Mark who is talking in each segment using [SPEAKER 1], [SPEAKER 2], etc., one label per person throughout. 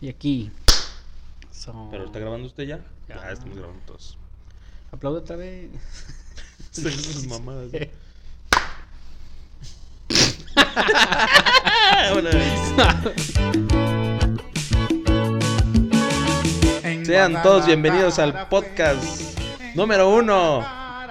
[SPEAKER 1] Y aquí. So-
[SPEAKER 2] ¿Pero está grabando usted ya? Ya,
[SPEAKER 1] Ya.
[SPEAKER 2] estamos grabando todos.
[SPEAKER 1] Aplaude otra vez.
[SPEAKER 2] Sus mamadas. Sean todos bienvenidos al podcast número uno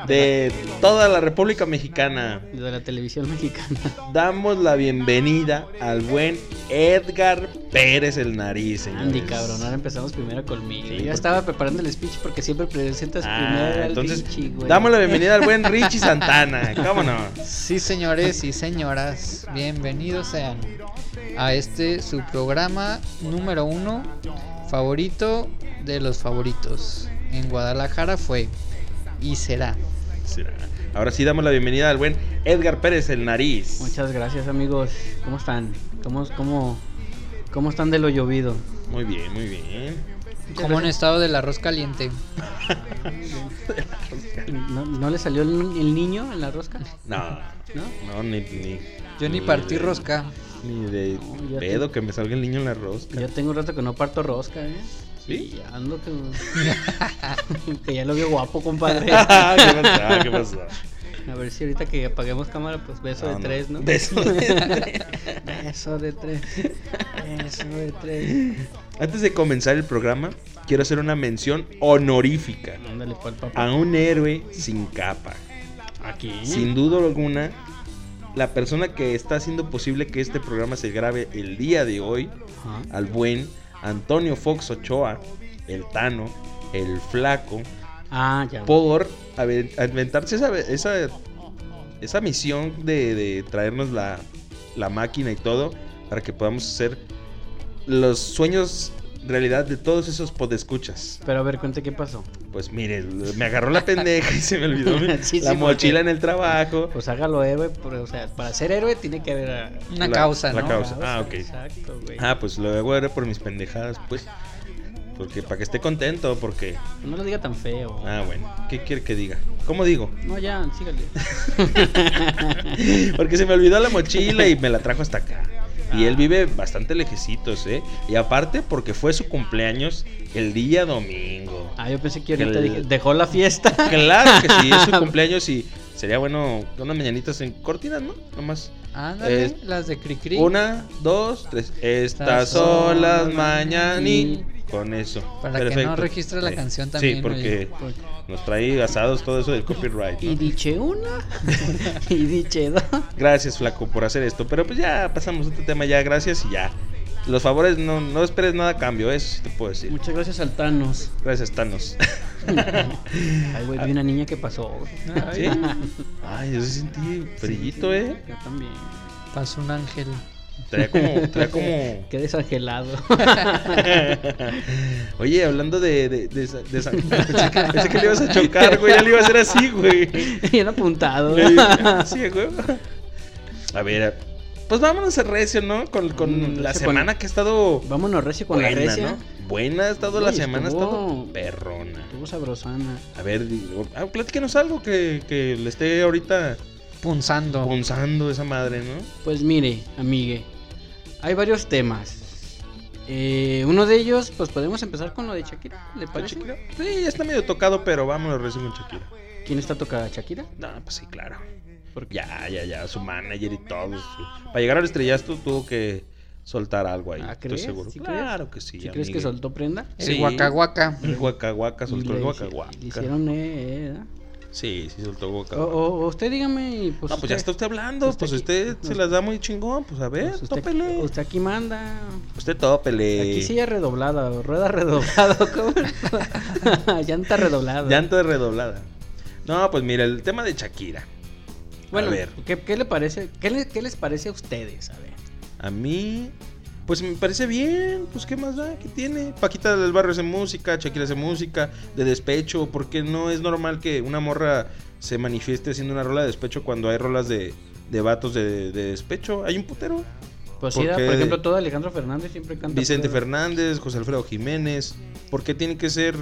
[SPEAKER 2] de toda la República Mexicana.
[SPEAKER 1] De la televisión mexicana.
[SPEAKER 2] Damos la bienvenida al buen Edgar Pérez el Nariz. señores.
[SPEAKER 1] Andy, cabrón. Ahora empezamos primero conmigo.
[SPEAKER 2] Sí,
[SPEAKER 1] Yo
[SPEAKER 2] porque-
[SPEAKER 1] estaba preparando el speech porque siempre presentas primero
[SPEAKER 2] Ah,
[SPEAKER 1] al
[SPEAKER 2] entonces,
[SPEAKER 1] Vinci, güey.
[SPEAKER 2] damos la bienvenida al buen Richie Santana. ¿Cómo no?
[SPEAKER 3] Sí, señores y señoras, bienvenidos sean a este su programa número uno favorito de los favoritos. En Guadalajara fue y será.
[SPEAKER 2] Será. Ahora sí damos la bienvenida al buen Edgar Pérez el Nariz.
[SPEAKER 1] Muchas gracias, amigos. ¿Cómo están? ¿Cómo, cómo, cómo están de lo llovido?
[SPEAKER 2] Muy bien, muy bien.
[SPEAKER 3] Como un estado del arroz caliente.
[SPEAKER 1] ¿No, no le salió el, el niño en la rosca?
[SPEAKER 2] No,
[SPEAKER 1] ¿No?
[SPEAKER 2] no, ni. ni
[SPEAKER 3] Yo ni partí
[SPEAKER 2] de-
[SPEAKER 3] rosca.
[SPEAKER 2] Ni de
[SPEAKER 1] No, yo
[SPEAKER 2] pedo
[SPEAKER 1] te-
[SPEAKER 2] que me salga el niño en la rosca.
[SPEAKER 1] Yo tengo un rato que no parto rosca, ¿eh?
[SPEAKER 2] ¿Sí?
[SPEAKER 1] Y ando que... que ya lo veo guapo, compadre.
[SPEAKER 2] Ah, ¿Qué pasó? ¿Qué pasó?
[SPEAKER 1] A ver si ahorita que apaguemos cámara, pues beso
[SPEAKER 2] Ah, No,
[SPEAKER 1] de
[SPEAKER 2] no.
[SPEAKER 1] tres, ¿no?
[SPEAKER 2] Beso de tres.
[SPEAKER 1] Beso de tres. Beso de tres.
[SPEAKER 2] Antes de comenzar el programa, quiero hacer una mención honorífica
[SPEAKER 1] Ándale, pa'l papá.
[SPEAKER 2] a un héroe sin capa.
[SPEAKER 1] Aquí.
[SPEAKER 2] Sin duda alguna, la persona que está haciendo posible que este programa se grabe el día de hoy,
[SPEAKER 1] Ajá.
[SPEAKER 2] al buen Antonio Fox Ochoa, el Tano, el Flaco,
[SPEAKER 1] Ah, ya.
[SPEAKER 2] por aven- aventarse esa, esa, esa misión de, de traernos la, la máquina y todo para que podamos hacer los sueños realidad de todos esos podescuchas.
[SPEAKER 1] Pero a ver, cuente qué pasó.
[SPEAKER 2] Pues mire, me agarró la pendeja y se me olvidó mi-
[SPEAKER 1] Sí, sí,
[SPEAKER 2] la
[SPEAKER 1] porque-
[SPEAKER 2] mochila en el trabajo.
[SPEAKER 1] Pues hágalo héroe, pero, o sea, para ser héroe tiene que haber ah,
[SPEAKER 3] Una
[SPEAKER 2] La-
[SPEAKER 3] causa,
[SPEAKER 2] la
[SPEAKER 3] ¿no?
[SPEAKER 2] causa. Ah, ok.
[SPEAKER 1] Exacto, güey.
[SPEAKER 2] Ah, pues lo hago era por mis pendejadas, pues. Porque para que esté contento, porque...
[SPEAKER 1] No lo diga tan feo.
[SPEAKER 2] Ah, bueno. ¿Qué quiere que diga? ¿Cómo digo?
[SPEAKER 1] No, ya, sígale.
[SPEAKER 2] Porque se me olvidó la mochila y me la trajo hasta acá. Y él vive bastante lejecitos, ¿eh? Y aparte porque fue su cumpleaños el día domingo.
[SPEAKER 1] Ah, yo pensé que ahorita
[SPEAKER 2] Que el-
[SPEAKER 1] dije, dejó la fiesta.
[SPEAKER 2] Claro que sí, es su cumpleaños y sería bueno unas mañanitas en cortinas, ¿no? Nomás.
[SPEAKER 3] Ándale,
[SPEAKER 2] Eh,
[SPEAKER 3] las de Cricri.
[SPEAKER 2] Una, dos, tres. Estas son las mañanitas. Con eso.
[SPEAKER 3] Para que no registre la
[SPEAKER 2] Eh,
[SPEAKER 3] canción
[SPEAKER 2] Sí,
[SPEAKER 3] también,
[SPEAKER 2] porque
[SPEAKER 3] oye.
[SPEAKER 2] nos trae asados todo eso del copyright. ¿no?
[SPEAKER 1] Y diche una. y diche dos.
[SPEAKER 2] Gracias, Flaco, por hacer esto. Pero pues ya pasamos a otro tema, ya, gracias y ya. Los favores, no, no esperes nada a cambio, eso sí te puedo decir.
[SPEAKER 1] Muchas gracias al Thanos.
[SPEAKER 2] Gracias, Thanos.
[SPEAKER 1] Ay, güey,
[SPEAKER 2] Ah.
[SPEAKER 1] vi una niña que pasó. güey.
[SPEAKER 2] ¿Sí? Ay, yo sí sentí frillito, ¿eh?
[SPEAKER 1] Yo también.
[SPEAKER 3] Pasó un ángel.
[SPEAKER 2] Traía como. Traía como...
[SPEAKER 1] Qué desangelado.
[SPEAKER 2] Oye, hablando de. de, de, esa- de esa- Pensé que le ibas a chocar, güey. Ya le iba a hacer así, güey.
[SPEAKER 1] Bien apuntado. ¿eh?
[SPEAKER 2] Le- Sí, güey. A ver, pues vámonos a recio, ¿no? Con, con
[SPEAKER 1] Mm,
[SPEAKER 2] la
[SPEAKER 1] recio con-
[SPEAKER 2] semana que ha estado.
[SPEAKER 1] Vámonos recio con la
[SPEAKER 2] buena,
[SPEAKER 1] recia.
[SPEAKER 2] ¿no? Buena ha estado la
[SPEAKER 1] Sí,
[SPEAKER 2] semana, ha estado
[SPEAKER 1] estuvo-
[SPEAKER 2] perrona.
[SPEAKER 1] Estuvo sabrosana.
[SPEAKER 2] A ver, digo, ah, platíquenos algo que, que le esté ahorita
[SPEAKER 3] Punzando.
[SPEAKER 2] punzando esa madre, ¿no?
[SPEAKER 1] Pues mire, amigue. Hay varios temas. Eh, uno de ellos, pues podemos empezar con lo de Shakira. ¿Le
[SPEAKER 2] ¿Con
[SPEAKER 1] parece?
[SPEAKER 2] Shakira? Sí, ya está medio tocado, pero vámonos recién con Shakira.
[SPEAKER 1] ¿Quién está tocada? ¿Shakira?
[SPEAKER 2] No, pues sí, claro.
[SPEAKER 1] Porque
[SPEAKER 2] Ya, ya, ya, su manager y todo. su- Para llegar al estrellato tuvo que soltar algo ahí.
[SPEAKER 1] Ah,
[SPEAKER 2] estoy
[SPEAKER 1] ¿crees?
[SPEAKER 2] seguro.
[SPEAKER 1] ¿Sí crees?
[SPEAKER 2] claro que sí.
[SPEAKER 1] ¿sí crees que
[SPEAKER 2] amigue.
[SPEAKER 1] soltó prenda?
[SPEAKER 3] El
[SPEAKER 2] Sí.
[SPEAKER 3] guacahuaca.
[SPEAKER 2] El guacahuaca,
[SPEAKER 1] Y
[SPEAKER 2] soltó
[SPEAKER 1] le
[SPEAKER 2] el
[SPEAKER 1] hici-
[SPEAKER 2] guacahuaca.
[SPEAKER 1] le hicieron, eh, eh, ¿verdad?
[SPEAKER 2] Sí, sí, soltó el
[SPEAKER 1] O,
[SPEAKER 2] guacahuaca.
[SPEAKER 1] o- o usted dígame. y, Pues,
[SPEAKER 2] no, pues ya está
[SPEAKER 1] usted-
[SPEAKER 2] usted hablando.
[SPEAKER 1] usted
[SPEAKER 2] pues
[SPEAKER 1] aquí-
[SPEAKER 2] usted se
[SPEAKER 1] no.
[SPEAKER 2] las da muy chingón. Pues a ver,
[SPEAKER 1] pues, usted,
[SPEAKER 2] tópele. Eh.
[SPEAKER 1] usted aquí manda.
[SPEAKER 2] Usted tópele.
[SPEAKER 1] Aquí silla redoblada, o rueda redoblada, ¿cómo? llanta redoblada.
[SPEAKER 2] Llanta redoblada. No, pues mira, el tema de Shakira.
[SPEAKER 1] bueno,
[SPEAKER 2] a ver.
[SPEAKER 1] ¿qué, qué le parece? ¿Qué, le- qué les parece a ustedes? A ver.
[SPEAKER 2] A mí, pues me parece bien. Pues qué más da, qué tiene. Paquita del Barrio hace música, Shakira hace música, de despecho. Porque no es normal que una morra se manifieste haciendo una rola de despecho cuando hay rolas de, de vatos de, de despecho. Hay un putero.
[SPEAKER 1] Pues
[SPEAKER 2] ¿Por
[SPEAKER 1] sí, da-
[SPEAKER 2] qué?
[SPEAKER 1] por ejemplo, todo Alejandro Fernández siempre canta.
[SPEAKER 2] Vicente
[SPEAKER 1] pura-
[SPEAKER 2] Fernández, José Alfredo Jiménez. ¿Por qué tiene que ser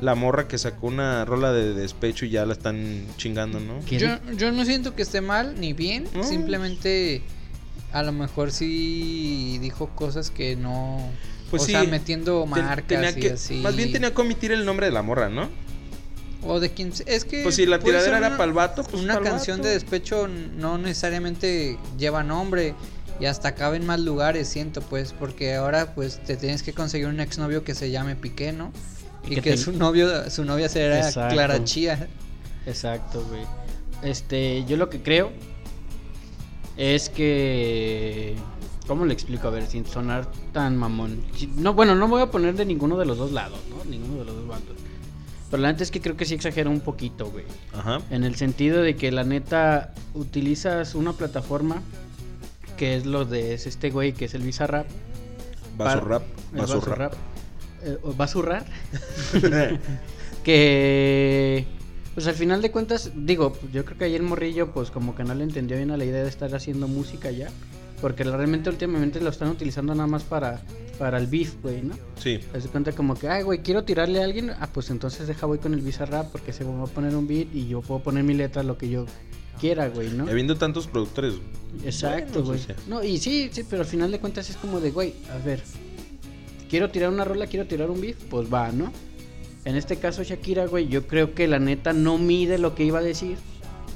[SPEAKER 2] la morra que sacó una rola de despecho y ya la están chingando, no?
[SPEAKER 1] ¿Quiere-
[SPEAKER 3] Yo, yo no siento que esté mal ni bien,
[SPEAKER 2] No.
[SPEAKER 3] simplemente a lo mejor sí dijo cosas que no...
[SPEAKER 2] Pues
[SPEAKER 3] o
[SPEAKER 2] sí.
[SPEAKER 3] sea, metiendo
[SPEAKER 2] ten-
[SPEAKER 3] marcas
[SPEAKER 2] tenía
[SPEAKER 3] y
[SPEAKER 2] que-
[SPEAKER 3] así.
[SPEAKER 2] Más bien tenía que omitir el nombre de la morra, ¿no?
[SPEAKER 3] O de quien se- Es que.
[SPEAKER 2] Pues si la
[SPEAKER 3] puede ser
[SPEAKER 2] tiradera era
[SPEAKER 3] una-
[SPEAKER 2] para el vato, pues
[SPEAKER 3] Una
[SPEAKER 2] pa'l
[SPEAKER 3] canción
[SPEAKER 2] vato.
[SPEAKER 3] de despecho no necesariamente lleva nombre y hasta acaba en más lugares, siento, pues, porque ahora pues te tienes que conseguir un exnovio que se llame Piqué, ¿no?
[SPEAKER 1] Y
[SPEAKER 3] Y
[SPEAKER 1] que
[SPEAKER 3] que,
[SPEAKER 1] te-
[SPEAKER 3] su novio, su novia será
[SPEAKER 1] Exacto.
[SPEAKER 3] Clara Chía.
[SPEAKER 1] Exacto, güey. Este, yo lo que creo es que. ¿Cómo le explico? A ver, sin sonar tan mamón. Si- No, bueno, no voy a poner de ninguno de los dos lados, ¿no? Ninguno de los dos bandos. Pero la neta es que creo que sí exagera un poquito, güey.
[SPEAKER 2] Ajá.
[SPEAKER 1] En el sentido de que la neta utilizas una plataforma que es lo de es este güey que es el Bizarrap.
[SPEAKER 2] Vaso
[SPEAKER 1] Par-
[SPEAKER 2] rap.
[SPEAKER 1] el
[SPEAKER 2] Vaso
[SPEAKER 1] Basurrap.
[SPEAKER 2] rap. Eh,
[SPEAKER 1] Eh, ¿o ¿Basurrar? que pues al final de cuentas digo yo creo que ayer morrillo pues como que no le entendió bien a la idea de estar haciendo música ya porque la- realmente últimamente lo están utilizando nada más para para el beef güey no
[SPEAKER 2] sí.
[SPEAKER 1] se cuenta como que ay güey quiero tirarle a alguien ah pues entonces deja voy con el bizarrap porque se me va a poner un beat y yo puedo poner mi letra lo que yo quiera güey no
[SPEAKER 2] Habiendo tantos productores.
[SPEAKER 1] Exacto,
[SPEAKER 2] buenos,
[SPEAKER 1] güey.
[SPEAKER 2] o sea.
[SPEAKER 1] No, y sí, sí, pero al final de cuentas es como de, güey, a ver, quiero tirar una rola, quiero tirar un beef, pues va, ¿no? En este caso Shakira, güey, yo creo que la neta no mide lo que iba a decir.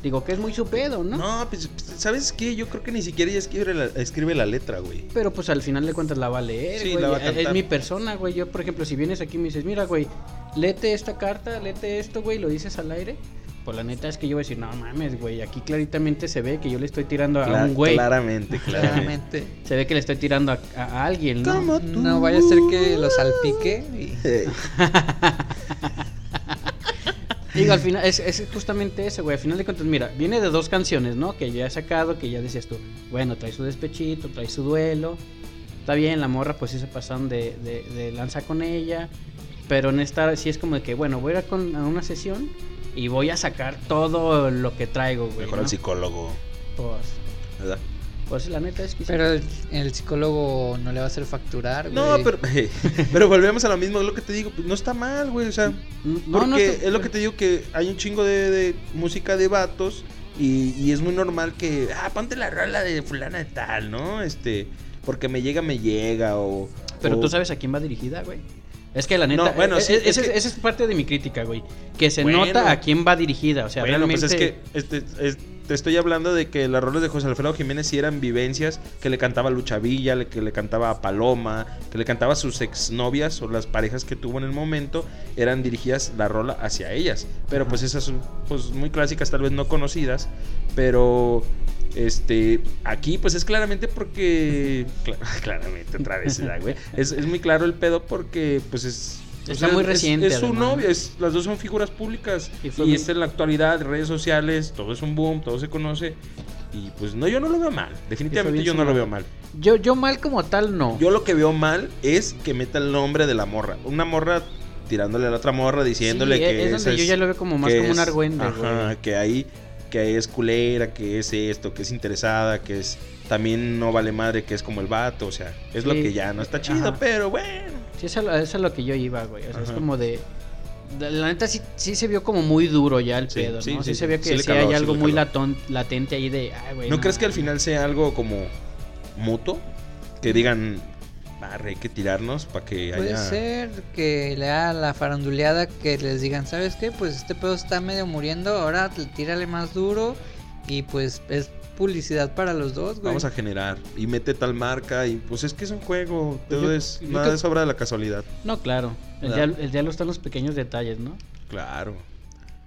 [SPEAKER 1] Digo que es muy su pedo, ¿no?
[SPEAKER 2] No, pues, pues, ¿sabes qué? Yo creo que ni siquiera ella escribe la, escribe la letra, güey.
[SPEAKER 1] Pero pues al final de cuentas la va a leer,
[SPEAKER 2] Sí,
[SPEAKER 1] güey.
[SPEAKER 2] la va a
[SPEAKER 1] Es- Es
[SPEAKER 2] cantar.
[SPEAKER 1] mi persona, güey. Yo, por ejemplo, si vienes aquí y me dices, mira, güey, léete esta carta, léete esto, güey, lo dices al aire. Pues la neta es que yo voy a decir, no mames, güey, aquí claramente se ve que yo le estoy tirando a
[SPEAKER 2] Cla-
[SPEAKER 1] un güey.
[SPEAKER 2] Claramente, claramente.
[SPEAKER 3] Claramente.
[SPEAKER 1] Se ve que le estoy tirando a, a- a alguien, ¿no?
[SPEAKER 2] ¿Cómo? tú.
[SPEAKER 3] No vaya a ser que lo salpique. y-
[SPEAKER 2] Eh,
[SPEAKER 1] Digo, al final, es, es justamente eso, güey. Al final de cuentas, mira, viene de dos canciones, ¿no? Que ya he sacado, que ya decías tú, bueno, trae su despechito, trae su duelo. Está bien, la morra, pues sí se pasaron de, de, de lanza con ella. Pero en esta sí es como de que, bueno, voy a ir a con, a una sesión y voy a sacar todo lo que traigo, güey.
[SPEAKER 2] Mejor
[SPEAKER 1] ¿no?
[SPEAKER 2] al psicólogo,
[SPEAKER 1] Pues,
[SPEAKER 2] ¿verdad?
[SPEAKER 1] pues la neta es que sí.
[SPEAKER 3] Pero el, el psicólogo no le va a hacer facturar.
[SPEAKER 2] No,
[SPEAKER 3] güey.
[SPEAKER 2] pero, eh, pero volvemos a lo mismo, es lo que te digo, pues, no está mal, güey, o sea,
[SPEAKER 1] No, no,
[SPEAKER 2] porque
[SPEAKER 1] no,
[SPEAKER 2] es lo que te digo que hay un chingo de, de música de vatos y, y es muy normal que, ah, ponte la rola de fulana de tal, ¿no? Este, porque me llega, me llega, o...
[SPEAKER 1] Pero
[SPEAKER 2] o-
[SPEAKER 1] tú sabes a quién va dirigida, güey. Es que la neta,
[SPEAKER 2] Oh. No, bueno,
[SPEAKER 1] eh,
[SPEAKER 2] sí,
[SPEAKER 1] eh,
[SPEAKER 2] es
[SPEAKER 1] esa es,
[SPEAKER 2] que-
[SPEAKER 1] esa es parte de mi crítica, güey. Que se
[SPEAKER 2] Bueno.
[SPEAKER 1] nota a quién va dirigida, o sea,
[SPEAKER 2] bueno,
[SPEAKER 1] realmente...
[SPEAKER 2] pues es que este, es- te estoy hablando de que las rolas de José Alfredo Jiménez sí eran vivencias que le cantaba a Lucha Villa, le- que le cantaba a Paloma, que le cantaba a sus exnovias o las parejas que tuvo en el momento, eran dirigidas la rola hacia ellas. Pero
[SPEAKER 1] Ajá.
[SPEAKER 2] pues esas son pues, muy clásicas, tal vez no conocidas, pero este aquí pues es claramente porque cla- claramente otra vez ¿verdad, güey es, es muy claro el pedo porque pues es o
[SPEAKER 1] Está muy
[SPEAKER 2] es-
[SPEAKER 1] reciente,
[SPEAKER 2] es, su
[SPEAKER 1] además.
[SPEAKER 2] novia es- las dos son figuras públicas
[SPEAKER 1] Y
[SPEAKER 2] y,
[SPEAKER 1] fue muy-
[SPEAKER 2] es en la actualidad, redes sociales, todo es un boom, todo se conoce. Y pues no, yo no lo veo mal.
[SPEAKER 1] bien
[SPEAKER 2] Definitivamente yo no lo
[SPEAKER 1] sonado.
[SPEAKER 2] veo mal.
[SPEAKER 1] Yo, yo mal como tal, no.
[SPEAKER 2] Yo lo que veo mal es que meta el nombre de la morra. Una morra tirándole a la otra morra diciéndole
[SPEAKER 1] Sí, es-
[SPEAKER 2] que
[SPEAKER 1] es
[SPEAKER 2] esa
[SPEAKER 1] donde yo ya lo veo como más
[SPEAKER 2] que
[SPEAKER 1] como un
[SPEAKER 2] es-
[SPEAKER 1] argüende,
[SPEAKER 2] ajá,
[SPEAKER 1] güey.
[SPEAKER 2] que ahí que es culera, que es esto, que es interesada, que es también no vale madre, que es como el vato, o sea, es lo
[SPEAKER 1] Sí. Eh,
[SPEAKER 2] que ya no está chido,
[SPEAKER 1] Ajá.
[SPEAKER 2] pero bueno.
[SPEAKER 1] Sí, eso, eso es lo que yo iba, güey. O sea, es
[SPEAKER 2] Ajá.
[SPEAKER 1] como de... de- La neta sí, sí se vio como muy duro ya el
[SPEAKER 2] Sí,
[SPEAKER 1] pedo,
[SPEAKER 2] sí,
[SPEAKER 1] ¿no? Sí,
[SPEAKER 2] sí,
[SPEAKER 1] se vio
[SPEAKER 2] sí.
[SPEAKER 1] que
[SPEAKER 2] Sí
[SPEAKER 1] sí,
[SPEAKER 2] le caló,
[SPEAKER 1] hay
[SPEAKER 2] sí
[SPEAKER 1] algo
[SPEAKER 2] le
[SPEAKER 1] muy
[SPEAKER 2] caló.
[SPEAKER 1] latón, latente ahí de... Ay, güey,
[SPEAKER 2] ¿No crees que al
[SPEAKER 1] mames".
[SPEAKER 2] final sea algo como mutuo? Que digan, "Arre, hay que tirarnos para que
[SPEAKER 3] Puede
[SPEAKER 2] haya...
[SPEAKER 3] ser que le haga la faranduleada que les digan, ¿sabes qué? Pues este pedo está medio muriendo, ahora t- tírale más duro y pues es publicidad para los dos, güey.
[SPEAKER 2] Vamos a generar y mete tal marca y pues es que es un juego,
[SPEAKER 1] Pues
[SPEAKER 2] todo
[SPEAKER 1] yo-
[SPEAKER 2] es,
[SPEAKER 1] yo
[SPEAKER 2] nada
[SPEAKER 1] creo-
[SPEAKER 2] es obra de la casualidad.
[SPEAKER 1] No, claro. El,
[SPEAKER 2] Claro.
[SPEAKER 1] diablo- el diablo está en los pequeños detalles, ¿no?
[SPEAKER 2] Claro.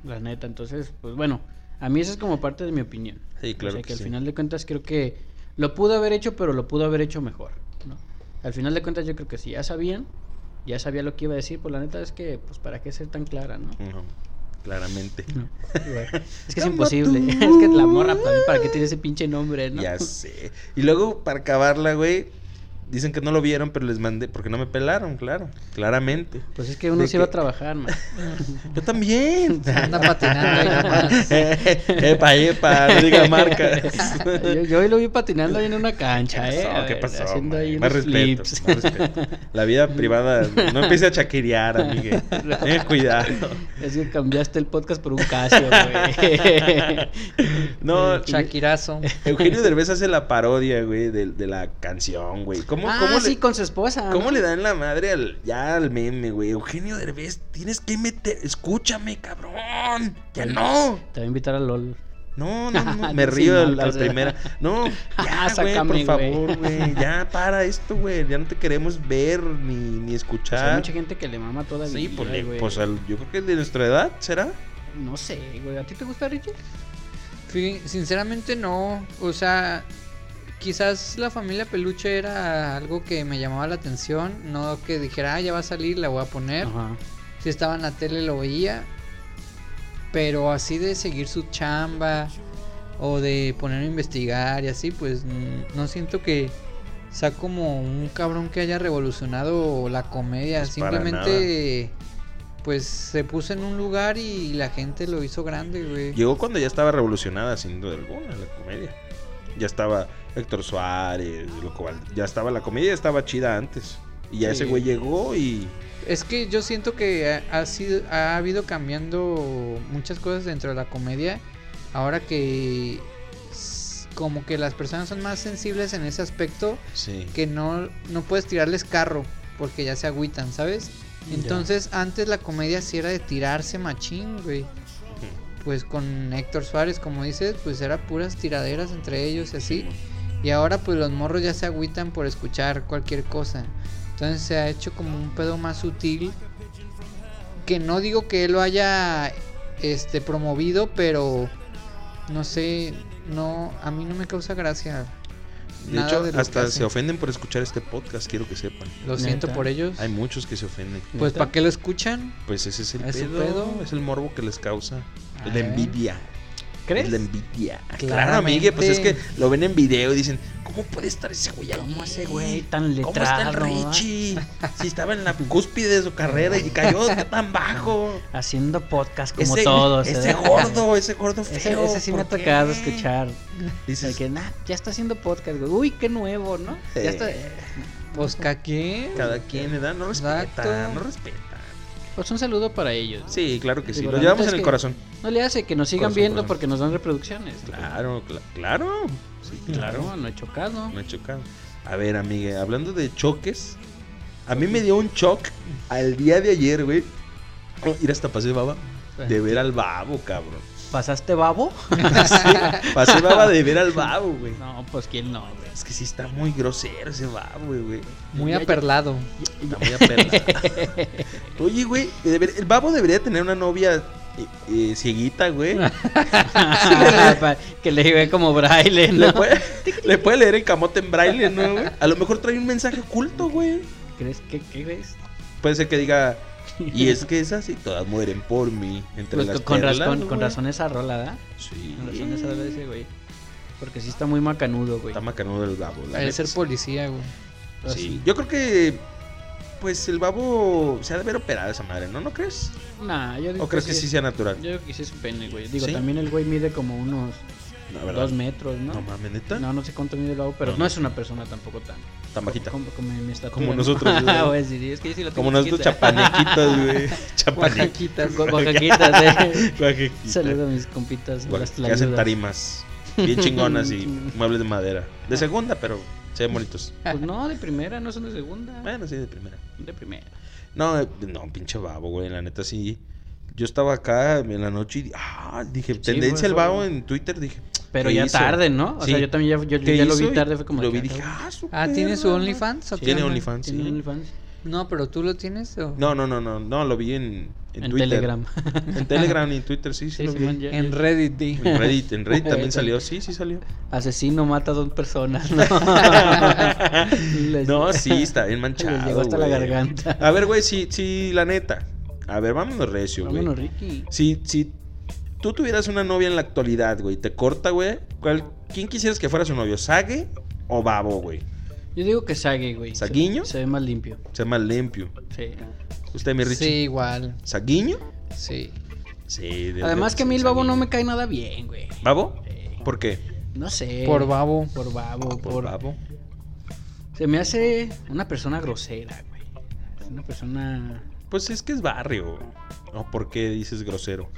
[SPEAKER 1] La neta, entonces, pues bueno, a mí esa es como parte de mi opinión.
[SPEAKER 3] Pues
[SPEAKER 2] Sí, claro
[SPEAKER 1] O sea,
[SPEAKER 2] que
[SPEAKER 1] que al
[SPEAKER 2] sí.
[SPEAKER 1] final de cuentas creo que lo pudo haber hecho, pero lo pudo haber hecho mejor. ¿no? Al final de cuentas yo creo que si ya sabían, ya sabía lo que iba a decir, pues la neta es que, pues para qué ser tan clara, ¿no?
[SPEAKER 2] Ujú, claramente.
[SPEAKER 1] No, güey. Es que es
[SPEAKER 2] Como
[SPEAKER 1] imposible.
[SPEAKER 2] tú.
[SPEAKER 1] Es que la morra también, ¿para qué tiene ese pinche nombre, no?
[SPEAKER 2] Ya sé. Y luego para acabarla, güey, dicen que no lo vieron, pero les mandé porque no me pelaron, claro, claramente.
[SPEAKER 1] Pues es que uno
[SPEAKER 2] De
[SPEAKER 1] se iba a
[SPEAKER 2] que-
[SPEAKER 1] trabajar, man.
[SPEAKER 2] Yo también.
[SPEAKER 3] Anda patinando ahí nomás.
[SPEAKER 2] Eh, epa, epa, no diga marcas.
[SPEAKER 1] Yo, yo hoy lo vi patinando ahí en una cancha, ¿eh? A
[SPEAKER 2] ¿Qué
[SPEAKER 1] ver,
[SPEAKER 2] pasó?
[SPEAKER 1] Haciendo
[SPEAKER 2] man?
[SPEAKER 1] ahí
[SPEAKER 2] más
[SPEAKER 1] unos
[SPEAKER 2] respeto,
[SPEAKER 1] flips.
[SPEAKER 2] más respeto. La vida privada, no empiece a chaquirear, amigue. Ten cuidado.
[SPEAKER 1] Es que cambiaste el podcast por un Casio, güey.
[SPEAKER 2] No,
[SPEAKER 3] Shakirazo.
[SPEAKER 2] Eugenio Derbez hace la parodia, güey, de, de la canción, güey. ¿Cómo,
[SPEAKER 1] ah,
[SPEAKER 2] cómo
[SPEAKER 1] sí,
[SPEAKER 2] le,
[SPEAKER 1] con su esposa.
[SPEAKER 2] cómo
[SPEAKER 1] ¿no?
[SPEAKER 2] le dan la madre al, ya al meme, güey? Eugenio Derbez, tienes que meter. Escúchame, cabrón. Ya no.
[SPEAKER 1] Te va a invitar a LOL.
[SPEAKER 2] No, no, no, me
[SPEAKER 1] Sí,
[SPEAKER 2] río
[SPEAKER 1] no,
[SPEAKER 2] al- al,
[SPEAKER 1] entonces-
[SPEAKER 2] primera. No, ya,
[SPEAKER 1] Sácame,
[SPEAKER 2] güey, por
[SPEAKER 1] güey.
[SPEAKER 2] favor, güey. Ya para esto, güey. Ya no te queremos ver ni, ni
[SPEAKER 1] O sea, hay
[SPEAKER 2] escuchar.
[SPEAKER 1] mucha gente que le mama todavía.
[SPEAKER 2] Ah. sí, pues, le-
[SPEAKER 1] güey.
[SPEAKER 2] pues al- yo creo que de nuestra edad, ¿será?
[SPEAKER 1] No sé, güey. ¿A ti te gusta Richie?
[SPEAKER 3] Fí- Sinceramente no, o sea, quizás la familia peluche era algo que me llamaba la atención, no que dijera, ah, ya va a salir, la voy a poner.
[SPEAKER 1] Ajá.
[SPEAKER 3] Si estaba en la tele lo veía, pero así de seguir su chamba o de ponerme a investigar y así, pues mm, no siento que sea como un cabrón que haya revolucionado la comedia,
[SPEAKER 2] Pues para
[SPEAKER 3] simplemente pues se puso en un lugar y la gente lo hizo grande, güey.
[SPEAKER 2] Llegó cuando ya estaba revolucionada, sin duda alguna, la comedia. Ya estaba Héctor Suárez, Loco Val- ya estaba la comedia, estaba chida antes. Y ya ese
[SPEAKER 3] Sí.
[SPEAKER 2] güey llegó y
[SPEAKER 3] Es que yo siento que ha, ha sido, ha habido cambiando muchas cosas dentro de la comedia. Ahora que s- como que las personas son más sensibles en ese aspecto
[SPEAKER 2] sí.
[SPEAKER 3] que no, no puedes tirarles carro porque ya se agüitan, ¿sabes?
[SPEAKER 1] Ya.
[SPEAKER 3] Entonces antes la comedia sí era de tirarse machín, güey. Pues con Héctor Suárez, como dices, pues era puras tiraderas entre ellos y así. Y ahora pues los morros ya se agüitan por escuchar cualquier cosa. Entonces se ha hecho como un pedo más sutil. Que no digo que él lo haya este promovido, pero no sé, no a mí no me causa gracia.
[SPEAKER 2] De
[SPEAKER 3] nada
[SPEAKER 2] hecho,
[SPEAKER 3] de lo que
[SPEAKER 2] hasta se
[SPEAKER 3] hacen.
[SPEAKER 2] ofenden por escuchar este podcast, quiero que sepan.
[SPEAKER 3] Lo siento
[SPEAKER 1] Neta.
[SPEAKER 3] por ellos.
[SPEAKER 2] Hay muchos que se ofenden.
[SPEAKER 3] Pues
[SPEAKER 1] ¿Neta?
[SPEAKER 3] ¿para qué lo escuchan?
[SPEAKER 2] Pues ese es el
[SPEAKER 3] ¿Es su
[SPEAKER 2] pedo,
[SPEAKER 3] pedo?
[SPEAKER 2] es el morbo que les causa. la
[SPEAKER 3] Ah, ya ven.
[SPEAKER 2] envidia.
[SPEAKER 1] ¿Crees?
[SPEAKER 2] La envidia. Claro,
[SPEAKER 3] Claramente.
[SPEAKER 2] amigue, pues es que lo ven en video y dicen, ¿cómo puede estar ese güey ahí?
[SPEAKER 1] ¿Cómo ese güey tan letrado?
[SPEAKER 2] ¿Cómo está el
[SPEAKER 1] ah?
[SPEAKER 2] Richie? Si estaba en la cúspide de su carrera y cayó tan bajo.
[SPEAKER 1] Haciendo podcast como todos.
[SPEAKER 2] Ese
[SPEAKER 1] ¿eh?
[SPEAKER 2] gordo, ese gordo feo.
[SPEAKER 1] Ese, ese sí me ha
[SPEAKER 2] ¿por qué?
[SPEAKER 1] tocado escuchar.
[SPEAKER 2] Dices,
[SPEAKER 1] El que, nah, ya está haciendo podcast, güey. Uy, qué nuevo, ¿no?
[SPEAKER 2] Sí.
[SPEAKER 1] Ya está.
[SPEAKER 3] Pues ¿ca qué?
[SPEAKER 2] cada quien edad no respeta,
[SPEAKER 3] Exacto.
[SPEAKER 2] no respeta.
[SPEAKER 1] Pues un saludo para ellos.
[SPEAKER 2] Sí, claro que sí.
[SPEAKER 1] Digo,
[SPEAKER 2] Lo
[SPEAKER 1] la
[SPEAKER 2] llevamos
[SPEAKER 1] neta es
[SPEAKER 2] en el
[SPEAKER 1] que-
[SPEAKER 2] corazón.
[SPEAKER 1] No le hace que nos sigan
[SPEAKER 2] Corazón,
[SPEAKER 1] viendo
[SPEAKER 2] corazón.
[SPEAKER 1] porque nos dan reproducciones.
[SPEAKER 2] Claro, cla- claro. Sí, claro.
[SPEAKER 1] Claro, no he chocado.
[SPEAKER 2] Me he chocado. A ver, amigue, hablando de choques, a mí me dio un shock al día de ayer, güey. Oh, ir hasta Paseo de Baba. De ver al babo, cabrón.
[SPEAKER 1] ¿Pasaste babo?
[SPEAKER 2] Paseo de Baba de ver al babo, güey.
[SPEAKER 1] No, pues quién no, güey.
[SPEAKER 2] Es que sí está muy grosero ese babo, güey.
[SPEAKER 3] Muy
[SPEAKER 1] Ya, ya.
[SPEAKER 3] aperlado.
[SPEAKER 2] Está muy aperlado. Oye, güey, deber- el babo debería tener una novia eh, eh, cieguita, güey.
[SPEAKER 1] Ah, Pa- que le llevé como braille, ¿no?
[SPEAKER 2] Le puede, le puede leer el camote en braille, ¿no, güey? A lo mejor trae un mensaje oculto, güey.
[SPEAKER 1] ¿Crees que qué crees?
[SPEAKER 2] Puede ser que diga, y es que esas y todas mueren por mí. Entre
[SPEAKER 1] Pues
[SPEAKER 2] las
[SPEAKER 1] con, con
[SPEAKER 2] perlas,
[SPEAKER 1] razón,
[SPEAKER 2] güey.
[SPEAKER 1] con razón esa rola, ¿da?
[SPEAKER 2] Sí.
[SPEAKER 1] Con razón esa rola de ese güey. Porque sí está muy macanudo, güey.
[SPEAKER 2] Está macanudo el babo. la
[SPEAKER 3] Parece
[SPEAKER 2] neta,
[SPEAKER 3] ser policía, güey.
[SPEAKER 1] Pues
[SPEAKER 2] Sí. Yo creo que, pues el babo se ha de ver operado esa madre, ¿no? ¿No crees?
[SPEAKER 1] Nah, yo digo
[SPEAKER 2] ¿O crees que sí sea natural?
[SPEAKER 1] Pues Yo digo que sí es un pene, güey. Digo,
[SPEAKER 2] ¿Sí?
[SPEAKER 1] también el güey mide como unos
[SPEAKER 2] No, ¿verdad?
[SPEAKER 1] dos metros, ¿no?
[SPEAKER 2] No mames, neta.
[SPEAKER 1] No, no sé cuánto mide el lado, pero
[SPEAKER 2] No,
[SPEAKER 1] no,
[SPEAKER 2] no.
[SPEAKER 1] es una persona tampoco tan.
[SPEAKER 2] Tan bajita.
[SPEAKER 1] Como, como mi estatura,
[SPEAKER 2] Como
[SPEAKER 1] ¿no?
[SPEAKER 2] nosotros, güey.
[SPEAKER 1] Ah, güey, sí, sí, es que yo sí lo
[SPEAKER 2] Como
[SPEAKER 1] tengo
[SPEAKER 2] nosotros
[SPEAKER 1] chiquita.
[SPEAKER 2] chapanequitos, güey. Chapanequitos.
[SPEAKER 3] Oaxaquitas.
[SPEAKER 1] Gua- Oaxaquitas, eh.
[SPEAKER 2] Guajequitas.
[SPEAKER 1] Saludo a mis compitas.
[SPEAKER 2] Guaje-
[SPEAKER 1] las
[SPEAKER 2] Que hacen
[SPEAKER 1] tlayudas.
[SPEAKER 2] tarimas. Bien chingonas y muebles de madera.
[SPEAKER 1] Ah.
[SPEAKER 2] De segunda, pero se ven bonitos.
[SPEAKER 1] Pues no, de primera, no son de segunda.
[SPEAKER 2] Bueno, sí, de primera.
[SPEAKER 1] De primera.
[SPEAKER 2] No, eh, no, pinche babo, güey. La neta sí. Yo estaba acá en la noche y di- ah, dije, tendencia
[SPEAKER 1] fue
[SPEAKER 2] al
[SPEAKER 1] eso,
[SPEAKER 2] babo
[SPEAKER 1] güey.
[SPEAKER 2] en Twitter, dije.
[SPEAKER 1] Pero
[SPEAKER 2] ¿qué
[SPEAKER 1] ya
[SPEAKER 2] hizo?
[SPEAKER 1] tarde, ¿no? O
[SPEAKER 2] Sí.
[SPEAKER 1] sea, yo también ya, yo, yo
[SPEAKER 2] ¿Qué
[SPEAKER 1] ya lo
[SPEAKER 2] hizo?
[SPEAKER 1] vi
[SPEAKER 2] Y
[SPEAKER 1] tarde, fue como.
[SPEAKER 2] Lo
[SPEAKER 1] que, ah,
[SPEAKER 2] vi y dije,
[SPEAKER 1] cabrón,
[SPEAKER 2] ah, su
[SPEAKER 3] Ah, ¿tiene su
[SPEAKER 2] perra,
[SPEAKER 3] OnlyFans o
[SPEAKER 2] güey".
[SPEAKER 3] qué
[SPEAKER 2] Tiene
[SPEAKER 3] onda?
[SPEAKER 2] OnlyFans,
[SPEAKER 1] ¿Tiene
[SPEAKER 2] sí.
[SPEAKER 1] OnlyFans?
[SPEAKER 3] No, pero tú lo tienes o
[SPEAKER 2] No, no, no, no, no, lo vi en, en,
[SPEAKER 1] En
[SPEAKER 2] Twitter.
[SPEAKER 1] Telegram.
[SPEAKER 2] En Telegram y en Twitter, sí, sí,
[SPEAKER 1] Sí,
[SPEAKER 2] lo vi.
[SPEAKER 1] Simón, ya-
[SPEAKER 3] en Reddit. di.
[SPEAKER 2] En Reddit, en Reddit también
[SPEAKER 1] Güey,
[SPEAKER 2] salió, sí, sí salió.
[SPEAKER 1] Asesino mata a dos personas, ¿no? Les-
[SPEAKER 2] No, sí, está bien manchado.
[SPEAKER 1] Les llegó hasta la
[SPEAKER 2] güey.
[SPEAKER 1] garganta.
[SPEAKER 2] A ver, güey, sí, sí, la neta. A ver, vámonos recio, güey.
[SPEAKER 1] Vámonos, Ricky.
[SPEAKER 2] Si, si tú tuvieras una novia en la actualidad, güey, te corta, güey. ¿cuál- ¿Quién quisieras que fuera su novio? ¿Sague o Babo, güey?
[SPEAKER 1] Yo digo que Sague, güey. Se-
[SPEAKER 2] ¿Saguiño?
[SPEAKER 1] Se, ve más limpio.
[SPEAKER 2] Se llama limpio.
[SPEAKER 1] Sí.
[SPEAKER 2] ¿Usted, mi Richie?
[SPEAKER 3] Sí, igual.
[SPEAKER 2] ¿Saguiño?
[SPEAKER 3] Sí.
[SPEAKER 2] Sí. de-
[SPEAKER 1] Además
[SPEAKER 2] de-
[SPEAKER 1] que a mí el
[SPEAKER 2] sí,
[SPEAKER 1] babo no
[SPEAKER 2] Saguiño.
[SPEAKER 1] me cae nada bien, güey.
[SPEAKER 2] ¿Babo?
[SPEAKER 1] Sí.
[SPEAKER 2] ¿Por qué?
[SPEAKER 1] No sé.
[SPEAKER 3] Por babo.
[SPEAKER 1] Por babo. Por,
[SPEAKER 2] Por Babo.
[SPEAKER 1] Se me hace una persona grosera, güey. Una persona
[SPEAKER 2] Pues es que es barrio. ¿O por qué dices grosero?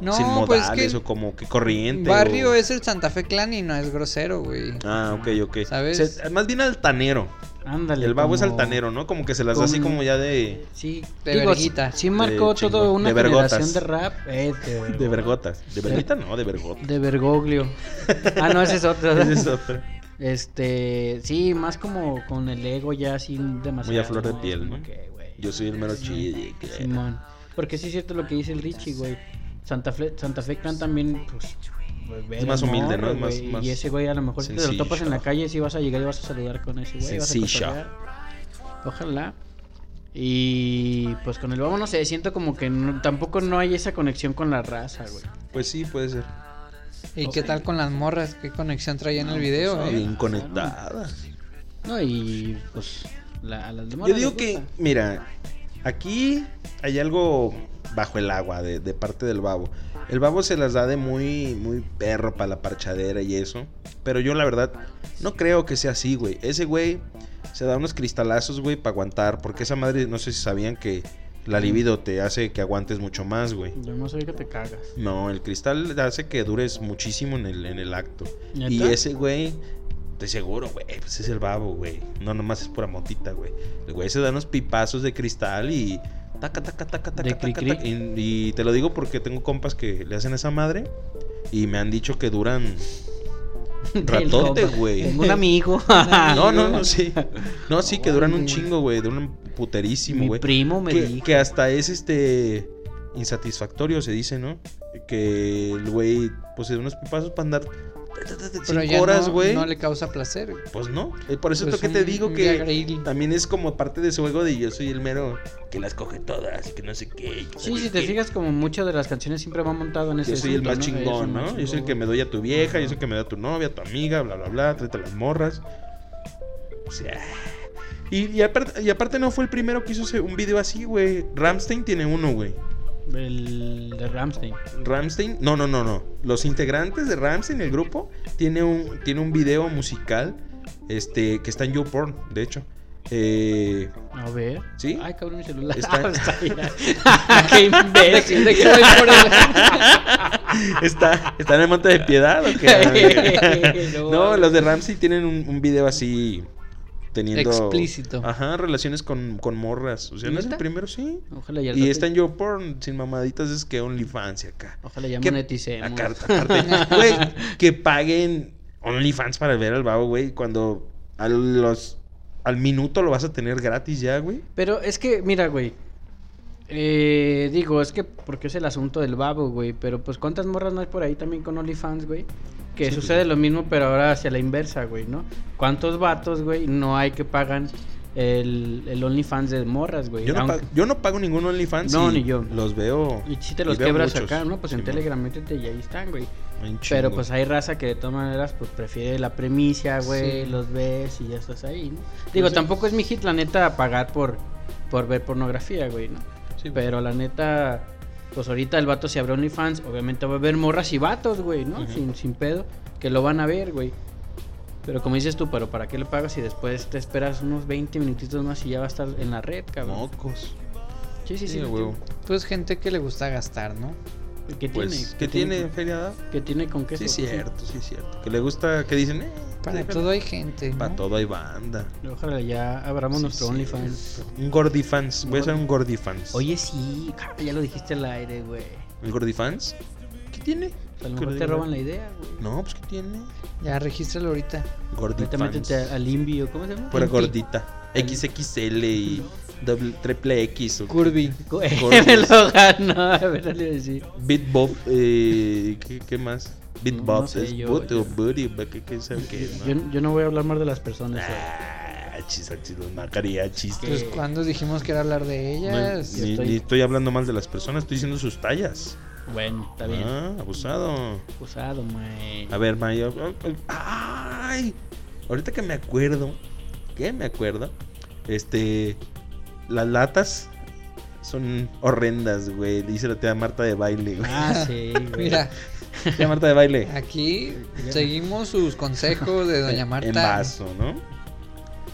[SPEAKER 3] No,
[SPEAKER 2] Sin modales
[SPEAKER 3] pues que
[SPEAKER 2] o como que corriente.
[SPEAKER 3] barrio
[SPEAKER 2] o-
[SPEAKER 3] es el Santa Fe Clan y no es grosero, güey.
[SPEAKER 2] Ah, ok, ok.
[SPEAKER 3] ¿Sabes?
[SPEAKER 2] O sea, más bien altanero.
[SPEAKER 1] Ándale.
[SPEAKER 2] El babo es
[SPEAKER 1] como-
[SPEAKER 2] altanero, ¿no? Como que se las da así
[SPEAKER 1] como-
[SPEAKER 2] como ya de,
[SPEAKER 1] Sí,
[SPEAKER 3] De
[SPEAKER 1] digo,
[SPEAKER 3] verguita.
[SPEAKER 1] sí- Sí marcó
[SPEAKER 2] De chingón.
[SPEAKER 1] toda una
[SPEAKER 2] De vergotas.
[SPEAKER 1] generación de rap. eh, de,
[SPEAKER 2] de vergotas. De verguita no, de vergota.
[SPEAKER 1] De vergoglio. Ah, no, ese es otro.
[SPEAKER 2] Ese es otro.
[SPEAKER 1] Este, sí, más como con el ego ya así demasiado.
[SPEAKER 2] Muy a flor de
[SPEAKER 1] ¿no?
[SPEAKER 2] piel,
[SPEAKER 1] Es como
[SPEAKER 2] ¿no?
[SPEAKER 1] que, güey,
[SPEAKER 2] Yo soy el mero chile. que-
[SPEAKER 1] Simón. Porque sí es cierto lo que dice el Richie, güey. Santa Fe, Santa Fe Clan también, pues. pues, ve
[SPEAKER 2] Es
[SPEAKER 1] el
[SPEAKER 2] más humilde, ¿no?
[SPEAKER 1] morro,
[SPEAKER 2] Es más-
[SPEAKER 1] güey,
[SPEAKER 2] más
[SPEAKER 1] Y ese güey, a lo mejor si te lo
[SPEAKER 2] sencillo.
[SPEAKER 1] topas en la calle, si vas a llegar y vas a saludar con ese güey. vas a
[SPEAKER 2] Sencillo.
[SPEAKER 1] cotorrear. Ojalá. Y pues con el babo, no sé, siento como que no- tampoco no hay esa conexión con la raza, güey.
[SPEAKER 2] Pues sí, puede ser.
[SPEAKER 3] ¿Y qué tal con las morras? ¿Qué conexión traía en el video,
[SPEAKER 2] Está
[SPEAKER 3] eh?
[SPEAKER 2] bien conectada.
[SPEAKER 1] No, y pues la- a las demás.
[SPEAKER 2] Yo
[SPEAKER 1] les
[SPEAKER 2] digo que,
[SPEAKER 1] gusta.
[SPEAKER 2] mira, aquí hay algo bajo el agua de, de parte del babo. El babo se las da de muy, muy perro para la parchadera y eso. Pero yo la verdad no creo que sea así, güey. Ese güey se da unos cristalazos, güey, para aguantar. Porque esa madre, no sé si sabían que la libido te hace que aguantes mucho más, güey.
[SPEAKER 1] Yo no soy que te cagas.
[SPEAKER 2] No, el cristal hace que dures muchísimo en el, en el acto.
[SPEAKER 1] ¿Neta?
[SPEAKER 2] Y ese güey, te seguro, güey, pues es el babo, güey. No, nomás es pura motita, güey. El güey se da unos pipazos de cristal y. Taca, taca, taca, taca,
[SPEAKER 1] De
[SPEAKER 2] taca,
[SPEAKER 1] cri-cri.
[SPEAKER 2] taca. Y, y te lo digo porque tengo compas que le hacen esa madre y me han dicho que duran. Ratote, güey.
[SPEAKER 1] Tengo un amigo.
[SPEAKER 2] No, no, no, sí. No, sí, que duran un chingo, güey. Duran puterísimo,
[SPEAKER 1] Mi
[SPEAKER 2] güey.
[SPEAKER 1] primo me
[SPEAKER 2] que,
[SPEAKER 1] dijo.
[SPEAKER 2] que hasta es este insatisfactorio, se dice, ¿no? Que el güey, pues se da unos pipazos para andar ta, ta, ta, ta,
[SPEAKER 3] Pero
[SPEAKER 2] cinco
[SPEAKER 3] ya
[SPEAKER 2] horas,
[SPEAKER 3] no,
[SPEAKER 2] güey.
[SPEAKER 3] no le causa placer. güey.
[SPEAKER 2] Pues no. Eh, Por eso
[SPEAKER 3] Pues
[SPEAKER 2] es lo que te
[SPEAKER 3] un-
[SPEAKER 2] digo
[SPEAKER 3] un
[SPEAKER 2] que Ah.
[SPEAKER 3] Viagrail.
[SPEAKER 2] también es como parte de su juego de yo soy el mero que las coge todas y que no sé qué. y Pues que
[SPEAKER 1] Sí,
[SPEAKER 2] no sé
[SPEAKER 1] si te
[SPEAKER 2] qué.
[SPEAKER 1] fijas, como muchas de las canciones siempre va montado en ese
[SPEAKER 2] Yo soy el
[SPEAKER 1] asunto,
[SPEAKER 2] más
[SPEAKER 1] ¿no?
[SPEAKER 2] chingón,
[SPEAKER 1] más
[SPEAKER 2] ¿no? Yo soy el
[SPEAKER 1] chingón.
[SPEAKER 2] que me doy a tu vieja, yo soy el que me doy a tu novia, a tu amiga, bla, bla, bla, tráete las morras. O sea. Y, y aparte, y aparte no fue el primero que hizo ese- un video así, güey. Ramstein tiene uno, güey.
[SPEAKER 1] El de Ramstein.
[SPEAKER 2] Ramstein, no, no, no, no. Los integrantes de Ramstein, el grupo, tiene un, tiene un video musical este, que está en YouPorn, de hecho. Eh,
[SPEAKER 1] A ver.
[SPEAKER 2] ¿Sí?
[SPEAKER 1] Ay, cabrón, mi celular.
[SPEAKER 2] Está-
[SPEAKER 1] Está ahí. Qué imbécil.
[SPEAKER 3] ¿De qué voy por el-
[SPEAKER 2] está, está en el Monte de Piedad. ¿o qué?
[SPEAKER 1] No.
[SPEAKER 2] no, los de Ramstein tienen un, un video así teniendo...
[SPEAKER 3] Explícito.
[SPEAKER 2] Ajá, relaciones con, con morras. O sea, no es el
[SPEAKER 3] ¿Neta?
[SPEAKER 2] primero, sí.
[SPEAKER 1] Ojalá ya,
[SPEAKER 2] Y está en YouPorn, sin mamaditas, es que OnlyFans y acá.
[SPEAKER 1] Ojalá ya
[SPEAKER 2] ¿Qué-
[SPEAKER 1] moneticemos.
[SPEAKER 2] Acá- aparte, güey, que paguen OnlyFans para ver al babo, güey, cuando a los al minuto lo vas a tener gratis ya, güey.
[SPEAKER 1] Pero es que, mira, güey. Eh, digo, es que porque es el asunto del babo, güey. Pero pues, ¿cuántas morras no hay por ahí también con OnlyFans, güey? Que
[SPEAKER 2] Sí,
[SPEAKER 1] sucede lo mismo, pero ahora hacia la inversa, güey, ¿no? ¿Cuántos vatos, güey, no hay que pagan el, el OnlyFans de morras, güey?
[SPEAKER 2] Yo no,
[SPEAKER 1] Aunque-
[SPEAKER 2] pago, yo no pago ningún OnlyFans.
[SPEAKER 1] No,
[SPEAKER 2] y
[SPEAKER 1] ni yo.
[SPEAKER 2] Los veo.
[SPEAKER 1] Y si te los
[SPEAKER 2] y veo
[SPEAKER 1] quebras
[SPEAKER 2] muchos.
[SPEAKER 1] acá, ¿no? Pues en
[SPEAKER 2] Simón.
[SPEAKER 1] Telegram métete y ahí están, güey.
[SPEAKER 2] Un chingo.
[SPEAKER 1] Pero pues hay raza que de todas maneras pues prefiere la premicia, güey,
[SPEAKER 3] Sí.
[SPEAKER 1] los ves y ya estás ahí, ¿no?
[SPEAKER 2] Pues
[SPEAKER 1] Digo, tampoco es mi hit, la neta, pagar por, por ver pornografía, güey, ¿no?
[SPEAKER 2] Sí, güey.
[SPEAKER 1] Pero la neta, pues ahorita el vato se abre OnlyFans, obviamente va a ver morras y vatos, güey, ¿no?
[SPEAKER 2] Ujú.
[SPEAKER 1] sin, sin pedo, que lo van a ver, güey. Pero como dices tú, pero ¿para qué le pagas si después te esperas unos 20 minutitos más y ya va a estar en la red, cabrón?
[SPEAKER 2] Mocos.
[SPEAKER 1] Sí, sí, sí.
[SPEAKER 2] Sí,
[SPEAKER 1] ¿qué
[SPEAKER 2] huevo.
[SPEAKER 3] Pues gente que le gusta gastar, ¿no?
[SPEAKER 1] tiene? ¿Qué tiene?
[SPEAKER 2] Pues, ¿qué tiene Feria da?
[SPEAKER 1] ¿Qué tiene con qué?
[SPEAKER 2] Sí,
[SPEAKER 1] eso?
[SPEAKER 2] cierto, sí, cierto. Que le gusta, que dicen, eh,
[SPEAKER 3] Para
[SPEAKER 2] déjalo.
[SPEAKER 3] todo hay gente. ¿no?
[SPEAKER 2] Para todo hay banda.
[SPEAKER 1] Ojalá ya abramos
[SPEAKER 2] Sí,
[SPEAKER 1] nuestro
[SPEAKER 2] sí.
[SPEAKER 1] OnlyFans.
[SPEAKER 2] Un Gordifans. Voy a hacer un Gordifans.
[SPEAKER 1] Oye, sí, cabrón, ya lo dijiste al aire, güey.
[SPEAKER 2] ¿El Gordifans? ¿Qué tiene?
[SPEAKER 1] A lo mejor te roban la idea, güey.
[SPEAKER 2] No, pues ¿qué tiene?
[SPEAKER 3] Ya regístralo ahorita.
[SPEAKER 1] Vete,
[SPEAKER 2] Gordita.
[SPEAKER 1] métete al Invio, ¿cómo se llama?
[SPEAKER 2] Pura
[SPEAKER 1] Invi.
[SPEAKER 2] gordita. XXL y doble- triple X. o-
[SPEAKER 3] Curvy.
[SPEAKER 1] Eh, me lo ganó, a ver, le iba a decir.
[SPEAKER 2] Beat Bob. Eh, ¿qué, qué más? Beat
[SPEAKER 1] No,
[SPEAKER 2] Bob.
[SPEAKER 1] no sé,
[SPEAKER 2] es
[SPEAKER 1] yo-
[SPEAKER 2] boot
[SPEAKER 1] yo-
[SPEAKER 2] o booty. ¿Qué, qué, sabe qué es, no?
[SPEAKER 1] Yo, yo no voy a hablar más de las personas. güey.
[SPEAKER 2] Ah, chis, ah, chis, los mariachis.
[SPEAKER 1] ¿Qué?
[SPEAKER 3] Pues cuando dijimos que era hablar de
[SPEAKER 2] No,
[SPEAKER 3] ellas.
[SPEAKER 2] ni,
[SPEAKER 1] estoy-
[SPEAKER 2] ni estoy hablando mal de las personas, estoy diciendo sus tallas.
[SPEAKER 1] Bueno, está bien.
[SPEAKER 2] Ah, abusado.
[SPEAKER 1] Usado, mae.
[SPEAKER 2] A ver, Mayo. Ay, ahorita que me acuerdo, que me acuerdo, este, las latas son horrendas, güey. Dice la tía Marta de baile, güey.
[SPEAKER 1] Ah, sí, güey.
[SPEAKER 3] Mira,
[SPEAKER 2] Tía Marta de baile.
[SPEAKER 3] aquí seguimos sus consejos de Ah, Doña Marta.
[SPEAKER 2] En vaso, ¿no?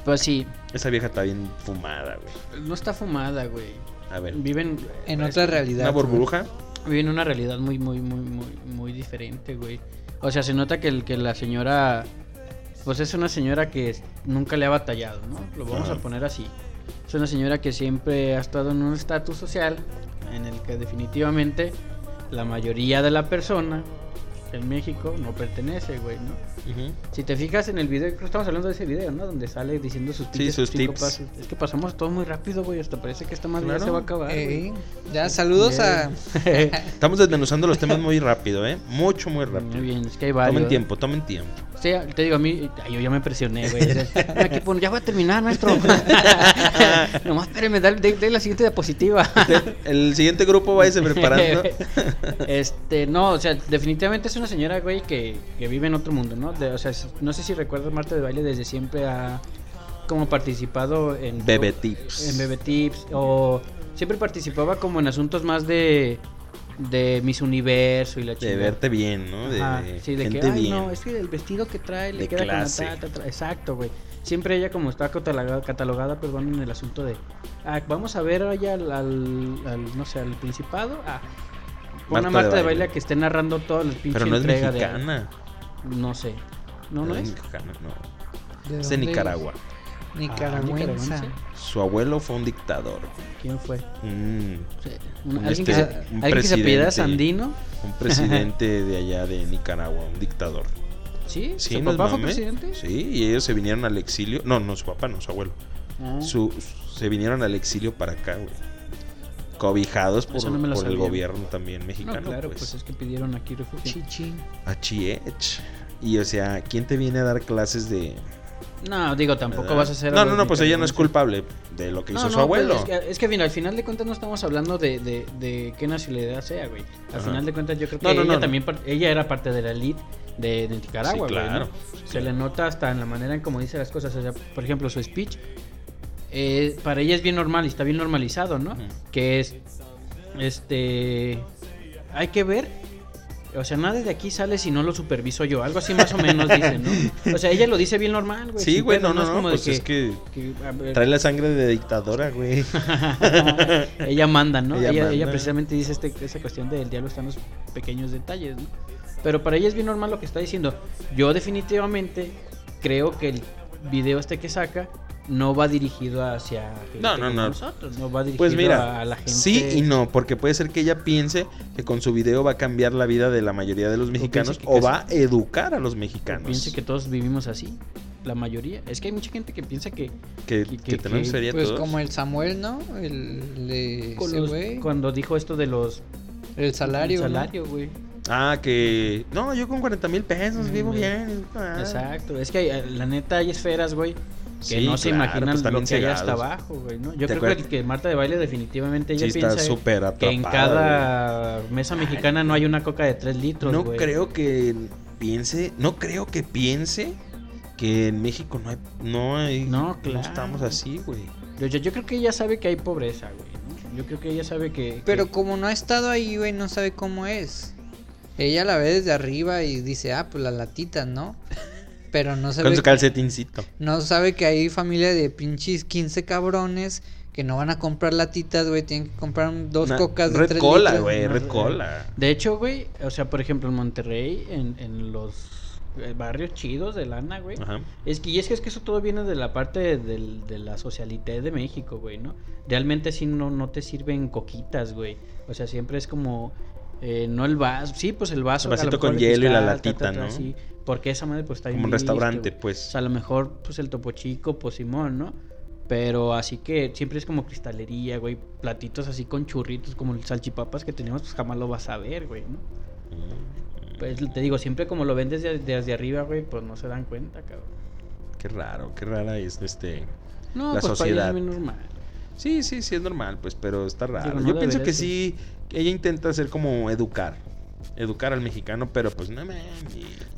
[SPEAKER 1] Pues sí,
[SPEAKER 2] Esa vieja está bien fumada, güey.
[SPEAKER 1] no está fumada, güey.
[SPEAKER 2] A ver.
[SPEAKER 1] Viven
[SPEAKER 3] En otra realidad.
[SPEAKER 2] Una
[SPEAKER 3] güey.
[SPEAKER 2] burbuja.
[SPEAKER 1] viven una realidad muy, muy, muy, muy, muy diferente, güey. O sea, se nota que, el, que la señora, pues es una señora que es- nunca le ha batallado, ¿no? Lo vamos
[SPEAKER 2] Ajá.
[SPEAKER 1] a poner así. Es una señora que siempre ha estado en un estatus social en el que definitivamente la mayoría de la persona en México no pertenece, güey, ¿no?
[SPEAKER 2] Ujú.
[SPEAKER 1] Si te fijas en el video, creo que estamos hablando de ese video, ¿no? Donde sale diciendo sus pinches
[SPEAKER 2] sus
[SPEAKER 1] cinco
[SPEAKER 2] tips.
[SPEAKER 1] pasos. Es que pasamos todo muy rápido, güey. Hasta parece que esta madre Ah, ya
[SPEAKER 2] Claro.
[SPEAKER 1] se va a acabar.
[SPEAKER 3] Ey, ya, saludos a.
[SPEAKER 1] güey.
[SPEAKER 2] Estamos desmenuzando los temas muy rápido, ¿eh? Mucho, muy rápido.
[SPEAKER 1] Muy bien, es que hay varios.
[SPEAKER 2] Tomen tiempo, tomen tiempo.
[SPEAKER 1] Sí, te digo, a mí, ay, yo ya me presioné, güey. Aquí, pon- ya voy a terminar, maestro. Nomás espéreme, dale, dale- dale la siguiente diapositiva.
[SPEAKER 2] El siguiente grupo váyase preparando.
[SPEAKER 1] este, no, o sea, definitivamente es una señora, güey, que, que vive en otro mundo, ¿no? De- o sea, si- no sé si recuerdas, Marta de Baile desde siempre ha como participado en...
[SPEAKER 2] Bebe tips.
[SPEAKER 1] En Bebe Tips, o siempre participaba como en asuntos más de... De Miss Universo y la
[SPEAKER 2] De
[SPEAKER 1] chingada.
[SPEAKER 2] verte bien, ¿no? De,
[SPEAKER 1] Ajá, sí, de
[SPEAKER 2] gente
[SPEAKER 1] que, ay,
[SPEAKER 2] bien.
[SPEAKER 1] no, es que el vestido que trae le
[SPEAKER 2] De
[SPEAKER 1] queda
[SPEAKER 2] clase.
[SPEAKER 1] con la ta, ta, ta". Exacto, güey. Siempre ella como está catalogada, catalogada, perdón, en el asunto de, ah, vamos a ver allá al, al- al, no sé, al principado. Ah, pon una
[SPEAKER 2] Marta de
[SPEAKER 1] Marta de
[SPEAKER 2] baile.
[SPEAKER 1] baile que esté narrando todas las pinches
[SPEAKER 2] Pero no es
[SPEAKER 1] entregas
[SPEAKER 2] mexicana.
[SPEAKER 1] de... No sé. No, no es.
[SPEAKER 2] mexicana, no.
[SPEAKER 3] ¿de
[SPEAKER 2] Es
[SPEAKER 3] dónde
[SPEAKER 2] de Nicaragua.
[SPEAKER 3] Nicaragüense.
[SPEAKER 1] Ah, nicaragüense.
[SPEAKER 2] Su abuelo fue un dictador.
[SPEAKER 1] ¿Quién fue?
[SPEAKER 2] Mm,
[SPEAKER 1] Sí, un-
[SPEAKER 2] Un
[SPEAKER 1] alguien que,
[SPEAKER 2] este-
[SPEAKER 1] se-
[SPEAKER 2] un
[SPEAKER 1] alguien que se apellida
[SPEAKER 2] presidente.
[SPEAKER 1] Sandino.
[SPEAKER 2] un presidente de allá de Nicaragua, un dictador.
[SPEAKER 1] Sí,
[SPEAKER 2] Sí,
[SPEAKER 1] su
[SPEAKER 2] no es
[SPEAKER 1] papá fue
[SPEAKER 2] mame.
[SPEAKER 1] presidente.
[SPEAKER 2] Sí, y ellos se vinieron al exilio. No, no, su papá, no, su abuelo.
[SPEAKER 1] Ah.
[SPEAKER 2] Su- se vinieron al exilio para acá, güey. Cobijados por,
[SPEAKER 1] Eso no me lo
[SPEAKER 2] por el
[SPEAKER 1] sabía.
[SPEAKER 2] gobierno también
[SPEAKER 1] No,
[SPEAKER 2] mexicano.
[SPEAKER 1] claro, pues.
[SPEAKER 2] pues.
[SPEAKER 1] es que pidieron aquí refugio.
[SPEAKER 3] Chichín.
[SPEAKER 2] Achiech. Y o sea, ¿quién te viene a dar clases de.?
[SPEAKER 1] No, digo, tampoco
[SPEAKER 2] ¿verdad?
[SPEAKER 1] vas a ser...
[SPEAKER 2] No,
[SPEAKER 1] algo
[SPEAKER 2] no, no, pues ella no es
[SPEAKER 1] nicaragüense.
[SPEAKER 2] culpable de lo que hizo
[SPEAKER 1] No,
[SPEAKER 2] su
[SPEAKER 1] no,
[SPEAKER 2] abuelo.
[SPEAKER 1] pues, es, que, es que, mira, al final de cuentas no estamos hablando de, de, de qué nacionalidad sea, güey. Al
[SPEAKER 2] Ajá.
[SPEAKER 1] final de cuentas yo creo que
[SPEAKER 2] No, no,
[SPEAKER 1] ella
[SPEAKER 2] no,
[SPEAKER 1] también par- ella era parte de la elite de, de Nicaragua,
[SPEAKER 2] Sí,
[SPEAKER 1] güey,
[SPEAKER 2] claro.
[SPEAKER 1] ¿no? Se le nota hasta en la manera en cómo dice las cosas. O sea, por ejemplo, su speech, eh, para ella es bien normal y está bien normalizado, ¿no?
[SPEAKER 2] Ujú.
[SPEAKER 1] Que es, este, hay que ver. O sea, nadie de aquí sale si no lo superviso yo. Algo así más o menos dice, ¿no? O sea, ella lo dice bien normal, güey.
[SPEAKER 2] sí,
[SPEAKER 1] sin
[SPEAKER 2] güey,
[SPEAKER 1] pedo,
[SPEAKER 2] no, no,
[SPEAKER 1] es
[SPEAKER 2] no,
[SPEAKER 1] como de
[SPEAKER 2] pues es que
[SPEAKER 1] que, a ver,
[SPEAKER 2] trae la sangre de dictadora, güey.
[SPEAKER 1] ella manda, ¿no?
[SPEAKER 2] Ella
[SPEAKER 1] Ella, ella,
[SPEAKER 2] manda.
[SPEAKER 1] precisamente dice este, esa cuestión del diablo están los pequeños detalles, ¿no? Pero para ella es bien normal lo que está diciendo. Yo definitivamente creo que el video este que saca no va dirigido hacia gente
[SPEAKER 2] No, no,
[SPEAKER 1] como
[SPEAKER 2] no.
[SPEAKER 1] nosotros, no va dirigido
[SPEAKER 2] Pues mira,
[SPEAKER 1] a la gente.
[SPEAKER 2] sí y no, porque puede ser que ella piense que con su video va a cambiar la vida de la mayoría de los mexicanos
[SPEAKER 1] piense que
[SPEAKER 2] o
[SPEAKER 1] casi-
[SPEAKER 2] va a educar a los
[SPEAKER 1] que
[SPEAKER 2] mexicanos.
[SPEAKER 1] piense que todos vivimos así, la mayoría. Es que hay mucha gente que piensa que
[SPEAKER 2] que,
[SPEAKER 1] que-
[SPEAKER 2] que
[SPEAKER 1] que-
[SPEAKER 2] tenemos
[SPEAKER 1] que-
[SPEAKER 2] sería
[SPEAKER 3] Pues
[SPEAKER 2] todos.
[SPEAKER 3] como el Samuel, ¿no? El de
[SPEAKER 1] con
[SPEAKER 3] ese
[SPEAKER 1] los-
[SPEAKER 3] güey.
[SPEAKER 1] cuando dijo esto de los
[SPEAKER 3] El salario.
[SPEAKER 1] del
[SPEAKER 3] ¿no?
[SPEAKER 1] salario, güey.
[SPEAKER 2] Ah, que no, yo con 40 mil pesos vivo
[SPEAKER 1] Mm,
[SPEAKER 2] bien. Ah.
[SPEAKER 1] Exacto, es que eh, la neta hay esferas, güey, que
[SPEAKER 2] Sí,
[SPEAKER 1] no se
[SPEAKER 2] claro,
[SPEAKER 1] imaginan
[SPEAKER 2] pues,
[SPEAKER 1] lo
[SPEAKER 2] también
[SPEAKER 1] que hay
[SPEAKER 2] cegados.
[SPEAKER 1] hasta abajo, güey, ¿no? Yo
[SPEAKER 2] ¿Te
[SPEAKER 1] creo que,
[SPEAKER 2] acuerdas?
[SPEAKER 1] que Marta de Baile definitivamente ella
[SPEAKER 2] Sí, está
[SPEAKER 1] piensa
[SPEAKER 2] súper
[SPEAKER 1] que en
[SPEAKER 2] atrapada,
[SPEAKER 1] cada mesa mexicana no hay una coca de 3 litros,
[SPEAKER 2] No
[SPEAKER 1] güey.
[SPEAKER 2] creo que piense, no creo que piense que en México no hay, no hay,
[SPEAKER 1] No, claro.
[SPEAKER 2] estamos así, güey.
[SPEAKER 1] Yo, yo- yo creo que ella sabe que hay pobreza, güey, ¿no? Yo creo que ella sabe que...
[SPEAKER 3] Pero
[SPEAKER 1] que-
[SPEAKER 3] como no ha estado ahí, güey, no sabe cómo es. Ella la ve desde arriba y dice, ah, pues las latitas, ¿no? Pero no
[SPEAKER 2] Con
[SPEAKER 3] sabe,
[SPEAKER 2] su calcetincito.
[SPEAKER 3] no sabe que hay familia de pinches 15 cabrones que no van a comprar latitas, güey. Tienen que comprar un- dos
[SPEAKER 2] Una-
[SPEAKER 3] cocas de
[SPEAKER 2] Red
[SPEAKER 3] tres
[SPEAKER 2] Cola,
[SPEAKER 3] litros.
[SPEAKER 2] güey,
[SPEAKER 1] una
[SPEAKER 2] Red
[SPEAKER 1] red-
[SPEAKER 2] Cola.
[SPEAKER 1] De hecho, güey, o sea, por ejemplo, en Monterrey, en, en los eh, barrios chidos de lana, güey,
[SPEAKER 2] Ajá.
[SPEAKER 1] Es que, y es que, es que eso todo viene de la parte de, del- de la socialité de México, güey, ¿no? Realmente sí no, no te sirven coquitas, güey. O sea, siempre es como, eh, no el vaso, sí, pues el vaso.
[SPEAKER 2] El
[SPEAKER 1] a lo
[SPEAKER 2] vasito
[SPEAKER 1] mejor
[SPEAKER 2] con
[SPEAKER 1] de
[SPEAKER 2] hielo y la
[SPEAKER 1] cristal, ta, ta,
[SPEAKER 2] latita,
[SPEAKER 1] ta,
[SPEAKER 2] ¿no?
[SPEAKER 1] sí, porque esa madre pues está bien
[SPEAKER 2] Como un
[SPEAKER 1] visto,
[SPEAKER 2] restaurante,
[SPEAKER 1] güey. O
[SPEAKER 2] pues.
[SPEAKER 1] sea, a lo mejor pues el topo chico, pues Simón, ¿no? Pero así que siempre es como cristalería, güey. Platitos así con churritos, como el salchipapas que tenemos, pues jamás lo vas a ver, güey, ¿no?
[SPEAKER 2] Mm,
[SPEAKER 1] Pues te digo, siempre como lo vendes desde, desde arriba, güey, pues no se dan cuenta, cabrón.
[SPEAKER 2] Qué raro, qué rara es este.
[SPEAKER 1] No,
[SPEAKER 2] La
[SPEAKER 1] pues para ella
[SPEAKER 2] sociedad.
[SPEAKER 1] es muy normal.
[SPEAKER 2] Sí, sí, sí es normal, pues, pero está raro.
[SPEAKER 1] Digo, no
[SPEAKER 2] Yo pienso
[SPEAKER 1] debería
[SPEAKER 2] que
[SPEAKER 1] ser.
[SPEAKER 2] sí, que ella intenta hacer como educar, educar al mexicano, pero pues no mames.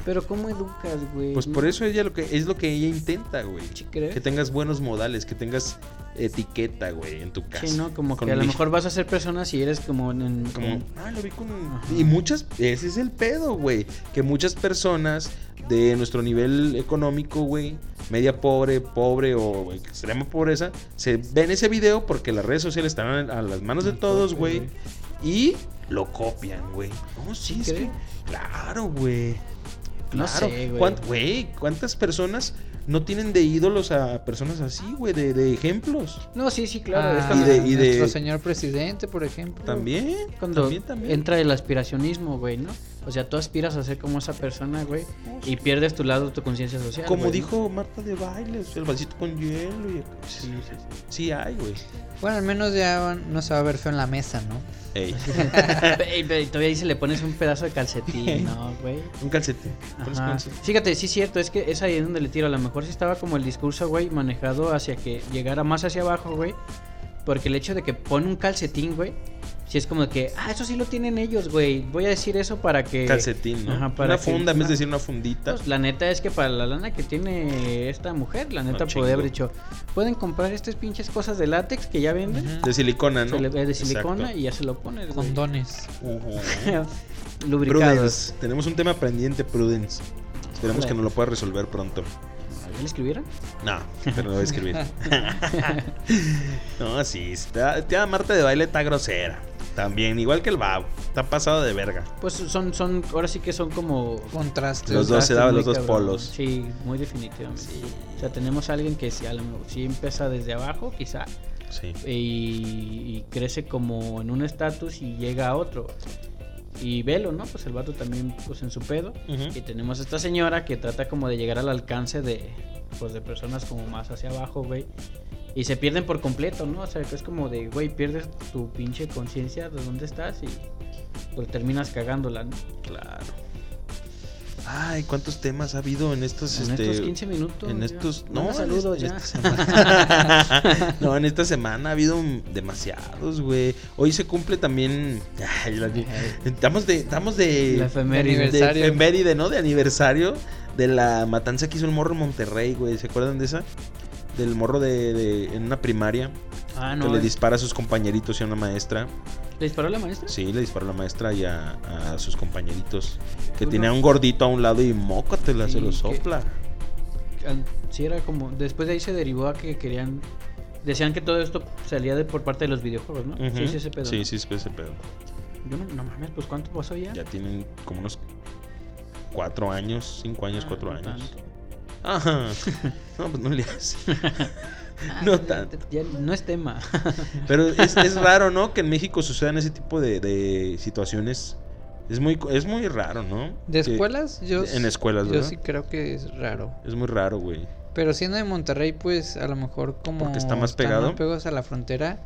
[SPEAKER 1] Pero ¿cómo educas, güey?
[SPEAKER 2] Pues por eso ella lo que es lo que ella intenta, güey.
[SPEAKER 1] ¿Sí crees?
[SPEAKER 2] Que tengas buenos modales, que tengas etiqueta, güey, en tu casa.
[SPEAKER 1] Sí, ¿no? Como
[SPEAKER 2] Con
[SPEAKER 1] que a lo
[SPEAKER 2] mi-
[SPEAKER 1] mejor vas a ser persona si eres como... En, en-
[SPEAKER 2] Como, ah, lo vi con...
[SPEAKER 1] Ajá.
[SPEAKER 2] Y muchas, ese es el pedo, güey. Que muchas personas de nuestro nivel económico, güey, media pobre, pobre o extrema pobreza, se ven ese video porque las redes sociales están a a las manos de todos, güey. Y lo copian, güey. No, sí, es
[SPEAKER 1] crees?
[SPEAKER 2] que- Claro, güey.
[SPEAKER 1] No
[SPEAKER 2] Claro.
[SPEAKER 1] sé, güey.
[SPEAKER 2] ¿Cuán- güey, ¿cuántas personas no tienen de ídolos a personas así, güey? De, de ejemplos.
[SPEAKER 1] No, sí, sí, claro.
[SPEAKER 3] Ah,
[SPEAKER 1] esta
[SPEAKER 2] y de- y de-
[SPEAKER 3] Nuestro señor presidente, por ejemplo.
[SPEAKER 2] También.
[SPEAKER 1] cuando
[SPEAKER 2] también, también.
[SPEAKER 1] entra el aspiracionismo, güey, ¿no? O sea, tú aspiras a ser como esa persona, güey,
[SPEAKER 2] No, sí.
[SPEAKER 1] y pierdes tu lado, tu conciencia social.
[SPEAKER 2] Como
[SPEAKER 1] güey, ¿no?
[SPEAKER 2] dijo Marta de Bailes, el vasito con hielo. Y... Sí, sí, sí. Sí hay, güey.
[SPEAKER 3] Bueno, al menos ya van- no se va a ver feo en la mesa, ¿no?
[SPEAKER 2] Ey,
[SPEAKER 1] Ey, pero todavía ahí se le pones un pedazo de calcetín, ¿no, güey?
[SPEAKER 2] un calcetín. Pones
[SPEAKER 1] Ajá.
[SPEAKER 2] calcetín.
[SPEAKER 1] Fíjate, sí es cierto, es que es ahí en donde le tiro. A lo mejor sí estaba como el discurso, güey, manejado hacia que llegara más hacia abajo, güey. Porque el hecho de que pone un calcetín, güey, sí es como que, ah, eso sí lo tienen ellos, güey. Voy a decir eso para que.
[SPEAKER 2] Calcetín, ¿no?
[SPEAKER 1] Eh, Ajá, para
[SPEAKER 2] una
[SPEAKER 1] que-
[SPEAKER 2] funda, en vez
[SPEAKER 1] ajá.
[SPEAKER 2] de decir una fundita.
[SPEAKER 1] Pues, la neta es que para la lana que tiene esta mujer, la neta
[SPEAKER 2] No,
[SPEAKER 1] puede haber
[SPEAKER 2] Ah, chingo.
[SPEAKER 1] dicho, pueden comprar estas pinches cosas de látex que ya venden,
[SPEAKER 3] Ujú.
[SPEAKER 2] De silicona, ¿no?
[SPEAKER 1] se le ve de
[SPEAKER 2] Exacto.
[SPEAKER 1] silicona y ya se lo pones. güey.
[SPEAKER 3] Condones.
[SPEAKER 2] Ujú.
[SPEAKER 1] Lubricados.
[SPEAKER 2] Prudence. Tenemos un tema pendiente, Prudence. Esperemos
[SPEAKER 1] Órale.
[SPEAKER 2] que nos lo pueda resolver pronto.
[SPEAKER 1] ¿Ya le escribieron?
[SPEAKER 2] No, pero lo voy a escribir. no, sí. Está, tía Marta de baile está grosera. También, igual que el Bau. Está pasado de verga.
[SPEAKER 1] Pues son, son, ahora sí que son como
[SPEAKER 3] Contrastes.
[SPEAKER 2] Los dos se
[SPEAKER 1] Contrastes
[SPEAKER 2] daban
[SPEAKER 1] Ah, muy
[SPEAKER 2] los dos polos.
[SPEAKER 1] Sí, muy definitivamente. O sea, tenemos a alguien que sí, a lo mejor sí empieza desde abajo, quizá,
[SPEAKER 2] Sí.
[SPEAKER 1] y, y crece como en un estatus y llega a otro. Y velo, ¿no? Pues el vato también, pues en su pedo. Y tenemos a esta señora que trata como de llegar al alcance de, pues, de personas como más hacia abajo, güey. Y se pierden por completo, ¿no? O sea, que es como de, güey, pierdes tu pinche conciencia de dónde estás y pues terminas cagándola, ¿no?
[SPEAKER 2] Claro. Ay, cuántos temas ha habido en estos.
[SPEAKER 1] En
[SPEAKER 2] este,
[SPEAKER 1] estos 15 minutos.
[SPEAKER 2] en
[SPEAKER 1] ya.
[SPEAKER 2] estos-
[SPEAKER 1] Manda
[SPEAKER 2] no, en
[SPEAKER 1] saludos
[SPEAKER 2] este-
[SPEAKER 1] ya.
[SPEAKER 2] no, en esta semana ha habido un- demasiados, güey. Hoy se cumple también. Ay, la- estamos de. Estamos de.
[SPEAKER 1] La efeméride.
[SPEAKER 2] de
[SPEAKER 3] Aniversario.
[SPEAKER 2] efeméride, ¿no? De aniversario de la matanza que hizo el morro en Monterrey, güey. ¿Se acuerdan de esa? Del morro de, de- en una primaria
[SPEAKER 1] Ah,
[SPEAKER 2] que
[SPEAKER 1] no.
[SPEAKER 2] le
[SPEAKER 1] ¿Le
[SPEAKER 2] dispara a sus compañeritos y a una maestra.
[SPEAKER 1] disparó la maestra?
[SPEAKER 2] Sí, le disparó a la maestra y a, a sus compañeritos. Que
[SPEAKER 1] Uno.
[SPEAKER 2] tenía un gordito a un lado y mócatela,
[SPEAKER 1] Sí,
[SPEAKER 2] se lo
[SPEAKER 1] que-
[SPEAKER 2] sopla.
[SPEAKER 1] Al- Sí, era como. Después de ahí se derivó a que querían. Decían que todo esto salía de por parte de los videojuegos, ¿no? Sí,
[SPEAKER 2] Ujú.
[SPEAKER 1] sí, ese pedo.
[SPEAKER 2] Sí,
[SPEAKER 1] ¿no?
[SPEAKER 2] sí, sí, ese pedo.
[SPEAKER 1] Yo no, no mames, pues ¿cuánto pasó ya?
[SPEAKER 2] Ya tienen como unos cuatro años, cinco años,
[SPEAKER 1] Ah,
[SPEAKER 2] cuatro
[SPEAKER 1] no
[SPEAKER 2] años.
[SPEAKER 1] tanto.
[SPEAKER 2] Ajá. No, pues no le hagas. No tanto.
[SPEAKER 1] Ya no es tema.
[SPEAKER 2] Pero es, es raro, ¿no? Que en México sucedan ese tipo de, de situaciones. Es muy, es muy raro, ¿no?
[SPEAKER 3] ¿De
[SPEAKER 2] Que-
[SPEAKER 3] escuelas? Yo,
[SPEAKER 2] En escuelas,
[SPEAKER 3] yo
[SPEAKER 2] ¿verdad?
[SPEAKER 3] sí creo que es raro.
[SPEAKER 2] Es muy raro, güey.
[SPEAKER 3] Pero siendo de Monterrey, pues a lo mejor como.
[SPEAKER 2] Porque está más
[SPEAKER 3] están
[SPEAKER 2] pegado.
[SPEAKER 3] más pegados a la frontera,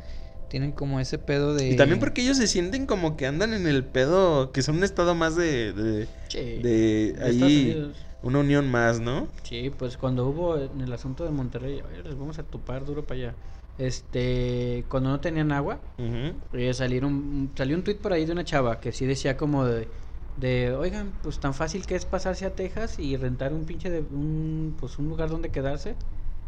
[SPEAKER 3] tienen como ese pedo de.
[SPEAKER 2] Y también porque ellos se sienten como que andan en el pedo, que son un estado más de, de,
[SPEAKER 1] Che,
[SPEAKER 2] de
[SPEAKER 1] de Estados
[SPEAKER 2] ahí,
[SPEAKER 1] Unidos.
[SPEAKER 2] una unión más, ¿no?
[SPEAKER 1] Sí, pues cuando hubo en el asunto de Monterrey, a ver, les vamos a topar duro para allá. Este, cuando no tenían agua,
[SPEAKER 2] Ujú.
[SPEAKER 1] Eh, salieron, salió un tweet por ahí de una chava que sí decía como de, de, oigan, pues tan fácil que es pasarse a Texas y rentar un pinche de un, pues un lugar donde quedarse,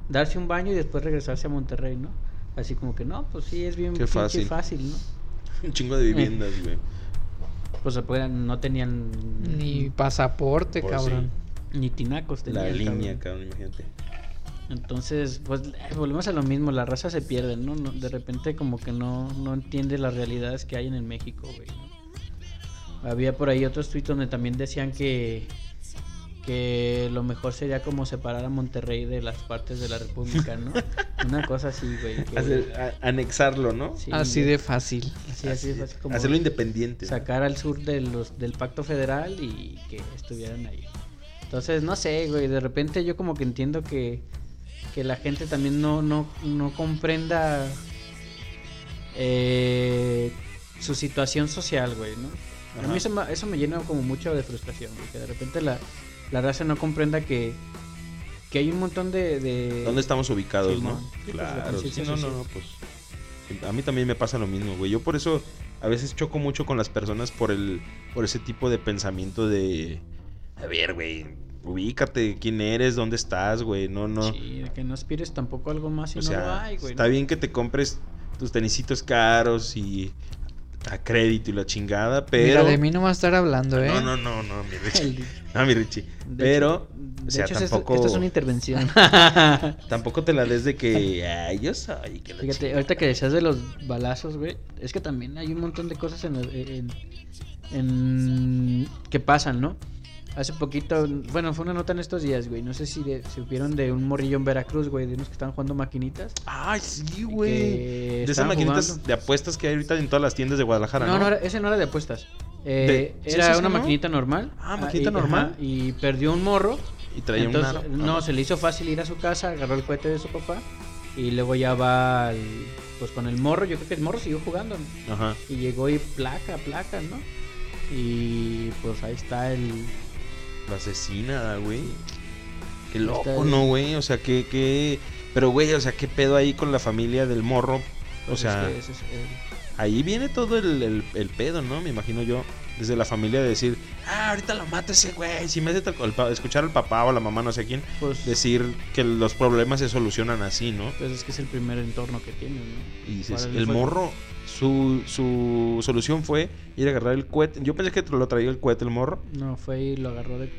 [SPEAKER 1] darse un baño y después regresarse a Monterrey, ¿no? Así como que no, pues sí es bien
[SPEAKER 2] Qué
[SPEAKER 1] pinche
[SPEAKER 2] fácil.
[SPEAKER 1] fácil, ¿no?
[SPEAKER 2] Un chingo de viviendas, güey.
[SPEAKER 1] Pues apenas no tenían
[SPEAKER 3] Ni pasaporte,
[SPEAKER 2] Pues sí.
[SPEAKER 3] cabrón.
[SPEAKER 1] ni tinacos
[SPEAKER 2] La
[SPEAKER 1] tenían, Este cabrón.
[SPEAKER 2] línea, cabrón, imagínate.
[SPEAKER 1] Entonces, pues eh, volvemos a lo mismo, la raza se pierde, ¿no? No- De repente como que no, no entiende las realidades que hay en el México, güey. ¿no? Había por ahí otros tweets donde también decían que, que lo mejor sería como separar a Monterrey de las partes de la República, ¿no? Una cosa así, güey. que-
[SPEAKER 2] Hacer- a- anexarlo, ¿no?
[SPEAKER 1] sí,
[SPEAKER 3] Así de fácil.
[SPEAKER 1] sí, así de fácil como
[SPEAKER 2] Hacerlo independiente.
[SPEAKER 1] sacar al sur de los, del pacto federal y que estuvieran ahí. Entonces, no sé, güey, de repente yo como que entiendo que, que la gente también no, no, no comprenda eh, su situación social, güey, ¿no? A
[SPEAKER 2] Ajá.
[SPEAKER 1] mí eso me, eso me llena como mucho de frustración, güey, que de repente la, la raza no comprenda que, que hay un montón de... de-
[SPEAKER 2] ¿Dónde estamos ubicados,
[SPEAKER 1] Simón.
[SPEAKER 2] no?
[SPEAKER 1] Sí, pues,
[SPEAKER 2] claro.
[SPEAKER 1] sí,
[SPEAKER 2] Sí,
[SPEAKER 1] sí,
[SPEAKER 2] no,
[SPEAKER 1] sí,
[SPEAKER 2] no,
[SPEAKER 1] sí.
[SPEAKER 2] no, pues. A mí también me pasa lo mismo, güey. Yo por eso a veces choco mucho con las personas por el por ese tipo de pensamiento de a ver, güey, ubícate, quién eres, dónde estás, güey. No, no.
[SPEAKER 1] Sí, de que no aspires tampoco a algo más si
[SPEAKER 2] o
[SPEAKER 1] no lo
[SPEAKER 2] sea,
[SPEAKER 1] hay, güey.
[SPEAKER 2] está
[SPEAKER 1] ¿no?
[SPEAKER 2] bien que te compres tus tenisitos caros y a crédito y la chingada,
[SPEAKER 3] Mira,
[SPEAKER 2] pero...
[SPEAKER 3] de mí no va a estar hablando, ¿eh?
[SPEAKER 2] No, no, no, no, mi Richie.
[SPEAKER 1] El-
[SPEAKER 2] No, mi Richie.
[SPEAKER 1] de
[SPEAKER 2] Pero,
[SPEAKER 1] hecho-
[SPEAKER 2] o
[SPEAKER 1] de
[SPEAKER 2] sea,
[SPEAKER 1] hecho, es esto-
[SPEAKER 2] tampoco,
[SPEAKER 1] Esto es una intervención.
[SPEAKER 2] tampoco te la des de que, ay, yo soy. que la
[SPEAKER 1] Fíjate, ahorita que decías de los balazos, güey, es que también hay un montón de cosas en, el- en- en- que pasan, ¿no? Hace poquito, bueno, fue una nota en estos días, güey, no sé si de- supieron de un morrillo en Veracruz, güey, de unos que estaban jugando maquinitas.
[SPEAKER 2] Ay, sí, güey.
[SPEAKER 1] que
[SPEAKER 2] De esas
[SPEAKER 1] estaban
[SPEAKER 2] maquinitas
[SPEAKER 1] jugando.
[SPEAKER 2] de apuestas que hay ahorita en todas las tiendas de Guadalajara, ¿no?
[SPEAKER 1] No, no, era- ese no era de apuestas. Eh,
[SPEAKER 2] De- ¿sí
[SPEAKER 1] era
[SPEAKER 2] es eso,
[SPEAKER 1] una
[SPEAKER 2] no?
[SPEAKER 1] maquinita normal.
[SPEAKER 2] Ah, maquinita
[SPEAKER 1] y-
[SPEAKER 2] normal.
[SPEAKER 1] ajá, y perdió un morro.
[SPEAKER 2] Y traía
[SPEAKER 1] Entonces,
[SPEAKER 2] una...
[SPEAKER 1] no, se le hizo fácil ir a su casa, agarró el cohete de su papá y luego ya va al- pues con el morro, yo creo que el morro siguió jugando ¿no?
[SPEAKER 2] Ajá.
[SPEAKER 1] y llegó y placa, placa, ¿no? Y pues ahí está el
[SPEAKER 2] La asesina, güey. Qué
[SPEAKER 1] Está
[SPEAKER 2] loco,
[SPEAKER 1] bien.
[SPEAKER 2] ¿no, güey? O sea, que, que... Pero, güey, o sea, qué pedo ahí con la familia del morro. O
[SPEAKER 1] pues,
[SPEAKER 2] sea,
[SPEAKER 1] es que ese es el-
[SPEAKER 2] ahí viene todo el, el- el pedo, ¿no? Me imagino yo. Desde la familia de decir, ah, ahorita lo mato ese güey. Si me hace tal co-", el pa- escuchar al papá o a la mamá, no sé quién,
[SPEAKER 1] pues,
[SPEAKER 2] decir que los problemas se solucionan así, ¿no?
[SPEAKER 1] pues, es que es el primer entorno que tiene, ¿no?
[SPEAKER 2] Y dices,
[SPEAKER 1] Órale,
[SPEAKER 2] el
[SPEAKER 1] fue-
[SPEAKER 2] morro, su, su solución fue ir a agarrar el cohete. Yo pensé que lo traía el cohete el morro.
[SPEAKER 1] No, fue y lo agarró de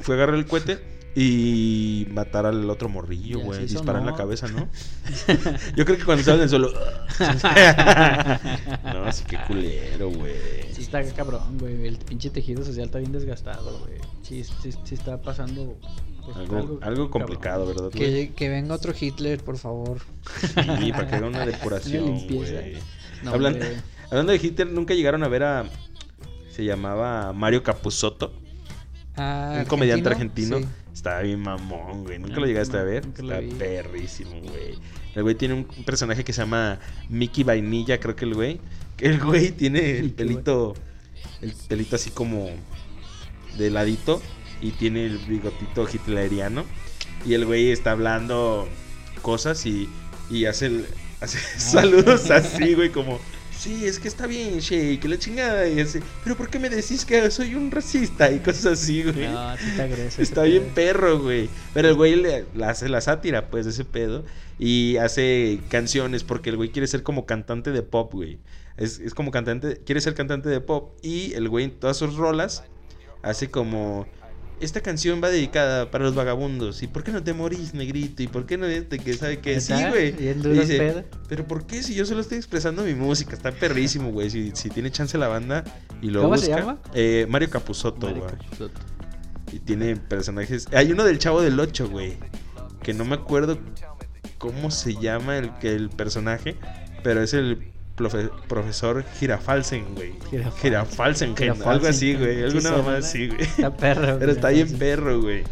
[SPEAKER 2] Fue a agarrar el cohete y matar al otro morrillo,
[SPEAKER 1] Ya,
[SPEAKER 2] güey.
[SPEAKER 1] sí, eso
[SPEAKER 2] Disparar en la
[SPEAKER 1] no.
[SPEAKER 2] cabeza, ¿no? Yo creo que cuando estaba en el suelo. no, así que culero, güey.
[SPEAKER 1] Sí está cabrón, güey, el pinche tejido social está bien desgastado, güey. Sí, sí, sí está pasando pues,
[SPEAKER 2] Algo, algo
[SPEAKER 1] cabrón.
[SPEAKER 2] complicado, ¿verdad? güey?
[SPEAKER 3] Que, que venga otro Hitler, por favor.
[SPEAKER 2] Sí, para que haga una depuración,
[SPEAKER 1] Una limpieza.
[SPEAKER 2] güey.
[SPEAKER 1] No,
[SPEAKER 2] Hablan-
[SPEAKER 1] hombre.
[SPEAKER 2] Hablando de Hitler, nunca llegaron a ver a. Se llamaba Mario Capusotto.
[SPEAKER 3] Ah,
[SPEAKER 2] un comediante
[SPEAKER 3] ¿argentino?
[SPEAKER 2] argentino. Estaba bien mamón, güey. Nunca
[SPEAKER 1] No,
[SPEAKER 2] lo llegaste a
[SPEAKER 1] no,
[SPEAKER 2] ver.
[SPEAKER 1] Ah, nunca lo
[SPEAKER 2] Está
[SPEAKER 1] vi.
[SPEAKER 2] perrísimo, güey. El güey tiene un personaje que se llama Mickey Vainilla, creo que el güey. que El güey tiene el
[SPEAKER 1] Mickey
[SPEAKER 2] pelito. El pelito así como de ladito. Y tiene el bigotito hitleriano. Y el güey está hablando cosas y, y hace, el- hace
[SPEAKER 1] Ah.
[SPEAKER 2] saludos así, güey, como. Sí, es que está bien, Shake, la chingada. Y así, pero ¿por qué me decís que soy un racista? Y cosas así, güey.
[SPEAKER 1] No, sí está grueso. ese
[SPEAKER 2] Está bien
[SPEAKER 1] pedo.
[SPEAKER 2] perro, güey. Pero el güey le, le hace la sátira, pues, de ese pedo. Y hace canciones porque el güey quiere ser como cantante de pop, güey. Es, es como cantante, quiere ser cantante de pop. Y el güey en todas sus rolas hace como... Esta canción va dedicada para los vagabundos. ¿Y por qué no te morís, negrito? ¿Y por qué no este que sabe que sí,
[SPEAKER 1] Está
[SPEAKER 2] güey?
[SPEAKER 1] bien
[SPEAKER 2] Y
[SPEAKER 1] duro el
[SPEAKER 2] dice,
[SPEAKER 1] pedo.
[SPEAKER 2] Pero ¿por qué si yo solo estoy expresando mi música? Está perrísimo, güey. Si, si tiene chance la banda y lo
[SPEAKER 1] ¿Cómo se
[SPEAKER 2] busca.
[SPEAKER 1] llama?
[SPEAKER 2] Eh, Mario Capusotto,
[SPEAKER 1] Mario
[SPEAKER 2] güey.
[SPEAKER 1] Capusotto.
[SPEAKER 2] Y tiene personajes. Hay uno del Chavo del 8, güey. Que no me acuerdo cómo se llama el, que el personaje. Pero es el profe- profesor Girafalsen, güey.
[SPEAKER 1] Girafalsen.
[SPEAKER 2] Girafalsen, gen-
[SPEAKER 1] Girafalsen.
[SPEAKER 2] algo así, güey.
[SPEAKER 1] Sí,
[SPEAKER 2] Alguna
[SPEAKER 1] suena,
[SPEAKER 2] mamá
[SPEAKER 1] ¿no?
[SPEAKER 2] así, güey.
[SPEAKER 1] Está perro.
[SPEAKER 2] Pero está bien
[SPEAKER 1] perro.
[SPEAKER 2] perro, güey.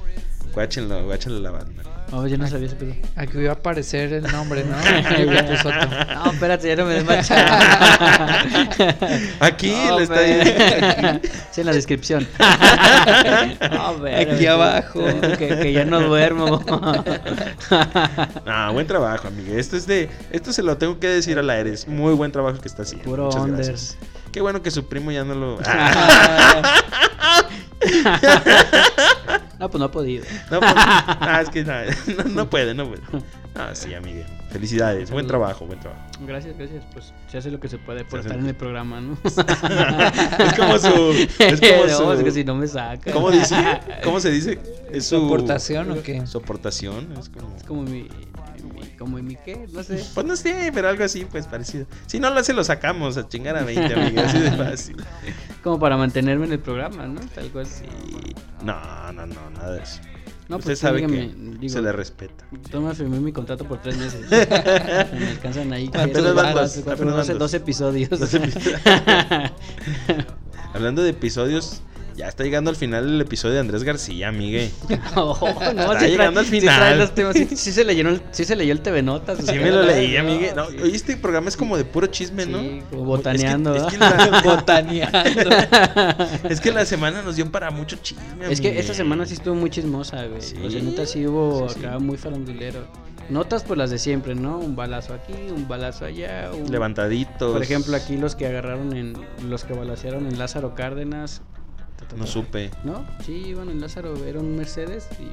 [SPEAKER 2] Guáchenlo, guáchenlo la banda.
[SPEAKER 1] No, yo no sabía ese pedo.
[SPEAKER 3] Aquí iba a aparecer el nombre, ¿no? Mario Capusotto.
[SPEAKER 1] No, espérate, ya no me des más chance.
[SPEAKER 2] Aquí
[SPEAKER 1] No,
[SPEAKER 2] lo está
[SPEAKER 1] hombre.
[SPEAKER 2] bien.
[SPEAKER 1] Sí, en la descripción. No, hombre,
[SPEAKER 3] Aquí
[SPEAKER 1] que-
[SPEAKER 3] abajo.
[SPEAKER 1] Que, que ya no duermo.
[SPEAKER 2] Ah, buen trabajo, amiga. Esto es de. Esto se lo tengo que decir al aire. Es muy buen trabajo que está haciendo.
[SPEAKER 1] Puro
[SPEAKER 2] Muchas
[SPEAKER 1] under.
[SPEAKER 2] gracias. Qué bueno que su primo ya no lo.
[SPEAKER 1] Ah. No, pues no ha podido.
[SPEAKER 2] No, pues, ah, es que nada, no, no puede, no puede. Ah, sí, amiga. Felicidades, buen trabajo, buen trabajo.
[SPEAKER 1] Gracias, gracias. Pues se hace lo que se puede
[SPEAKER 2] Se
[SPEAKER 1] por
[SPEAKER 2] hace
[SPEAKER 1] estar en
[SPEAKER 2] lo que-
[SPEAKER 1] el programa, ¿no?
[SPEAKER 2] Es como su. Es como
[SPEAKER 1] no,
[SPEAKER 2] su-
[SPEAKER 1] es que si no me saca.
[SPEAKER 2] ¿Cómo dice? ¿Cómo se dice? Es su.
[SPEAKER 3] ¿Soportación o qué?
[SPEAKER 2] Soportación, es como.
[SPEAKER 1] Es como mi, mi- Como mi qué, no sé.
[SPEAKER 2] Pues no sé, pero algo así, pues parecido. Si no lo hace, lo sacamos a chingar a 20, amiga. Así de fácil.
[SPEAKER 1] Como para mantenerme en el programa, ¿no? Tal cual.
[SPEAKER 2] Sí. No, no, no, nada de eso.
[SPEAKER 1] No,
[SPEAKER 2] Usted
[SPEAKER 1] pues,
[SPEAKER 2] sabe que
[SPEAKER 1] dígame, digo-
[SPEAKER 2] se le respeta.
[SPEAKER 1] Toma, firmé mi contrato por tres meses. Si me alcanzan ahí.
[SPEAKER 3] Apenas
[SPEAKER 1] quiero-
[SPEAKER 3] van
[SPEAKER 2] dos,
[SPEAKER 1] cuatro,
[SPEAKER 2] apenas van
[SPEAKER 1] doce-
[SPEAKER 2] dos.
[SPEAKER 1] dos episodios. Pues,
[SPEAKER 2] Hablando de episodios, ya está llegando al final el episodio de Andrés García, amigue.
[SPEAKER 1] no, no,
[SPEAKER 2] Está llegando al
[SPEAKER 1] sí
[SPEAKER 2] final.
[SPEAKER 1] trae los temas, sí, sí se leyeron, el- sí se leyó el TV Notas.
[SPEAKER 2] Sí me lo leí, amigue. No, oye, este programa es como de puro chisme, ¿no?
[SPEAKER 1] Sí, como botaneando,
[SPEAKER 2] Es que, es que la,
[SPEAKER 3] Botaneando.
[SPEAKER 2] es que la semana nos dio para mucho chisme,
[SPEAKER 1] Es que
[SPEAKER 2] amigue.
[SPEAKER 1] esta semana sí estuvo muy chismosa, güey.
[SPEAKER 2] Sí.
[SPEAKER 1] O sea, neta sí hubo
[SPEAKER 2] Sí, sí.
[SPEAKER 1] acá muy farandulero. Notas pues las de siempre, ¿no? Un balazo aquí, un balazo allá. un-
[SPEAKER 2] Levantaditos.
[SPEAKER 1] Por ejemplo, aquí los que agarraron en. Los que balacearon en Lázaro Cárdenas. te tocaba.
[SPEAKER 2] No supe.
[SPEAKER 1] ¿No? Sí, iban en Lázaro, era un Mercedes y.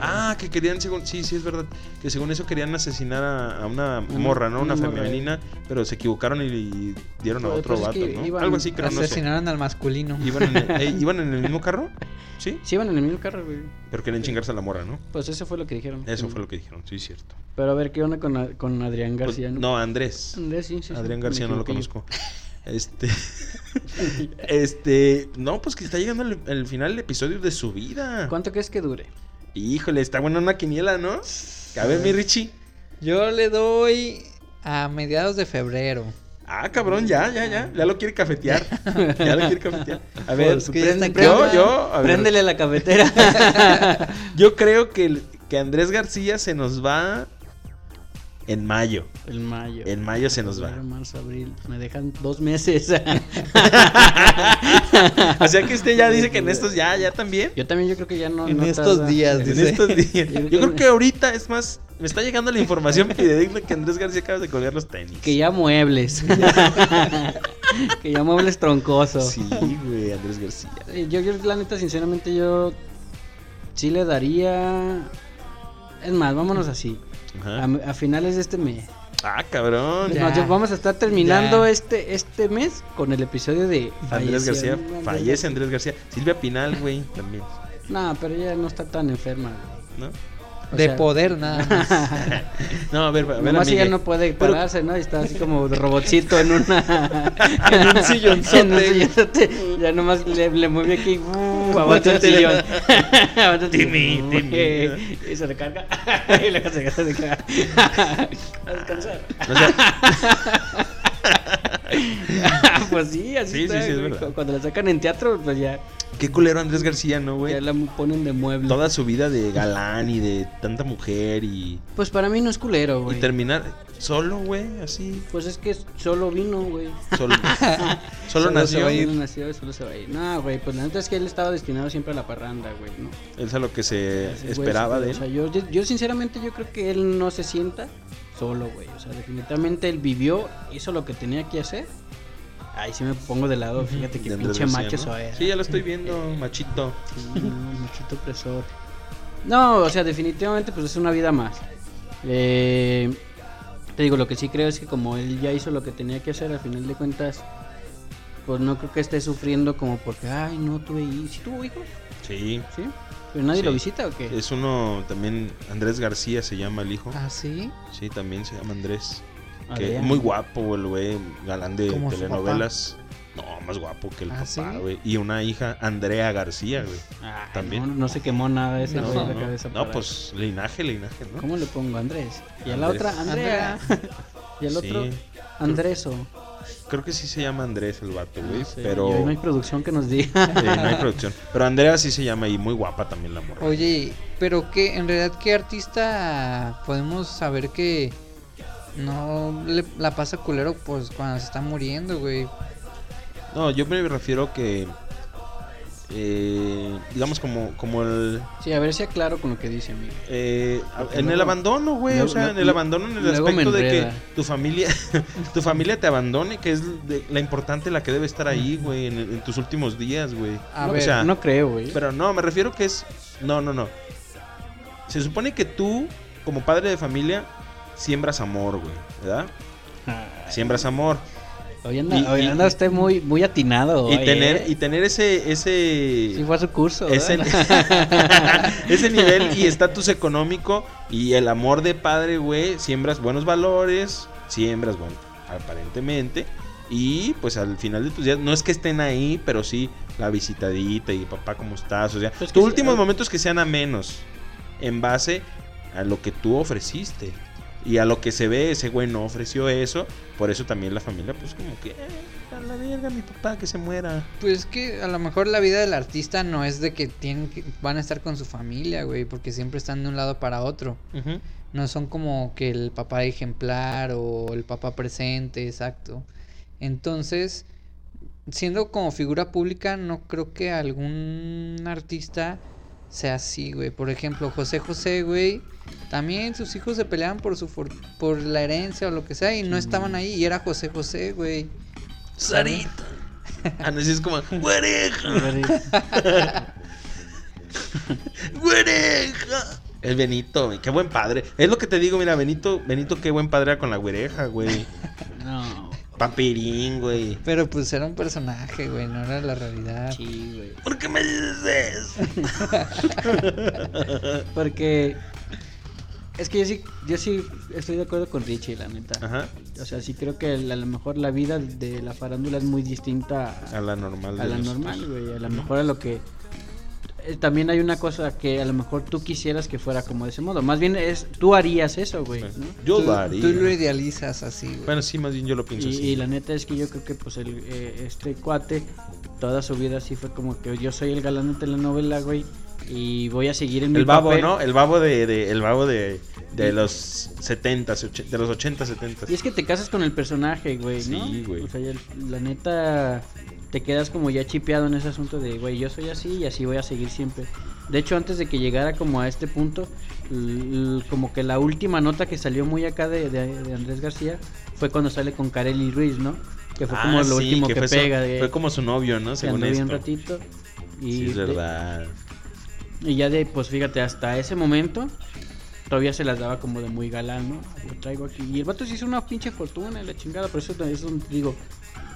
[SPEAKER 2] Ah, que querían, según. Sí, sí, es verdad. Que según eso querían asesinar a, a una
[SPEAKER 1] Una-
[SPEAKER 2] morra, ¿no? Una,
[SPEAKER 1] una morra.
[SPEAKER 2] femenina. Pero se equivocaron y, y dieron a
[SPEAKER 1] Pues
[SPEAKER 2] otro
[SPEAKER 1] es
[SPEAKER 2] vato,
[SPEAKER 1] que
[SPEAKER 2] ¿no?
[SPEAKER 1] iban
[SPEAKER 2] Algo así, creo, no sé.
[SPEAKER 3] Asesinaron al masculino.
[SPEAKER 2] ¿Iban en, el, eh, ¿Iban en el mismo carro? Sí.
[SPEAKER 1] Sí, iban en el mismo carro, güey.
[SPEAKER 2] Pero querían chingarse a la morra, ¿no?
[SPEAKER 1] Pues eso fue lo que dijeron.
[SPEAKER 2] Eso
[SPEAKER 1] Sí.
[SPEAKER 2] fue lo que dijeron, sí, cierto.
[SPEAKER 1] Pero a ver, ¿qué onda con, a- con Adrián
[SPEAKER 2] Pues,
[SPEAKER 1] García?
[SPEAKER 2] no, Andrés.
[SPEAKER 1] Andrés, sí, sí, sí,
[SPEAKER 2] Adrián
[SPEAKER 1] me
[SPEAKER 2] García no lo
[SPEAKER 1] equivoqué yo.
[SPEAKER 2] conozco. Este. este. No, pues que está llegando el, el final del episodio de su vida.
[SPEAKER 1] ¿Cuánto crees que dure?
[SPEAKER 2] Híjole, está buena una quiniela, ¿no? A ver, mi Richie.
[SPEAKER 3] Yo le doy a mediados de febrero.
[SPEAKER 2] Ah, cabrón, ya, ya, ya. Ya lo quiere cafetear. Ya lo quiere cafetear. A ver,
[SPEAKER 3] Porque Pues, ya está en
[SPEAKER 2] yo,
[SPEAKER 3] cama.
[SPEAKER 2] yo, a ver,
[SPEAKER 1] Préndele la cafetera.
[SPEAKER 2] yo creo que, el- que Andrés García se nos va en mayo.
[SPEAKER 1] el mayo.
[SPEAKER 2] En mayo se nos va.
[SPEAKER 1] Febrero, marzo, abril. Me dejan dos meses.
[SPEAKER 2] O sea que usted ya dice que en estos ya, ya también.
[SPEAKER 1] yo también yo creo que ya no.
[SPEAKER 3] en
[SPEAKER 1] no
[SPEAKER 3] estos
[SPEAKER 1] tarda.
[SPEAKER 3] días,
[SPEAKER 2] En
[SPEAKER 3] dice.
[SPEAKER 2] estos días.
[SPEAKER 1] Yo creo
[SPEAKER 2] Yo creo
[SPEAKER 1] que-
[SPEAKER 2] que ahorita, es más, me está llegando la información fidedigna que Andrés García acaba de colgar los tenis.
[SPEAKER 1] Que ya muebles. que ya muebles troncosos.
[SPEAKER 2] Sí, güey, Andrés García.
[SPEAKER 1] Eh, Yo, yo, la neta, sinceramente, yo sí le daría. Es más, vámonos así. A,
[SPEAKER 2] Ajá.
[SPEAKER 1] a finales de este mes.
[SPEAKER 2] Ah, cabrón.
[SPEAKER 1] Es
[SPEAKER 3] Ya.
[SPEAKER 1] más, yo- vamos a estar terminando
[SPEAKER 3] Ya.
[SPEAKER 1] este este mes con el episodio de
[SPEAKER 2] Andrés
[SPEAKER 1] falleció,
[SPEAKER 2] García,
[SPEAKER 1] ¿no?
[SPEAKER 2] fallece Andrés García. Silvia Pinal, güey, también,
[SPEAKER 1] No, pero ella no está tan enferma. güey.
[SPEAKER 2] ¿no?
[SPEAKER 1] O
[SPEAKER 3] De
[SPEAKER 1] sea,
[SPEAKER 3] poder nada más.
[SPEAKER 2] Ah, pues. No, a ver, a ver.
[SPEAKER 1] Nomás
[SPEAKER 2] amigue.
[SPEAKER 1] ella no puede
[SPEAKER 2] Pero-
[SPEAKER 1] pararse, ¿no? Y está así como de robotcito en una...
[SPEAKER 2] En un sillonzote.
[SPEAKER 1] en un sillonzote. Ya nomás le, le mueve aquí, uh, avanza el sillón. Avanza el
[SPEAKER 2] Timmy,
[SPEAKER 1] sillón.
[SPEAKER 2] Timmy.
[SPEAKER 1] Y se recarga. y luego se se recarga. A descansar.
[SPEAKER 2] O sea,
[SPEAKER 1] pues sí, así
[SPEAKER 2] Sí,
[SPEAKER 1] está,
[SPEAKER 2] sí, sí, es
[SPEAKER 1] güey.
[SPEAKER 2] verdad.
[SPEAKER 1] Cuando la sacan en teatro, pues ya,
[SPEAKER 2] qué culero Andrés García, ¿no,
[SPEAKER 1] ya
[SPEAKER 2] güey?
[SPEAKER 1] la ponen de mueble.
[SPEAKER 2] Toda su vida de galán y de tanta mujer y,
[SPEAKER 1] Pues para mí no es culero,
[SPEAKER 2] y
[SPEAKER 1] güey.
[SPEAKER 2] terminar solo, güey, así.
[SPEAKER 1] Pues es que solo vino, güey.
[SPEAKER 2] Solo, solo nació.
[SPEAKER 1] Solo nació, solo se va a ir. No, güey, pues la neta es que él estaba destinado siempre a la parranda, güey, ¿no?
[SPEAKER 2] Es a lo que se
[SPEAKER 1] Ese güey,
[SPEAKER 2] esperaba
[SPEAKER 1] sí,
[SPEAKER 2] de
[SPEAKER 1] O sea,
[SPEAKER 2] él.
[SPEAKER 1] yo, yo, yo sinceramente yo creo que él no se sienta solo, güey. O sea, definitivamente él vivió, hizo lo que tenía que hacer. Ahí sí me pongo de lado, fíjate
[SPEAKER 2] de
[SPEAKER 1] que
[SPEAKER 2] Andrés
[SPEAKER 1] pinche
[SPEAKER 2] García,
[SPEAKER 1] macho
[SPEAKER 2] ¿no?
[SPEAKER 1] soy. ¿eh?
[SPEAKER 2] Sí, ya lo estoy viendo, machito.
[SPEAKER 1] Sí, no, machito opresor. No, o sea, definitivamente pues es una vida más. Eh, te digo, lo que sí creo es que como él ya hizo lo que tenía que hacer, al final de cuentas, pues no creo que esté sufriendo como porque, ay, no tuve hijos. ¿Sí tuvo hijos?
[SPEAKER 2] Sí.
[SPEAKER 1] ¿Sí? ¿Pero nadie
[SPEAKER 2] Sí.
[SPEAKER 1] lo visita o qué?
[SPEAKER 2] Es uno también, Andrés García se llama el hijo.
[SPEAKER 3] ¿Ah, sí?
[SPEAKER 2] Sí, también se llama Andrés. Que
[SPEAKER 1] Adrián.
[SPEAKER 2] muy guapo el güey, galán de
[SPEAKER 3] ¿Como su
[SPEAKER 2] telenovelas. No, más guapo que el
[SPEAKER 3] ¿Ah,
[SPEAKER 2] papá,
[SPEAKER 3] sí?
[SPEAKER 2] güey. Y una hija, Andrea García, güey.
[SPEAKER 1] Ah,
[SPEAKER 2] También.
[SPEAKER 1] No, no se quemó nada ese
[SPEAKER 3] No,
[SPEAKER 1] güey de
[SPEAKER 2] no,
[SPEAKER 1] la cabeza.
[SPEAKER 2] no,
[SPEAKER 1] para-
[SPEAKER 2] pues linaje, linaje, ¿no?
[SPEAKER 1] ¿Cómo le pongo Andrés? Y a la
[SPEAKER 2] Andrés.
[SPEAKER 1] otra, Andrea. y al
[SPEAKER 2] Sí.
[SPEAKER 1] otro, Andreso.
[SPEAKER 2] Creo que sí se llama Andrés el vato, güey.
[SPEAKER 1] No sé,
[SPEAKER 2] pero
[SPEAKER 1] Ah, y hoy no hay producción que nos diga.
[SPEAKER 2] eh, no hay producción. Pero Andrea sí se llama y muy guapa también la morra.
[SPEAKER 3] Oye, pero qué, en realidad, ¿qué artista podemos saber que no le- la pasa culero pues cuando se está muriendo, güey?
[SPEAKER 2] No, yo me refiero que. eh, digamos como, como el.
[SPEAKER 1] Sí, a ver si aclaro con lo que dice, amigo.
[SPEAKER 2] eh, en el
[SPEAKER 1] Ah, pues luego-
[SPEAKER 2] abandono, güey. O
[SPEAKER 1] luego-
[SPEAKER 2] sea, en el
[SPEAKER 1] luego-
[SPEAKER 2] abandono, en el
[SPEAKER 1] luego me
[SPEAKER 2] aspecto de que
[SPEAKER 1] enreda.
[SPEAKER 2] tu familia, tu familia te abandone, que es de- la importante, la que debe estar ahí, güey, en, en tus últimos días, güey.
[SPEAKER 3] A
[SPEAKER 2] O
[SPEAKER 3] ver,
[SPEAKER 2] sea,
[SPEAKER 1] No creo, güey.
[SPEAKER 2] Pero no, me refiero que es. No, no, no. Se supone que tú, como padre de familia, siembras amor, güey. ¿Verdad?
[SPEAKER 1] Ah,
[SPEAKER 2] Siembras amor.
[SPEAKER 1] Hoy anda,
[SPEAKER 2] y-
[SPEAKER 1] hoy
[SPEAKER 2] y-
[SPEAKER 1] anda usted muy, muy atinado.
[SPEAKER 2] Y
[SPEAKER 1] hoy,
[SPEAKER 2] tener,
[SPEAKER 1] ¿eh?
[SPEAKER 2] y tener ese. ese
[SPEAKER 1] Sí fue a su curso.
[SPEAKER 2] ese,
[SPEAKER 1] ¿verdad?
[SPEAKER 2] ese nivel y estatus económico y el amor de padre, güey, siembras buenos valores, siembras, bueno, aparentemente. Y pues al final de tus días, no es que estén ahí, pero sí la visitadita y papá, ¿cómo estás? O sea,
[SPEAKER 1] Pues que
[SPEAKER 2] tus
[SPEAKER 1] sí,
[SPEAKER 2] últimos
[SPEAKER 1] ah.
[SPEAKER 2] momentos que sean a menos en base a lo que tú ofreciste. Y a lo que se ve, ese güey no ofreció eso. Por eso también la familia, pues como que, "Eh, a la verga, mi papá, que se muera.
[SPEAKER 3] pues que a lo mejor la vida del artista no es de que, tienen que van a estar con su familia, güey, porque siempre están de un lado para otro.
[SPEAKER 2] Ujú.
[SPEAKER 3] No son como que el papá ejemplar o el papá presente, exacto. Entonces, siendo como figura pública, no creo que algún artista sea así, güey. Por ejemplo, José José, güey, también sus hijos se peleaban por su for- por la herencia o lo que sea y no estaban ahí y era José José, güey. Sarita.
[SPEAKER 2] Así Ah, es como, ¡Güereja! ¡Güereja! El Benito, güey, qué buen padre. Es lo que te digo, mira, Benito, Benito, qué buen padre era con la güereja, güey.
[SPEAKER 1] No,
[SPEAKER 2] Papirín, güey.
[SPEAKER 3] Pero pues era un personaje, güey, no era la realidad.
[SPEAKER 1] sí, güey.
[SPEAKER 2] ¿Por qué me dices eso?
[SPEAKER 1] Porque es que yo sí, yo sí estoy de acuerdo con Richie, la neta.
[SPEAKER 2] Ajá.
[SPEAKER 1] O sea, sí creo que el- a lo mejor la vida de la farándula es muy distinta a,
[SPEAKER 2] A la normal.
[SPEAKER 1] a
[SPEAKER 2] de
[SPEAKER 1] la
[SPEAKER 2] nosotros.
[SPEAKER 1] normal, güey. A lo mejor a lo que... eh, También hay una cosa que a lo mejor tú quisieras que fuera como de ese modo. Más bien es, tú harías eso, güey. ¿no?
[SPEAKER 2] Yo
[SPEAKER 3] tú,
[SPEAKER 2] lo haría.
[SPEAKER 3] tú lo idealizas así, güey.
[SPEAKER 2] Bueno, sí, más bien yo lo pienso
[SPEAKER 1] Y,
[SPEAKER 2] así.
[SPEAKER 1] y la neta es que yo creo que pues el, eh, este cuate toda su vida sí fue como que yo soy el galán de telenovela, güey, y voy a seguir en mi
[SPEAKER 2] El babo,
[SPEAKER 1] papel.
[SPEAKER 2] ¿no? El babo de, de- el babo de, de los 70, de los 80, 70.
[SPEAKER 1] Y es que te casas con el personaje, güey, ¿no?
[SPEAKER 2] Sí, güey.
[SPEAKER 1] O sea, ya- la neta te quedas como ya chipeado en ese asunto de, güey, yo soy así y así voy a seguir siempre. De hecho, antes de que llegara como a este punto, l- l- como que la última nota que salió muy acá de, de- de Andrés García fue cuando sale con Kareli Ruiz, ¿no? Que fue como
[SPEAKER 2] Ah,
[SPEAKER 1] lo
[SPEAKER 2] sí,
[SPEAKER 1] último que,
[SPEAKER 2] fue su-
[SPEAKER 1] pega. de,
[SPEAKER 2] Fue como su novio, ¿no?
[SPEAKER 1] que
[SPEAKER 2] Según
[SPEAKER 1] anduve
[SPEAKER 2] esto.
[SPEAKER 1] un ratito. Y,
[SPEAKER 2] sí, es
[SPEAKER 1] de-
[SPEAKER 2] verdad.
[SPEAKER 1] y ya de, pues fíjate, hasta ese momento todavía se las daba como de muy galán, ¿no? Lo traigo aquí. Y el vato se hizo una pinche fortuna y la chingada, por eso es donde digo,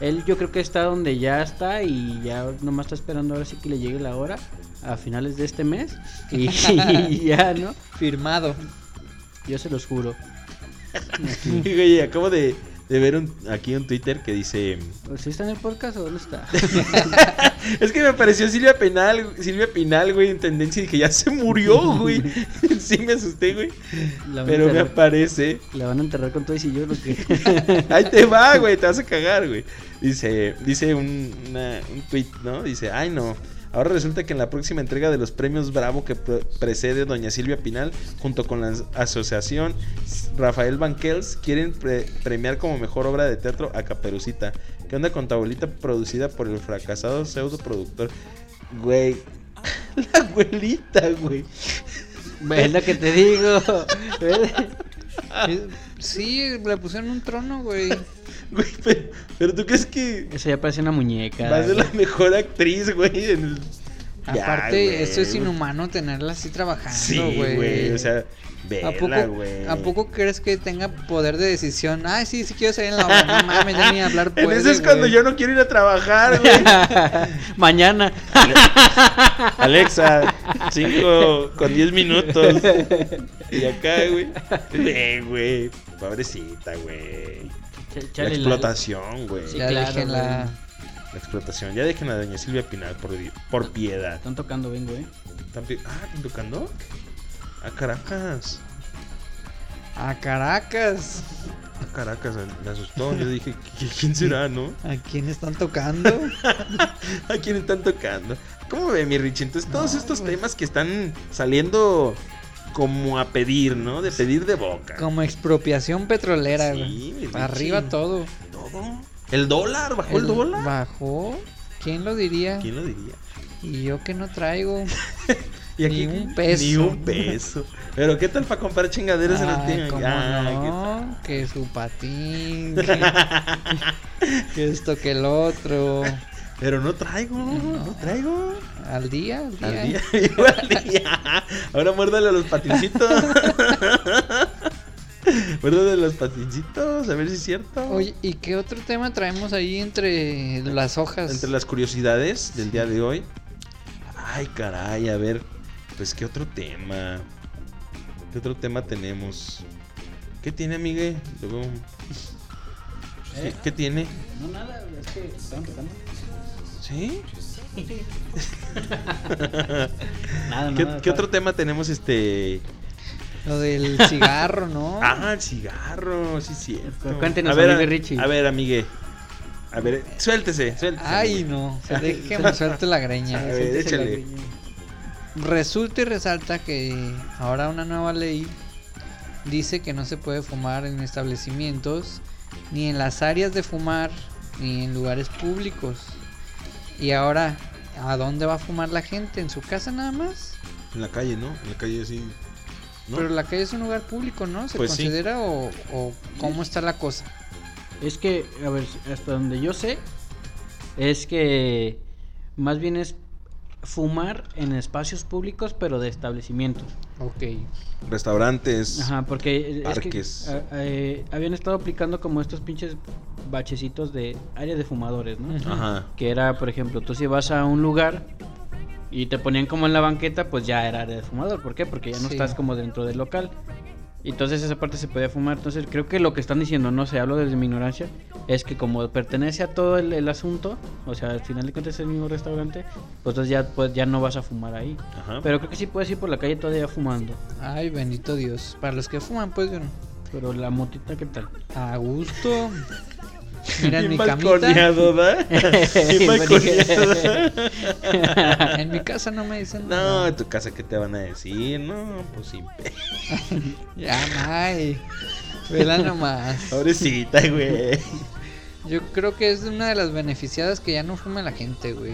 [SPEAKER 1] él yo creo que está donde ya está y ya nomás está esperando ahora sí que le llegue la hora a finales de este mes y, y ya, ¿no?
[SPEAKER 3] Firmado.
[SPEAKER 1] Yo se los juro.
[SPEAKER 2] Y, güey, acabo de, de ver un, aquí un Twitter que dice...
[SPEAKER 1] Pues, ¿Sí está en el podcast o dónde está?
[SPEAKER 2] Es que me apareció Silvia Penal, Silvia Pinal, güey, en tendencia y dije, ya se murió, güey. sí me asusté, güey.
[SPEAKER 1] La van, a
[SPEAKER 2] Pero me
[SPEAKER 1] enterrar,
[SPEAKER 2] aparece...
[SPEAKER 1] la van a enterrar con todo y si yo lo que...
[SPEAKER 2] Ahí te va, güey, te vas a cagar, güey. Dice, dice un, una- un tweet, ¿no? Dice, ay no. Ahora resulta que en la próxima entrega de los premios Bravo que pre- precede Doña Silvia Pinal, junto con la as- asociación Rafael Banquels, quieren pre- premiar como mejor obra de teatro a Caperucita. ¿Qué onda con Tabolita producida por el fracasado pseudo productor? Güey. La abuelita, güey.
[SPEAKER 1] es lo que te digo.
[SPEAKER 3] Eh, Sí, le pusieron un trono, güey.
[SPEAKER 2] Güey, pero, pero tú crees que
[SPEAKER 1] Eso ya parece una muñeca.
[SPEAKER 2] va a ser la mejor actriz, güey, en el... Ya,
[SPEAKER 3] Aparte,
[SPEAKER 2] güey.
[SPEAKER 3] esto es inhumano tenerla así trabajando,
[SPEAKER 2] Sí,
[SPEAKER 3] güey.
[SPEAKER 2] güey, o sea,
[SPEAKER 3] ¿A
[SPEAKER 2] verla,
[SPEAKER 3] poco,
[SPEAKER 2] güey.
[SPEAKER 3] ¿A poco crees que tenga poder de decisión? Ay, sí, sí quiero salir en la obra. No mames, ya ni hablar
[SPEAKER 2] En
[SPEAKER 3] puede,
[SPEAKER 2] eso es cuando
[SPEAKER 3] güey.
[SPEAKER 2] yo no quiero ir a trabajar, güey.
[SPEAKER 1] Mañana.
[SPEAKER 2] Alexa, 5 con 10 minutos. Y acá, güey. Ve, güey. Pobrecita, güey.
[SPEAKER 1] Ch-
[SPEAKER 2] La
[SPEAKER 1] chale, la-
[SPEAKER 2] explotación, güey.
[SPEAKER 1] Sí,
[SPEAKER 3] Ya
[SPEAKER 1] claro,
[SPEAKER 3] déjenla.
[SPEAKER 1] güey.
[SPEAKER 2] La explotación. Ya dejen a doña Silvia Pinal por, di- por piedad.
[SPEAKER 1] Están tocando, vengo, eh.
[SPEAKER 2] ¿Están pi- Ah, ¿están tocando? Ah, Caracas.
[SPEAKER 3] A Caracas.
[SPEAKER 2] Ah, Caracas, me asustó. Yo dije, "¿Qui- ¿quién será, no?
[SPEAKER 3] ¿A quién están tocando?
[SPEAKER 2] ¿A quién están tocando? ¿Cómo ve, mi Richie? Entonces, todos
[SPEAKER 3] No,
[SPEAKER 2] estos
[SPEAKER 3] güey.
[SPEAKER 2] temas que están saliendo como a pedir, ¿no? De pedir de boca.
[SPEAKER 3] Como expropiación petrolera,
[SPEAKER 2] Sí,
[SPEAKER 3] güey.
[SPEAKER 2] mi Richie.
[SPEAKER 3] Arriba todo.
[SPEAKER 2] Todo. ¿El dólar? ¿Bajó el,
[SPEAKER 3] El-
[SPEAKER 2] dólar?
[SPEAKER 3] Bajó. ¿Quién lo diría?
[SPEAKER 2] ¿Quién lo diría?
[SPEAKER 3] Y yo que no traigo.
[SPEAKER 2] Y
[SPEAKER 3] Ni un peso.
[SPEAKER 2] Ni un peso. Pero ¿qué tal para comprar chingaderas en el
[SPEAKER 3] Ay,
[SPEAKER 2] tianguis?
[SPEAKER 3] cómo
[SPEAKER 2] Ay, ¿qué tal?
[SPEAKER 3] no, que su patín, que, que esto, que el otro.
[SPEAKER 2] Pero no traigo, no traigo.
[SPEAKER 3] Al día, al día.
[SPEAKER 2] Al día, vivo al día. Ahora muérdale a los patincitos. muérdale a los patincitos, a ver si es cierto.
[SPEAKER 3] Oye, ¿y qué otro tema traemos ahí entre las hojas?
[SPEAKER 2] Entre las curiosidades del día de hoy. Ay, caray, a ver. Pues qué otro tema. ¿Qué otro tema tenemos? ¿Qué tiene, amigue? Luego- ¿Qué, qué tiene?
[SPEAKER 1] No, nada, es que están tocando.
[SPEAKER 2] ¿Sí?
[SPEAKER 1] Nada,
[SPEAKER 2] ¿Qué,
[SPEAKER 1] nada,
[SPEAKER 2] qué
[SPEAKER 1] pa-
[SPEAKER 2] otro tema tenemos? Este.
[SPEAKER 3] Lo del cigarro, ¿no?
[SPEAKER 2] Ah, el cigarro, sí, sí.
[SPEAKER 1] Cu- Pues, cuéntenos,
[SPEAKER 2] a ver,
[SPEAKER 1] amigo
[SPEAKER 2] a-
[SPEAKER 1] Richie.
[SPEAKER 2] A ver, amigue. A ver, suéltese, suéltese.
[SPEAKER 3] Ay,
[SPEAKER 2] amigue.
[SPEAKER 3] no. Déjeme suelto la greña.
[SPEAKER 2] A ver,
[SPEAKER 1] Siéntese la
[SPEAKER 2] échale.
[SPEAKER 1] greña.
[SPEAKER 3] Resulta y resalta que ahora una nueva ley dice que no se puede fumar en establecimientos, ni en las áreas de fumar, ni en lugares públicos. Y ahora, ¿a dónde va a fumar la gente? ¿En su casa nada más?
[SPEAKER 2] En la calle, ¿no? En la calle, sí. ¿no?
[SPEAKER 3] Pero la calle es un lugar público, ¿no? ¿Se
[SPEAKER 2] Pues sí.
[SPEAKER 3] considera o, o cómo está la cosa?
[SPEAKER 1] Es que, a ver, hasta donde yo sé, es que más bien es fumar en espacios públicos, pero de establecimientos.
[SPEAKER 3] Ok.
[SPEAKER 2] Restaurantes.
[SPEAKER 1] Ajá, porque es que,
[SPEAKER 2] Parques.
[SPEAKER 1] ah, eh, habían estado aplicando como estos pinches bachecitos de área de fumadores, ¿no?
[SPEAKER 3] Ujú.
[SPEAKER 2] Ajá.
[SPEAKER 1] Que era, por ejemplo, tú si vas a un lugar y te ponían como en la banqueta, pues ya era área de fumador. ¿Por qué? Porque ya no
[SPEAKER 3] Sí.
[SPEAKER 1] estás como dentro del local. Entonces esa parte se podía fumar. Entonces creo que lo que están diciendo, no sé, hablo desde mi ignorancia, es que como pertenece a todo el, el asunto, o sea, al final de cuentas es el mismo restaurante, pues entonces ya, pues, ya no vas a fumar ahí.
[SPEAKER 2] Ajá.
[SPEAKER 1] Pero creo que sí puedes ir por la calle todavía fumando.
[SPEAKER 3] Ay, bendito Dios. Para los que fuman, pues, bueno,
[SPEAKER 1] Pero la motita, ¿qué tal?
[SPEAKER 3] a gusto. Mira, en
[SPEAKER 2] Bien
[SPEAKER 3] mi camita.
[SPEAKER 2] balconeado, ¿verdad? Bien balconeado.
[SPEAKER 3] En mi casa no me dicen
[SPEAKER 2] No,
[SPEAKER 3] nada.
[SPEAKER 2] en tu casa, ¿qué te van a decir? No, pues sí.
[SPEAKER 3] Ya, ay. Vela nomás.
[SPEAKER 2] Pobrecita, güey.
[SPEAKER 3] Yo creo que es una de las beneficiadas que ya no fuma la gente, güey.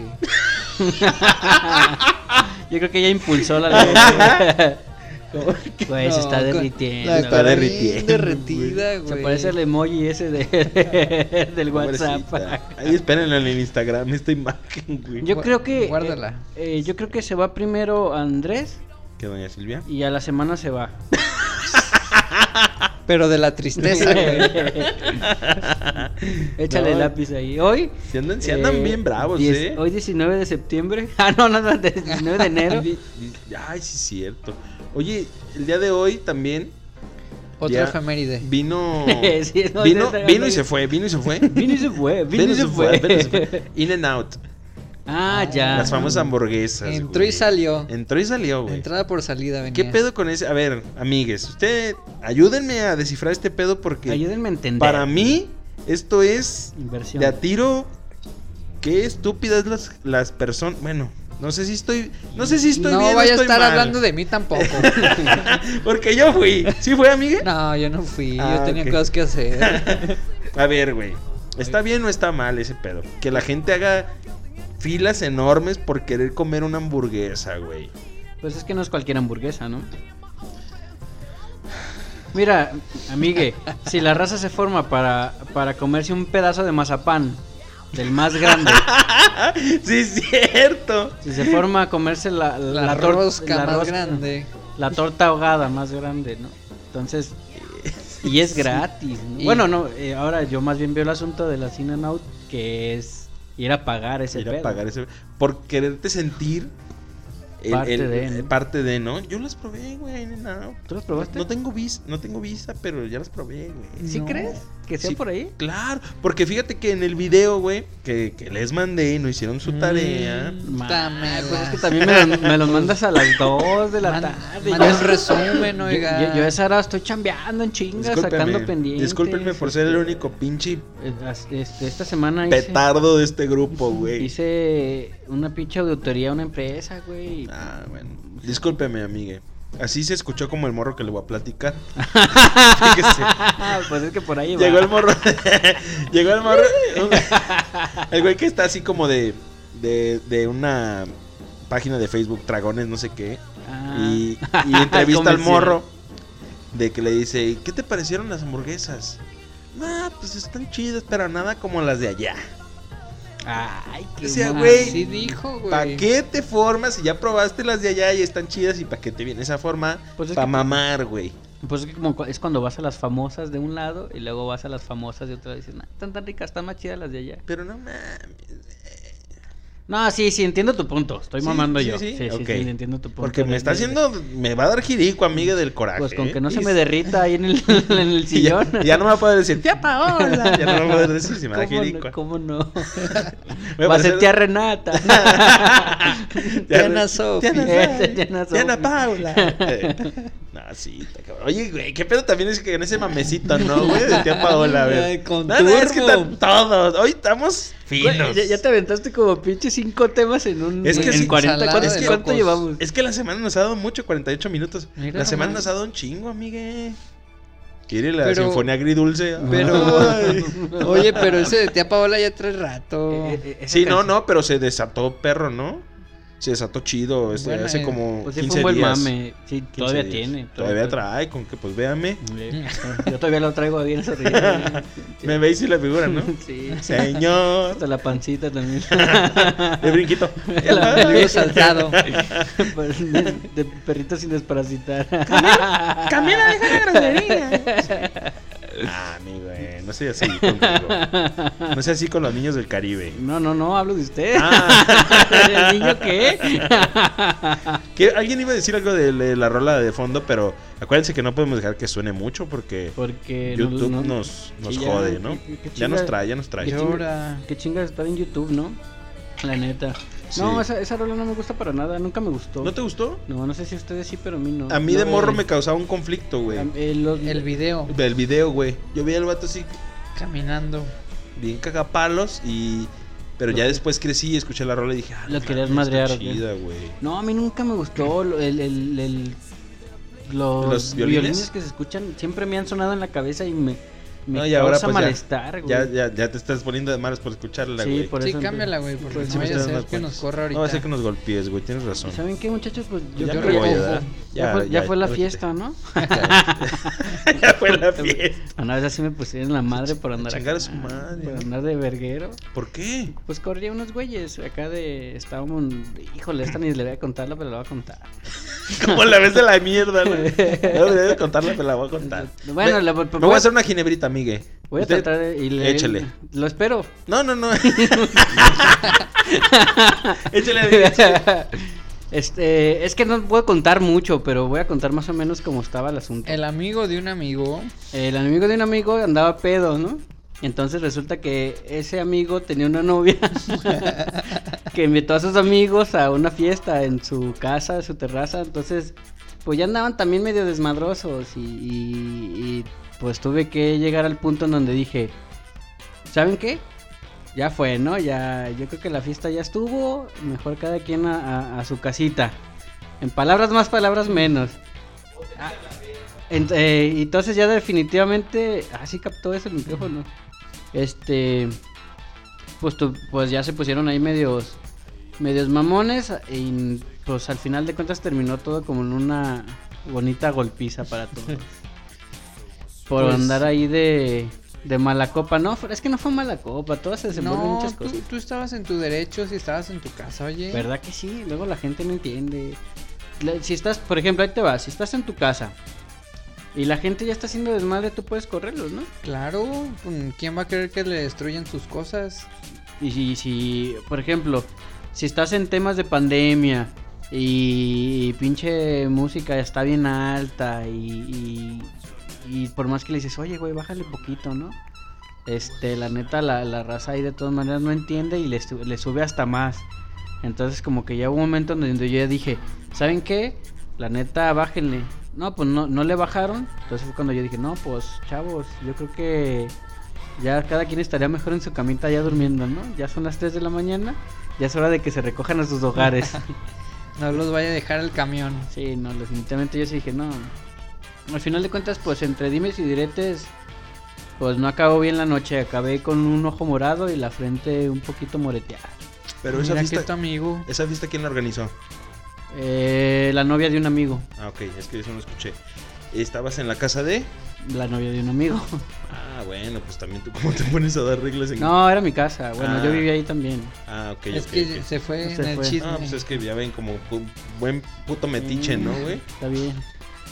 [SPEAKER 1] Yo creo que ella impulsó la ley.
[SPEAKER 2] ¿Cómo?
[SPEAKER 1] Pues se está
[SPEAKER 3] No, con-
[SPEAKER 1] derritiendo.
[SPEAKER 3] la
[SPEAKER 2] Está
[SPEAKER 3] está
[SPEAKER 2] derritiendo,
[SPEAKER 3] derritiendo. derretida, güey.
[SPEAKER 1] Se parece el emoji ese de, del
[SPEAKER 2] Pobrecita.
[SPEAKER 1] WhatsApp.
[SPEAKER 2] Ahí espérenlo en el Instagram, esta imagen, güey.
[SPEAKER 1] Yo
[SPEAKER 3] Gua-
[SPEAKER 1] creo que. eh,
[SPEAKER 3] guárdala.
[SPEAKER 1] eh, yo creo que se va primero Andrés
[SPEAKER 2] ¿Qué, doña Silvia?
[SPEAKER 1] y a la semana se va.
[SPEAKER 3] Pero de la tristeza, güey.
[SPEAKER 1] Échale
[SPEAKER 2] No.
[SPEAKER 1] lápiz ahí. Hoy.
[SPEAKER 2] Si andan, si andan
[SPEAKER 1] eh,
[SPEAKER 2] bien bravos,
[SPEAKER 1] diez-
[SPEAKER 2] ¿eh?
[SPEAKER 1] Hoy 19 de septiembre. Ah, no, no, no, de- 19 de enero.
[SPEAKER 2] Di- di- Ay, sí, es cierto. Oye, el día de hoy también
[SPEAKER 3] Otra
[SPEAKER 2] Ya.
[SPEAKER 3] efeméride.
[SPEAKER 2] vino.
[SPEAKER 1] Sí, no,
[SPEAKER 2] vino,
[SPEAKER 1] sí, sí,
[SPEAKER 2] vino y
[SPEAKER 1] sí.
[SPEAKER 2] se fue, vino y se fue.
[SPEAKER 1] Vino y se fue. Vino y se
[SPEAKER 2] vino y se
[SPEAKER 1] fue.
[SPEAKER 2] fue. In and out.
[SPEAKER 1] Ah, ya.
[SPEAKER 2] Las famosas hamburguesas.
[SPEAKER 3] Entró
[SPEAKER 2] güey.
[SPEAKER 3] y salió.
[SPEAKER 2] Entró y salió, güey.
[SPEAKER 3] Entrada por salida, venía.
[SPEAKER 2] ¿Qué pedo con ese? A ver, amigues, usted ayúdenme a descifrar este pedo porque
[SPEAKER 1] Ayúdenme a entender.
[SPEAKER 2] para mí esto es
[SPEAKER 1] Inversión.
[SPEAKER 2] de a tiro. Qué estúpidas las, las personas. Bueno, no sé si estoy. No sé si estoy
[SPEAKER 3] no
[SPEAKER 2] bien. o
[SPEAKER 3] vaya a
[SPEAKER 2] estoy
[SPEAKER 3] estar
[SPEAKER 2] mal.
[SPEAKER 3] hablando de mí tampoco.
[SPEAKER 2] Porque yo fui. ¿Sí fue, amiga?
[SPEAKER 3] no, yo no fui.
[SPEAKER 2] Ah,
[SPEAKER 3] yo tenía
[SPEAKER 2] ok.
[SPEAKER 3] cosas que hacer.
[SPEAKER 2] A ver, güey. ¿Está bien o está mal ese pedo? Que la gente haga filas enormes por querer comer una hamburguesa, güey.
[SPEAKER 1] Pues es que no es cualquier hamburguesa, ¿no? Mira, amigue, si la raza se forma para, para comerse un pedazo de mazapán del más grande,
[SPEAKER 2] sí, es cierto.
[SPEAKER 1] si se forma a comerse la,
[SPEAKER 3] La,
[SPEAKER 1] la, tor-
[SPEAKER 3] rosca
[SPEAKER 1] la
[SPEAKER 3] más
[SPEAKER 1] rosca-
[SPEAKER 3] grande.
[SPEAKER 1] la torta ahogada más grande, ¿no? Entonces, y es gratis. ¿no?
[SPEAKER 3] Y-
[SPEAKER 1] Bueno, no, eh, ahora yo más bien veo el asunto de la In and Out, que es ir a pagar ese
[SPEAKER 2] Ir a
[SPEAKER 1] pedo.
[SPEAKER 2] pagar ese- Por quererte sentir. el-
[SPEAKER 1] Parte
[SPEAKER 2] el- eh,
[SPEAKER 1] de, ¿no?
[SPEAKER 2] parte de, ¿no? Yo las probé, güey. No,
[SPEAKER 1] ¿Tú los probaste?
[SPEAKER 2] no tengo visa, no tengo visa, pero ya las probé, güey.
[SPEAKER 1] ¿Sí
[SPEAKER 3] No.
[SPEAKER 1] crees que sea
[SPEAKER 2] Sí.
[SPEAKER 1] por ahí?
[SPEAKER 2] Claro, porque fíjate que en el video, güey, que, que les mandé y no hicieron su tarea.
[SPEAKER 3] Mm,
[SPEAKER 1] Ma-
[SPEAKER 3] dámela.
[SPEAKER 1] Pues es que también me, lo- me los mandas a las 2 de la
[SPEAKER 3] Man-
[SPEAKER 1] tarde.
[SPEAKER 3] manda
[SPEAKER 1] Yo-
[SPEAKER 3] un resumen,
[SPEAKER 1] yo-
[SPEAKER 3] oiga.
[SPEAKER 1] Yo, yo a esa hora estoy chambeando en chingas, sacando pendientes. este.
[SPEAKER 2] discúlpenme por ser el único pinche
[SPEAKER 1] Eh, as- este, esta semana hice,
[SPEAKER 2] petardo de este grupo, güey.
[SPEAKER 1] hice una pinche auditoría a una empresa, güey.
[SPEAKER 2] Ah, bueno. Discúlpeme, amigue. Así se escuchó como el morro que le voy a platicar. Fíjese.
[SPEAKER 1] pues es que por ahí va.
[SPEAKER 2] Ah. Llegó el morro. Llegó el morro. El güey que está así como de, de. de una página de Facebook, Dragones, no sé qué.
[SPEAKER 1] Ah.
[SPEAKER 2] Y, y entrevista al
[SPEAKER 1] Comercial.
[SPEAKER 2] morro. De que le dice: "¿Y ¿Qué te parecieron las hamburguesas? Ah, pues están chidas, pero nada como las de allá.
[SPEAKER 1] Ay, qué
[SPEAKER 2] Decía,
[SPEAKER 1] mal.
[SPEAKER 2] güey,
[SPEAKER 3] Así dijo, güey.
[SPEAKER 2] ¿Para qué te formas si ya probaste las de allá y están chidas y para qué te viene esa forma?
[SPEAKER 1] Pues es
[SPEAKER 2] para
[SPEAKER 1] que-
[SPEAKER 2] mamar, güey.
[SPEAKER 1] Pues es que como cu- es cuando vas a las famosas de un lado y luego vas a las famosas de otro lado y dices, "Nah, están tan ricas, están más chidas las de allá.
[SPEAKER 2] Pero no mames.
[SPEAKER 1] No, sí, sí, entiendo tu punto. Estoy
[SPEAKER 2] Sí,
[SPEAKER 1] mamando
[SPEAKER 2] sí,
[SPEAKER 1] yo.
[SPEAKER 2] sí,
[SPEAKER 1] Sí, sí,
[SPEAKER 2] ok.
[SPEAKER 1] sí, entiendo tu punto.
[SPEAKER 2] Porque me
[SPEAKER 1] de-
[SPEAKER 2] está
[SPEAKER 1] de-
[SPEAKER 2] haciendo. Me va a dar jirico, amiga del coraje.
[SPEAKER 1] Pues con que
[SPEAKER 2] ¿eh?
[SPEAKER 1] no se
[SPEAKER 2] Y-
[SPEAKER 1] me derrita ahí en el, en el
[SPEAKER 2] y ya,
[SPEAKER 1] sillón.
[SPEAKER 2] ya no me va a poder decir, tía Paola.
[SPEAKER 1] Paola.
[SPEAKER 2] Ya no me va a poder decir si me da
[SPEAKER 1] ¿Cómo no-
[SPEAKER 2] jirico.
[SPEAKER 1] ¿Cómo no?
[SPEAKER 2] Me
[SPEAKER 1] Va a
[SPEAKER 2] parece-
[SPEAKER 1] ser tía Renata.
[SPEAKER 2] Tía-
[SPEAKER 3] Diana Sophie.
[SPEAKER 2] Diana Sophie.
[SPEAKER 1] Diana Sophie.
[SPEAKER 2] Diana Paula. Eh, No, sí, está cabrón. Oye, güey, qué pedo también es que en ese mamecito, ¿no, güey? De tía Paola, a ver.
[SPEAKER 3] Ay, con
[SPEAKER 2] No, no, es que
[SPEAKER 3] turbo.
[SPEAKER 2] están todos. Hoy estamos finos.
[SPEAKER 1] Güey, ya, ya te aventaste como pinche cinco temas en un
[SPEAKER 2] Es que
[SPEAKER 1] en
[SPEAKER 2] sí,
[SPEAKER 1] 40.
[SPEAKER 3] ensalada
[SPEAKER 1] ¿Cuánto,
[SPEAKER 2] de
[SPEAKER 1] cuánto
[SPEAKER 3] locos.
[SPEAKER 1] llevamos?
[SPEAKER 2] Es que la semana nos ha dado mucho, 48 minutos.
[SPEAKER 3] Mira
[SPEAKER 2] la semana
[SPEAKER 3] nomás.
[SPEAKER 2] nos ha dado un chingo, amigue. Quiere la
[SPEAKER 3] Pero-
[SPEAKER 2] sinfonía agridulce.
[SPEAKER 1] Ah.
[SPEAKER 3] Pero-
[SPEAKER 2] Ay.
[SPEAKER 3] Oye, pero ese de tía Paola ya trae rato.
[SPEAKER 1] Eh, eh, esa
[SPEAKER 2] sí, no,
[SPEAKER 1] canción-
[SPEAKER 2] no, pero se desató perro, ¿no? se desató chido este,
[SPEAKER 3] Bueno,
[SPEAKER 2] hace
[SPEAKER 3] eh,
[SPEAKER 2] como
[SPEAKER 1] Pues sí,
[SPEAKER 2] 15
[SPEAKER 1] fue un buen
[SPEAKER 2] días.
[SPEAKER 1] mame. Sí,
[SPEAKER 2] 15
[SPEAKER 1] todavía
[SPEAKER 2] días.
[SPEAKER 1] tiene.
[SPEAKER 2] Todavía trae, con que pues véame.
[SPEAKER 1] Sí, Yo todavía lo traigo bien sonriendo.
[SPEAKER 2] Me veis y la figura, ¿no?
[SPEAKER 1] Sí.
[SPEAKER 2] Señor.
[SPEAKER 1] Hasta la pancita también.
[SPEAKER 2] De brinquito.
[SPEAKER 1] La-
[SPEAKER 3] El vivo saltado.
[SPEAKER 1] Pues, de, de perrito sin desparasitar.
[SPEAKER 2] Camila, deja la grosería. Ah, mi güey, no seas así conmigo. No seas así con los niños del Caribe.
[SPEAKER 1] No, no, no, hablo de usted.
[SPEAKER 2] Ah,
[SPEAKER 1] ¿El niño qué?
[SPEAKER 2] que alguien iba a decir algo de, de la rola de fondo, pero acuérdense que no podemos dejar que suene mucho porque
[SPEAKER 1] Porque Eh, no-
[SPEAKER 2] YouTube
[SPEAKER 1] no-
[SPEAKER 2] nos, nos
[SPEAKER 1] Sí, ya,
[SPEAKER 2] jode, ¿no?
[SPEAKER 1] qué- qué
[SPEAKER 2] Ya nos
[SPEAKER 1] chinga-
[SPEAKER 2] trae, ya nos trae.
[SPEAKER 3] Llora.
[SPEAKER 1] Que chingas estar en YouTube, ¿no? La neta.
[SPEAKER 2] Sí.
[SPEAKER 1] No, esa, esa rola no me gusta para nada, nunca me gustó.
[SPEAKER 2] ¿No te gustó?
[SPEAKER 1] No, no sé si ustedes sí, pero a mí no.
[SPEAKER 2] A mí
[SPEAKER 1] No,
[SPEAKER 2] de morro
[SPEAKER 1] eh,
[SPEAKER 2] me causaba un conflicto, güey.
[SPEAKER 1] a- eh, los-
[SPEAKER 3] El video.
[SPEAKER 2] Del video, güey. Yo veía al vato así,
[SPEAKER 3] Caminando.
[SPEAKER 2] bien cagapalos y... Pero ya después crecí y escuché la rola y dije... Ah,
[SPEAKER 1] Lo
[SPEAKER 2] no
[SPEAKER 1] querías
[SPEAKER 2] mames, está
[SPEAKER 1] madrear, ¿o qué?
[SPEAKER 2] chida, güey.
[SPEAKER 1] No, a mí nunca me gustó lo- el, el- el- los,
[SPEAKER 2] ¿Los violines?
[SPEAKER 1] violines? que se escuchan. Siempre me han sonado en la cabeza y me, me
[SPEAKER 2] No, y
[SPEAKER 1] causa
[SPEAKER 2] ahora, pues, ya-
[SPEAKER 1] malestar, güey.
[SPEAKER 2] Ya, ya, ya te estás poniendo de malas por escucharla,
[SPEAKER 1] Sí,
[SPEAKER 2] güey.
[SPEAKER 1] por
[SPEAKER 3] Sí,
[SPEAKER 1] eso.
[SPEAKER 3] cámbiala, güey, porque
[SPEAKER 1] Pues
[SPEAKER 3] no
[SPEAKER 1] sí me
[SPEAKER 3] vaya a
[SPEAKER 2] estás
[SPEAKER 3] ser
[SPEAKER 2] dando
[SPEAKER 3] que nos
[SPEAKER 2] cuenta.
[SPEAKER 3] corra ahorita.
[SPEAKER 2] No va a ser que nos golpees, güey. Tienes razón.
[SPEAKER 1] ¿Saben qué, muchachos? Pues yo
[SPEAKER 2] Ya
[SPEAKER 1] creo
[SPEAKER 2] me
[SPEAKER 1] que
[SPEAKER 2] voy,
[SPEAKER 1] ya-
[SPEAKER 2] ¿verdad?
[SPEAKER 1] ya,
[SPEAKER 2] Ya,
[SPEAKER 1] fue, ya
[SPEAKER 2] ya,
[SPEAKER 1] fue la
[SPEAKER 2] ya.
[SPEAKER 1] fiesta, ¿no?
[SPEAKER 2] ya fue la fiesta.
[SPEAKER 1] Una vez así me pusieron la madre por andar
[SPEAKER 2] Chingar a
[SPEAKER 1] acá,
[SPEAKER 2] su madre.
[SPEAKER 1] Por andar de verguero.
[SPEAKER 2] ¿Por qué?
[SPEAKER 1] Pues corría unos güeyes acá de. Estábamos. Híjole, esta ni le voy a contarla, pero la voy a contar.
[SPEAKER 2] Como la ves de la mierda, güey. No debería de contarla, pero la voy a contar.
[SPEAKER 1] Bueno,
[SPEAKER 2] me,
[SPEAKER 1] la-
[SPEAKER 2] me
[SPEAKER 1] pues,
[SPEAKER 2] voy a
[SPEAKER 1] voy-
[SPEAKER 2] hacer una ginebrita, migue.
[SPEAKER 1] Voy a
[SPEAKER 2] Usted-
[SPEAKER 1] tratar de. y le-
[SPEAKER 2] Échele.
[SPEAKER 1] Lo espero.
[SPEAKER 2] No, no, no. échale, amigue, échale.
[SPEAKER 1] este, es que no puedo contar mucho, pero voy a contar más o menos cómo estaba el asunto. El,
[SPEAKER 3] El amigo de un amigo.
[SPEAKER 1] amigo de un amigo andaba pedo, ¿no? Entonces resulta que ese amigo tenía una novia que invitó a sus amigos a una fiesta en su casa, en su terraza. Entonces, pues ya andaban también medio desmadrosos y, y- y, pues tuve que llegar al punto en donde dije, ¿saben qué? Ya fue, ¿no? Ya, yo creo que la fiesta ya estuvo, mejor cada quien a, a- a su casita. En palabras más, palabras menos. Ah, ent- eh, y entonces ya definitivamente, ah, sí captó eso el micrófono. Este, pues, tu- pues ya se pusieron ahí medios, medios mamones y pues al final de cuentas terminó todo como en una bonita golpiza para todos. Por
[SPEAKER 3] Pues-
[SPEAKER 1] andar ahí de, de mala copa, no, es que no fue mala copa, todas se desenvuelven
[SPEAKER 3] No,
[SPEAKER 1] muchas
[SPEAKER 3] tú,
[SPEAKER 1] cosas.
[SPEAKER 3] tú estabas en tu derecho si estabas en tu casa, oye.
[SPEAKER 1] ¿Verdad que sí? Luego la gente no entiende. La- Si estás, por ejemplo, ahí te vas, si estás en tu casa y la gente ya está haciendo desmadre, tú puedes correrlos, ¿no?
[SPEAKER 3] Claro, pues, ¿quién va a querer que le destruyan sus cosas?
[SPEAKER 1] Y si, si, por ejemplo, si estás en temas de pandemia y, pinche música está bien alta y, y, y por más que le dices, oye, güey, bájale poquito, ¿no? Este, la neta, la, la raza ahí de todas maneras no entiende y le, su- le sube hasta más. Entonces, como que ya hubo un momento en donde yo ya dije, ¿saben qué? La neta, bájenle. No, pues no, no le bajaron. Entonces fue cuando yo dije, no, pues chavos, yo creo que ya cada quien estaría mejor en su camita ya durmiendo, ¿no? Ya son las 3 de la mañana, ya es hora de que se recojan a sus hogares.
[SPEAKER 3] No los vaya a dejar el camión.
[SPEAKER 1] sí, no, definitivamente yo sí dije, no. Al final de cuentas, pues entre dimes y diretes, pues no acabó bien la noche. Acabé con un ojo morado y la frente un poquito moreteada.
[SPEAKER 2] Pero esa
[SPEAKER 3] Mira que tu
[SPEAKER 2] fiesta,
[SPEAKER 3] amigo.
[SPEAKER 2] esa fiesta, ¿quién la organizó?
[SPEAKER 1] Eh, la novia de un amigo.
[SPEAKER 2] Ah, ok, es que eso no escuché. ¿Estabas en la casa de...?
[SPEAKER 1] La novia de un amigo.
[SPEAKER 2] Ah, bueno, pues también tú cómo te pones a dar reglas en...
[SPEAKER 1] No, era mi casa. Bueno,
[SPEAKER 2] Ah.
[SPEAKER 1] yo vivía ahí también.
[SPEAKER 2] Ah, ok,
[SPEAKER 3] es
[SPEAKER 2] ok,
[SPEAKER 3] que
[SPEAKER 2] ok.
[SPEAKER 3] se fue
[SPEAKER 1] Se
[SPEAKER 3] en el
[SPEAKER 1] fue.
[SPEAKER 3] chisme.
[SPEAKER 2] Ah, pues es que ya ven como pu- buen puto metiche, ¿no, güey?
[SPEAKER 1] Está bien.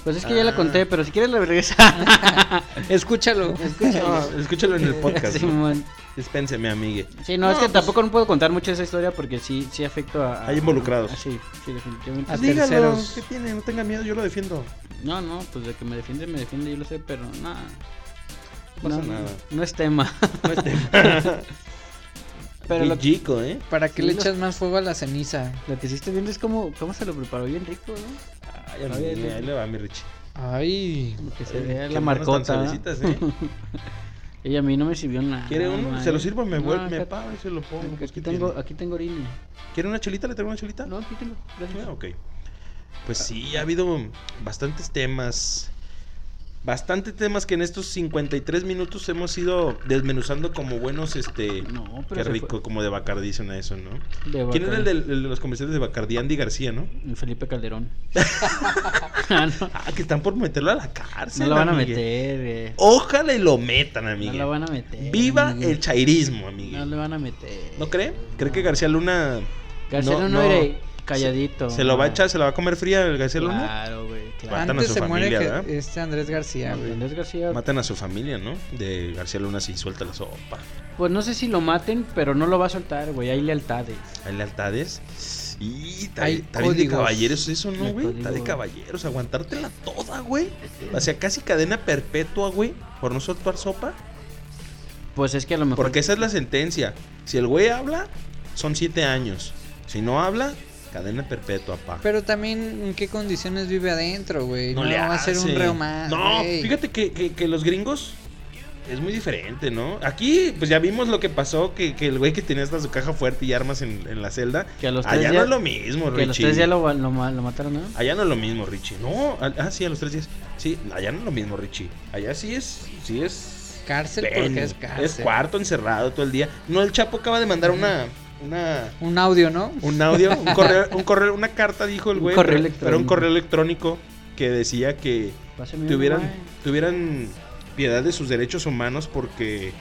[SPEAKER 1] Pues es que ya la
[SPEAKER 2] Ah.
[SPEAKER 1] conté, pero si quieres la regresa.
[SPEAKER 3] Escúchalo.
[SPEAKER 2] No, escúchalo en el podcast. ¿no?
[SPEAKER 1] Simón.
[SPEAKER 2] Dispénseme, amigue.
[SPEAKER 1] Sí, no, es que tampoco no puedo contar mucho esa historia porque sí, sí afecto a... a-
[SPEAKER 2] pues Hay involucrados.
[SPEAKER 1] a- sí, sí, definitivamente.
[SPEAKER 3] A
[SPEAKER 1] Sí.
[SPEAKER 2] Pues Dígalo,
[SPEAKER 3] terceros.
[SPEAKER 2] ¿qué tiene? No tenga miedo, yo lo defiendo.
[SPEAKER 1] No, no, pues de que me defiende, me defiende, yo lo sé, pero nada.
[SPEAKER 2] No pasa nada.
[SPEAKER 1] No es tema.
[SPEAKER 2] No es tema.
[SPEAKER 1] Pero
[SPEAKER 2] Y
[SPEAKER 1] lo,
[SPEAKER 2] chico, ¿eh?
[SPEAKER 3] ¿Para qué
[SPEAKER 1] Sí,
[SPEAKER 3] le
[SPEAKER 1] los-
[SPEAKER 3] echas más fuego a la ceniza?
[SPEAKER 1] lo que sí estoy viendo es cómo, cómo se lo preparó bien rico, ¿no?
[SPEAKER 2] Ay,
[SPEAKER 1] Está
[SPEAKER 2] amigue,
[SPEAKER 1] bien.
[SPEAKER 2] ahí le va mi Richie.
[SPEAKER 3] Ay.
[SPEAKER 1] Como que se
[SPEAKER 2] Ay,
[SPEAKER 1] vea
[SPEAKER 2] qué
[SPEAKER 1] la
[SPEAKER 2] manos tan
[SPEAKER 1] marcota. ¿no?
[SPEAKER 2] suavecitas, ¿eh?
[SPEAKER 1] Y a mí no me sirvió nada.
[SPEAKER 2] ¿Quiere uno?
[SPEAKER 1] madre.
[SPEAKER 2] Se lo sirvo, me
[SPEAKER 1] No,
[SPEAKER 2] vuelvo, me
[SPEAKER 1] acá-
[SPEAKER 2] pago y se lo pongo.
[SPEAKER 1] Aquí,
[SPEAKER 2] pues, ¿qué
[SPEAKER 1] tengo,
[SPEAKER 2] tiene?
[SPEAKER 1] aquí tengo orina.
[SPEAKER 2] ¿Quiere una chelita? ¿Le traigo una chelita?
[SPEAKER 1] No, aquí tengo. gracias.
[SPEAKER 2] Ah, ok. Pues sí, ha habido bastantes temas. bastante temas que en estos 53 minutos hemos ido desmenuzando como buenos, este...
[SPEAKER 1] No, pero
[SPEAKER 2] Qué
[SPEAKER 1] se
[SPEAKER 2] rico,
[SPEAKER 1] fue
[SPEAKER 2] como de Bacardí suena eso, ¿no?
[SPEAKER 1] de
[SPEAKER 2] ¿Quién era
[SPEAKER 1] Bacardí.
[SPEAKER 2] el del- el de, los comerciales de Bacardí? Andy García, ¿no?
[SPEAKER 1] Felipe Calderón. Ah, no,
[SPEAKER 2] Ah, que están por meterlo a la
[SPEAKER 1] no
[SPEAKER 2] cárcel.
[SPEAKER 1] lo van a
[SPEAKER 2] amigue.
[SPEAKER 1] meter, eh. güey.
[SPEAKER 2] Ojalá y lo metan,
[SPEAKER 1] No
[SPEAKER 2] amigo.
[SPEAKER 1] lo van a meter.
[SPEAKER 2] Viva
[SPEAKER 1] amigue.
[SPEAKER 2] el chairismo, amigo.
[SPEAKER 1] No
[SPEAKER 2] ¿No,
[SPEAKER 1] le van a meter.
[SPEAKER 2] cree? ¿Cree que García Luna
[SPEAKER 1] García
[SPEAKER 2] No,
[SPEAKER 1] no,
[SPEAKER 2] no.
[SPEAKER 1] era calladito.
[SPEAKER 2] se lo va a
[SPEAKER 1] no.
[SPEAKER 2] echar, se la va a comer fría el García Luna?
[SPEAKER 1] Claro, güey. Claro.
[SPEAKER 2] Matan a
[SPEAKER 3] Antes
[SPEAKER 2] su
[SPEAKER 3] se muere
[SPEAKER 2] familia,
[SPEAKER 3] que-
[SPEAKER 2] ¿verdad?
[SPEAKER 3] este Andrés García, güey.
[SPEAKER 1] Andrés García.
[SPEAKER 2] Matan a su familia, ¿no? De García Luna sí, suelta la sopa.
[SPEAKER 1] Pues no sé si lo maten, pero no lo va a soltar, güey. Hay lealtades.
[SPEAKER 2] Hay lealtades. Y está
[SPEAKER 3] Hay
[SPEAKER 2] está bien de
[SPEAKER 3] códigos.
[SPEAKER 2] caballeros eso, ¿no,
[SPEAKER 1] Hay
[SPEAKER 2] güey? Está de
[SPEAKER 1] códigos.
[SPEAKER 2] caballeros, aguantártela toda, güey. O sea, casi cadena perpetua, güey, por no soltar sopa.
[SPEAKER 1] Pues es que a lo mejor.
[SPEAKER 2] Porque esa es la sentencia. Si el güey habla, son siete años. Si no habla, cadena perpetua, pa.
[SPEAKER 3] Pero también, ¿en qué condiciones vive adentro, güey? No,
[SPEAKER 2] le
[SPEAKER 3] va a ser un
[SPEAKER 2] hace.
[SPEAKER 3] reo más.
[SPEAKER 2] No,
[SPEAKER 3] güey.
[SPEAKER 2] fíjate que, que- que los gringos es muy diferente, ¿no? Aquí, pues ya vimos lo que pasó, que, que el güey que tenía hasta su caja fuerte y armas en, en la celda.
[SPEAKER 1] Que a los tres
[SPEAKER 2] Allá
[SPEAKER 1] ya-
[SPEAKER 2] no es lo mismo,
[SPEAKER 1] que los
[SPEAKER 2] Richie.
[SPEAKER 1] tres ya lo, lo ma- lo mataron, ¿no?
[SPEAKER 2] Allá no es lo mismo, Richie. No, a- ah, sí, a los tres días. Sí, allá no es lo mismo, Richie. Allá sí es, sí es.
[SPEAKER 3] Cárcel
[SPEAKER 2] pen,
[SPEAKER 3] porque es cárcel.
[SPEAKER 2] cuarto encerrado todo el día. No, el Chapo acaba de mandar una, una,
[SPEAKER 3] Un audio, ¿no?
[SPEAKER 2] un audio, un correo, un correo, una carta dijo el
[SPEAKER 1] Un
[SPEAKER 2] güey.
[SPEAKER 1] correo
[SPEAKER 2] pero- pero un
[SPEAKER 1] electrónico.
[SPEAKER 2] correo electrónico que decía que
[SPEAKER 1] Pásame uno,
[SPEAKER 2] tuvieran,
[SPEAKER 1] güey.
[SPEAKER 2] tuvieran piedad de sus derechos humanos porque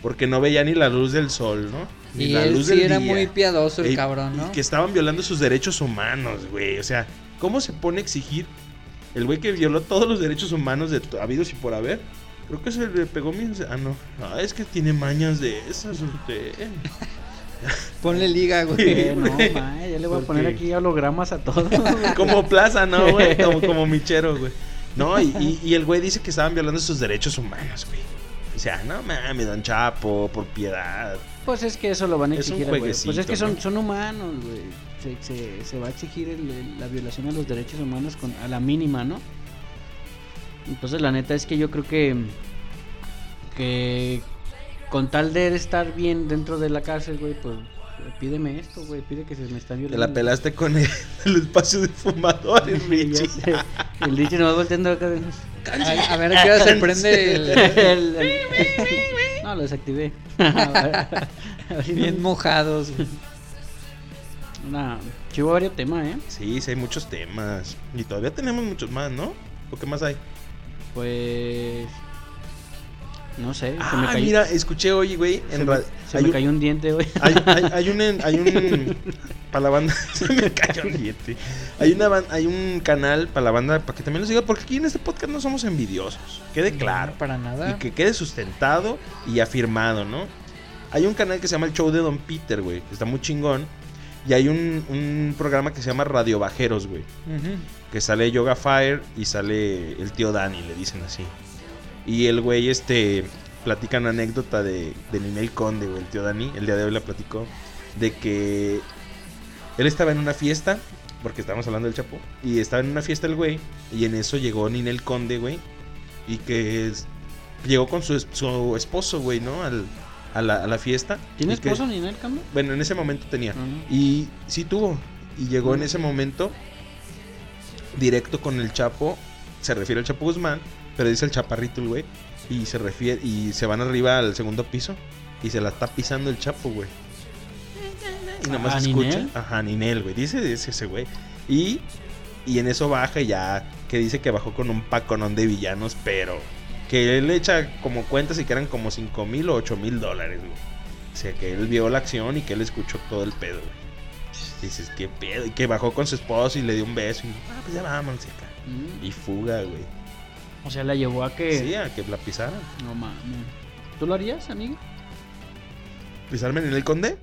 [SPEAKER 2] porque no veía ni la luz del sol, ¿no? Ni
[SPEAKER 3] Y
[SPEAKER 2] la
[SPEAKER 3] él
[SPEAKER 2] luz
[SPEAKER 3] sí
[SPEAKER 2] del
[SPEAKER 3] era
[SPEAKER 2] día.
[SPEAKER 3] muy piadoso el
[SPEAKER 2] Ey,
[SPEAKER 3] cabrón,
[SPEAKER 2] y
[SPEAKER 3] ¿no?
[SPEAKER 2] Que estaban violando sus derechos humanos, güey. O sea, ¿cómo se pone a exigir el güey que violó todos los derechos humanos de to- habidos y por haber? Creo que se le pegó mi... Ah, no. Ah, es que tiene mañas de esas usted.
[SPEAKER 3] Ponle liga, güey.
[SPEAKER 1] Eh, no, ma, ya le voy a
[SPEAKER 2] ¿Por
[SPEAKER 1] poner
[SPEAKER 2] qué?
[SPEAKER 1] aquí hologramas a todos.
[SPEAKER 2] Como plaza, ¿no, güey? Como, como michero, güey. No, y, y- y el güey dice que estaban violando sus derechos humanos, güey. O sea, no mames, don Chapo, por piedad.
[SPEAKER 1] Pues es que eso lo van a
[SPEAKER 2] Es un
[SPEAKER 1] exigir, güey. Pues es
[SPEAKER 2] jueguecito,
[SPEAKER 1] que son,
[SPEAKER 2] ¿no?
[SPEAKER 1] son humanos, güey. Se, se- se va a exigir el- el- la violación a los derechos humanos con, a la mínima, ¿no? Entonces la neta es que yo creo que que con tal de estar bien dentro de la cárcel, güey, pues pídeme esto, güey, pide que se me están
[SPEAKER 2] Te
[SPEAKER 1] violando.
[SPEAKER 2] la pelaste con el, el espacio de fumadores,
[SPEAKER 1] Ya
[SPEAKER 2] Richie.
[SPEAKER 1] sé. El Richie nos va volteando acá.
[SPEAKER 3] A, a ver, ¿qué hora se prende el...
[SPEAKER 1] El- el- No, lo desactivé. A ver, a ver si no-
[SPEAKER 3] Bien mojados, güey.
[SPEAKER 1] Nah, sí hubo varios temas, ¿eh?
[SPEAKER 2] Sí, sí, hay muchos temas. Y todavía tenemos muchos más, ¿no? ¿O qué más hay?
[SPEAKER 1] Pues. No sé, se me
[SPEAKER 2] Ah,
[SPEAKER 1] cayó,
[SPEAKER 2] mira, escuché hoy, güey.
[SPEAKER 1] se
[SPEAKER 2] En
[SPEAKER 1] me-
[SPEAKER 2] ra-
[SPEAKER 1] se
[SPEAKER 2] hay
[SPEAKER 1] me
[SPEAKER 2] un-
[SPEAKER 1] cayó un diente, güey.
[SPEAKER 2] Hay, hay- hay un. en- Hay un para la banda. Se me cayó el diente. Hay, una, ban- hay un canal para la banda. Para que también lo siga. Porque aquí en este podcast no somos envidiosos. Quede claro.
[SPEAKER 3] No, Para
[SPEAKER 2] Y
[SPEAKER 3] nada.
[SPEAKER 2] que quede sustentado y afirmado, ¿no? Hay un canal que se llama El Show de Don Peter, güey. Que está muy chingón. Y hay un, un programa que se llama Radio Bajeros, güey.
[SPEAKER 3] Ujú.
[SPEAKER 2] que sale Yoga Fire y sale el tío Dani, le dicen así. Y el güey, este, platica una anécdota de, de Ninel Conde, güey, el tío Dani, el día de hoy la platicó, de que él estaba en una fiesta, porque estábamos hablando del Chapo, y estaba en una fiesta el güey, y en eso llegó Ninel Conde, güey, y que es- llegó con su, es- su esposo, güey, ¿no? Al- a, la, a la fiesta.
[SPEAKER 1] ¿Tiene
[SPEAKER 2] y que-
[SPEAKER 1] esposo Ah. ni en el cambio?
[SPEAKER 2] bueno, en ese momento tenía.
[SPEAKER 1] Ajá.
[SPEAKER 2] Y sí tuvo. Y llegó en ese momento directo con el Chapo. Se refiere al Chapo Guzmán, pero dice el chaparrito el güey. Y se refiere y se van arriba al segundo piso y se la está pisando el Chapo, güey. Y nada más
[SPEAKER 1] Ah,
[SPEAKER 2] escucha.
[SPEAKER 1] ¿Ninel?
[SPEAKER 2] Ajá, Ninel, güey. Dice, dice ese güey. Y, y en eso baja y ya que dice que bajó con un paconón de villanos, pero que él echa como cuentas y que eran como 5 mil o 8 mil dólares, güey. O sea, que él vio la acción y que él escuchó todo el pedo, güey. Dices, qué pedo. Y que bajó con su esposo y le dio un beso. Y, ah, pues ya vámonos acá.
[SPEAKER 1] Mm.
[SPEAKER 2] Y fuga, güey.
[SPEAKER 1] O sea, la llevó a que.
[SPEAKER 2] Sí, a que la pisaran.
[SPEAKER 1] No mames. ¿Tú lo harías, amigo?
[SPEAKER 2] ¿Pisarme en el conde?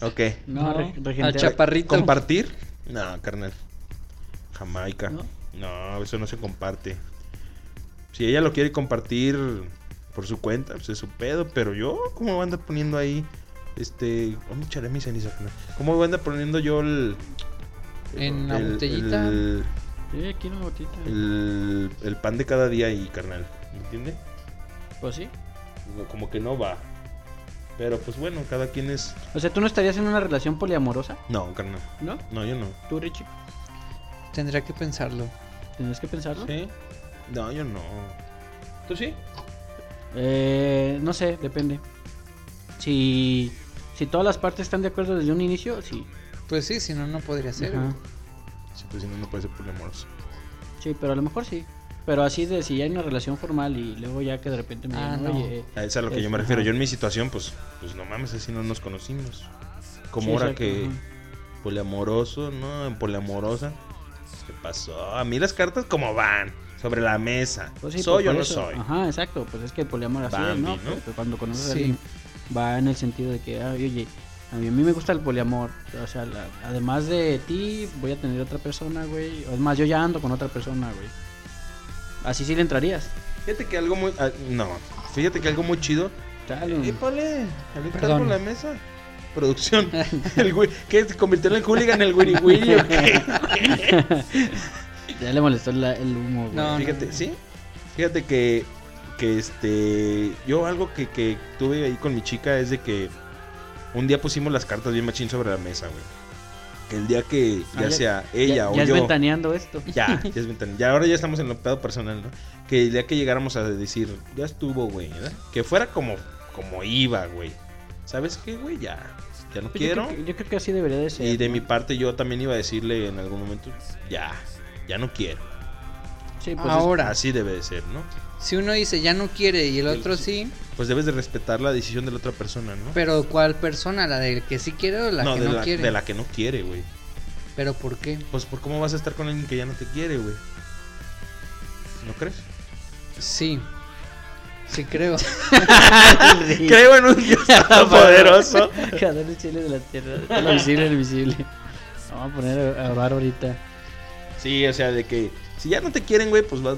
[SPEAKER 2] ok.
[SPEAKER 1] No,
[SPEAKER 3] No,
[SPEAKER 1] re- regentea-
[SPEAKER 3] al chaparrito.
[SPEAKER 2] ¿Compartir? No, carnal. Jamaica.
[SPEAKER 1] ¿No?
[SPEAKER 2] ¿No? eso no se comparte. Si ella lo quiere compartir por su cuenta, pues es su pedo. Pero yo, ¿cómo voy a andar poniendo ahí? Este. ¿Dónde echaré mi ceniza, carnal? ¿Cómo voy a andar poniendo yo el.
[SPEAKER 3] En la
[SPEAKER 2] el-
[SPEAKER 3] botellita.
[SPEAKER 2] El,
[SPEAKER 1] Sí, aquí una botita.
[SPEAKER 2] el- el pan de cada día ahí, carnal. ¿Me entiende?
[SPEAKER 1] Pues sí.
[SPEAKER 2] Como- Como que no va. Pero pues bueno, cada quien es.
[SPEAKER 1] O sea, ¿tú no estarías en una relación poliamorosa?
[SPEAKER 2] No, carnal.
[SPEAKER 1] ¿No?
[SPEAKER 2] No, yo no.
[SPEAKER 1] ¿Tú, Richie?
[SPEAKER 3] Tendría que pensarlo.
[SPEAKER 1] ¿Tendrías que pensarlo?
[SPEAKER 2] Sí. No, yo no. ¿Tú sí?
[SPEAKER 1] Eh, no sé, depende. Si, si todas las partes están de acuerdo desde un inicio, sí.
[SPEAKER 3] Pues sí, si no, no podría ser.
[SPEAKER 1] Ajá.
[SPEAKER 2] Sí, pues si no, no puede ser poliamoroso.
[SPEAKER 1] Sí, pero a lo mejor sí. Pero así de si ya hay una relación formal y luego ya que de repente me
[SPEAKER 3] Ah,
[SPEAKER 1] digan,
[SPEAKER 3] no.
[SPEAKER 1] oye,
[SPEAKER 2] A eso es a lo que
[SPEAKER 1] Es-
[SPEAKER 2] yo me refiero.
[SPEAKER 1] ajá.
[SPEAKER 2] Yo en mi situación, pues, pues no mames, así no nos conocimos. Como
[SPEAKER 1] Sí,
[SPEAKER 2] ahora
[SPEAKER 1] exacto,
[SPEAKER 2] que
[SPEAKER 1] ajá.
[SPEAKER 2] poliamoroso, ¿no? En poliamorosa. ¿Qué pasó? A mí las cartas como van, sobre la mesa.
[SPEAKER 1] pues sí,
[SPEAKER 2] ¿Soy
[SPEAKER 1] pues
[SPEAKER 2] o
[SPEAKER 1] por
[SPEAKER 2] no
[SPEAKER 1] eso.
[SPEAKER 2] soy?
[SPEAKER 1] Ajá, exacto. Pues es que el poliamor así,
[SPEAKER 2] Bambi,
[SPEAKER 1] ¿no?
[SPEAKER 2] ¿no?
[SPEAKER 1] Pues, pues, cuando conoces a
[SPEAKER 3] Sí.
[SPEAKER 1] alguien, va en el sentido de que, ay, oye, a mí, a mí me gusta el poliamor. O sea, la- además de ti, voy a tener otra persona, güey. O Es más, yo ya ando con otra persona, güey. Así sí le entrarías.
[SPEAKER 2] Fíjate que algo muy... ah, no, fíjate que algo muy chido. Eh,
[SPEAKER 1] Dale.
[SPEAKER 2] Épale, avienta
[SPEAKER 3] Perdón.
[SPEAKER 2] algo en la mesa. Producción. El güey, ¿Qué? ¿Se convirtió en el hooligan el Winnie Winnie o qué?
[SPEAKER 1] Ya le molestó la- el humo, güey.
[SPEAKER 3] No,
[SPEAKER 2] Fíjate, sí. Fíjate que, que este. Yo algo que, que tuve ahí con mi chica es de que un día pusimos las cartas bien machín sobre la mesa, güey. Que el día que
[SPEAKER 1] Ah,
[SPEAKER 2] ya
[SPEAKER 1] ya-
[SPEAKER 2] sea
[SPEAKER 1] Ya-
[SPEAKER 2] ella
[SPEAKER 1] ya,
[SPEAKER 2] o
[SPEAKER 1] es
[SPEAKER 2] yo.
[SPEAKER 1] ventaneando esto. Pues
[SPEAKER 2] Ya, ya es ventana. Ya ahora ya estamos en el pedo personal, ¿no? Que el día que llegáramos a decir, ya estuvo, güey, ¿verdad? Que fuera como, como iba, güey. ¿Sabes qué, güey? Ya. Ya no
[SPEAKER 1] Pues Yo creo,
[SPEAKER 2] quiero.
[SPEAKER 1] que, yo creo que así debería de ser.
[SPEAKER 2] Y de
[SPEAKER 1] ¿no?
[SPEAKER 2] mi parte yo también iba a decirle en algún momento, ya, ya no quiero.
[SPEAKER 1] Sí, pues es-
[SPEAKER 3] Ahora,
[SPEAKER 2] Así debe de ser, ¿no?
[SPEAKER 3] si uno dice ya no quiere y el
[SPEAKER 2] El-
[SPEAKER 3] otro sí,
[SPEAKER 2] pues debes de respetar la decisión de la otra persona, ¿no?
[SPEAKER 3] pero ¿cuál persona? ¿La del que sí quiere o la
[SPEAKER 2] no,
[SPEAKER 3] que
[SPEAKER 2] de,
[SPEAKER 3] no
[SPEAKER 2] la,
[SPEAKER 3] quiere?
[SPEAKER 2] de la que no quiere, güey.
[SPEAKER 3] ¿Pero por qué?
[SPEAKER 2] Pues por cómo vas a estar con alguien que ya no te quiere, güey. ¿No crees?
[SPEAKER 3] Sí. Sí creo.
[SPEAKER 1] Sí.
[SPEAKER 2] Creo en un Dios tan poderoso.
[SPEAKER 1] Cada el chile de la tierra. de Lo visible, lo invisible. Vamos a poner a a orar ahorita.
[SPEAKER 2] Sí, o sea, de que si ya no te quieren, güey, pues vas,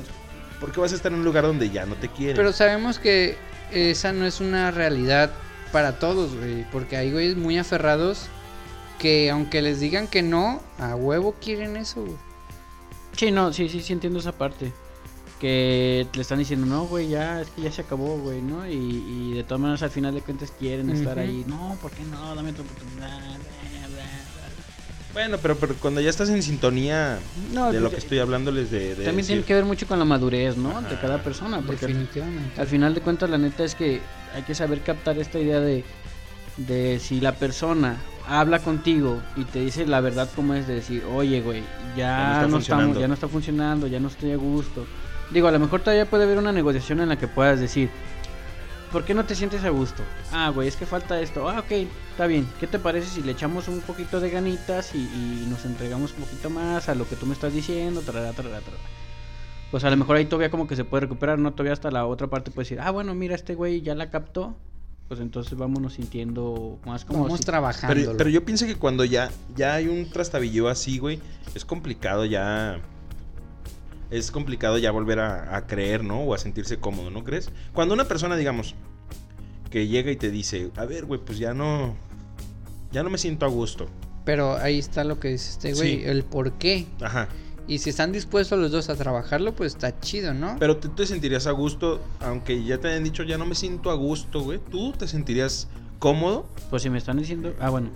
[SPEAKER 2] ¿por qué vas a estar en un lugar donde ya no te quieren?
[SPEAKER 3] Pero sabemos que esa no es una realidad para todos, güey. Porque hay güeyes muy aferrados que aunque les digan que no, a huevo quieren eso, güey.
[SPEAKER 1] Sí, no, sí, sí, sí entiendo esa parte. Que le están diciendo, no, güey, ya, es que ya se acabó, güey, ¿no? Y, y de todas maneras, al final de cuentas, quieren estar
[SPEAKER 3] Ujú.
[SPEAKER 1] ahí. No, ¿por qué no? Dame tu oportunidad. bla, bla, bla.
[SPEAKER 2] Bueno, pero, pero cuando ya estás en sintonía
[SPEAKER 1] No,
[SPEAKER 2] de lo que
[SPEAKER 1] pues,
[SPEAKER 2] estoy hablándoles de... de
[SPEAKER 1] También tiene
[SPEAKER 2] decir,
[SPEAKER 1] que ver mucho con la madurez, ¿no? De
[SPEAKER 2] Ajá.
[SPEAKER 1] cada persona. Porque
[SPEAKER 3] Definitivamente.
[SPEAKER 1] Al final de cuentas, la neta es que hay que saber captar esta idea de, de si la persona habla contigo y te dice la verdad como es de decir, oye, güey,
[SPEAKER 2] no
[SPEAKER 1] ya
[SPEAKER 2] está
[SPEAKER 1] no, estamos,
[SPEAKER 2] funcionando".
[SPEAKER 1] ya no está funcionando, ya no estoy a gusto. Digo, a lo mejor todavía puede haber una negociación en la que puedas decir, ¿por qué no te sientes a gusto? Ah, güey, es que falta esto. Ah, ok, está bien. ¿Qué te parece si le echamos un poquito de ganitas y, y nos entregamos un poquito más a lo que tú me estás diciendo? Tarará, tarará, tarará. Pues a lo mejor ahí todavía como que se puede recuperar, ¿no? Todavía hasta la otra parte puede decir, ah, bueno, mira, este güey ya la captó. Pues entonces vámonos sintiendo más como...
[SPEAKER 3] Vamos
[SPEAKER 1] si-
[SPEAKER 3] trabajando.
[SPEAKER 2] Pero, pero yo pienso que cuando ya, ya hay un trastabillo así, güey, es complicado ya. Es complicado ya volver a, a creer, ¿no? O a sentirse cómodo, ¿no crees? Cuando una persona, digamos, que llega y te dice, a ver, güey, pues ya no. Ya no me siento a gusto.
[SPEAKER 3] Pero ahí está lo que dice este güey,
[SPEAKER 2] Sí.
[SPEAKER 3] el por qué.
[SPEAKER 2] Ajá.
[SPEAKER 3] Y si están dispuestos los dos a trabajarlo, pues está chido, ¿no?
[SPEAKER 2] Pero tú te sentirías a gusto, aunque ya te hayan dicho, ya no me siento a gusto, güey. ¿Tú te sentirías cómodo?
[SPEAKER 1] Pues si me están diciendo... Ah, bueno.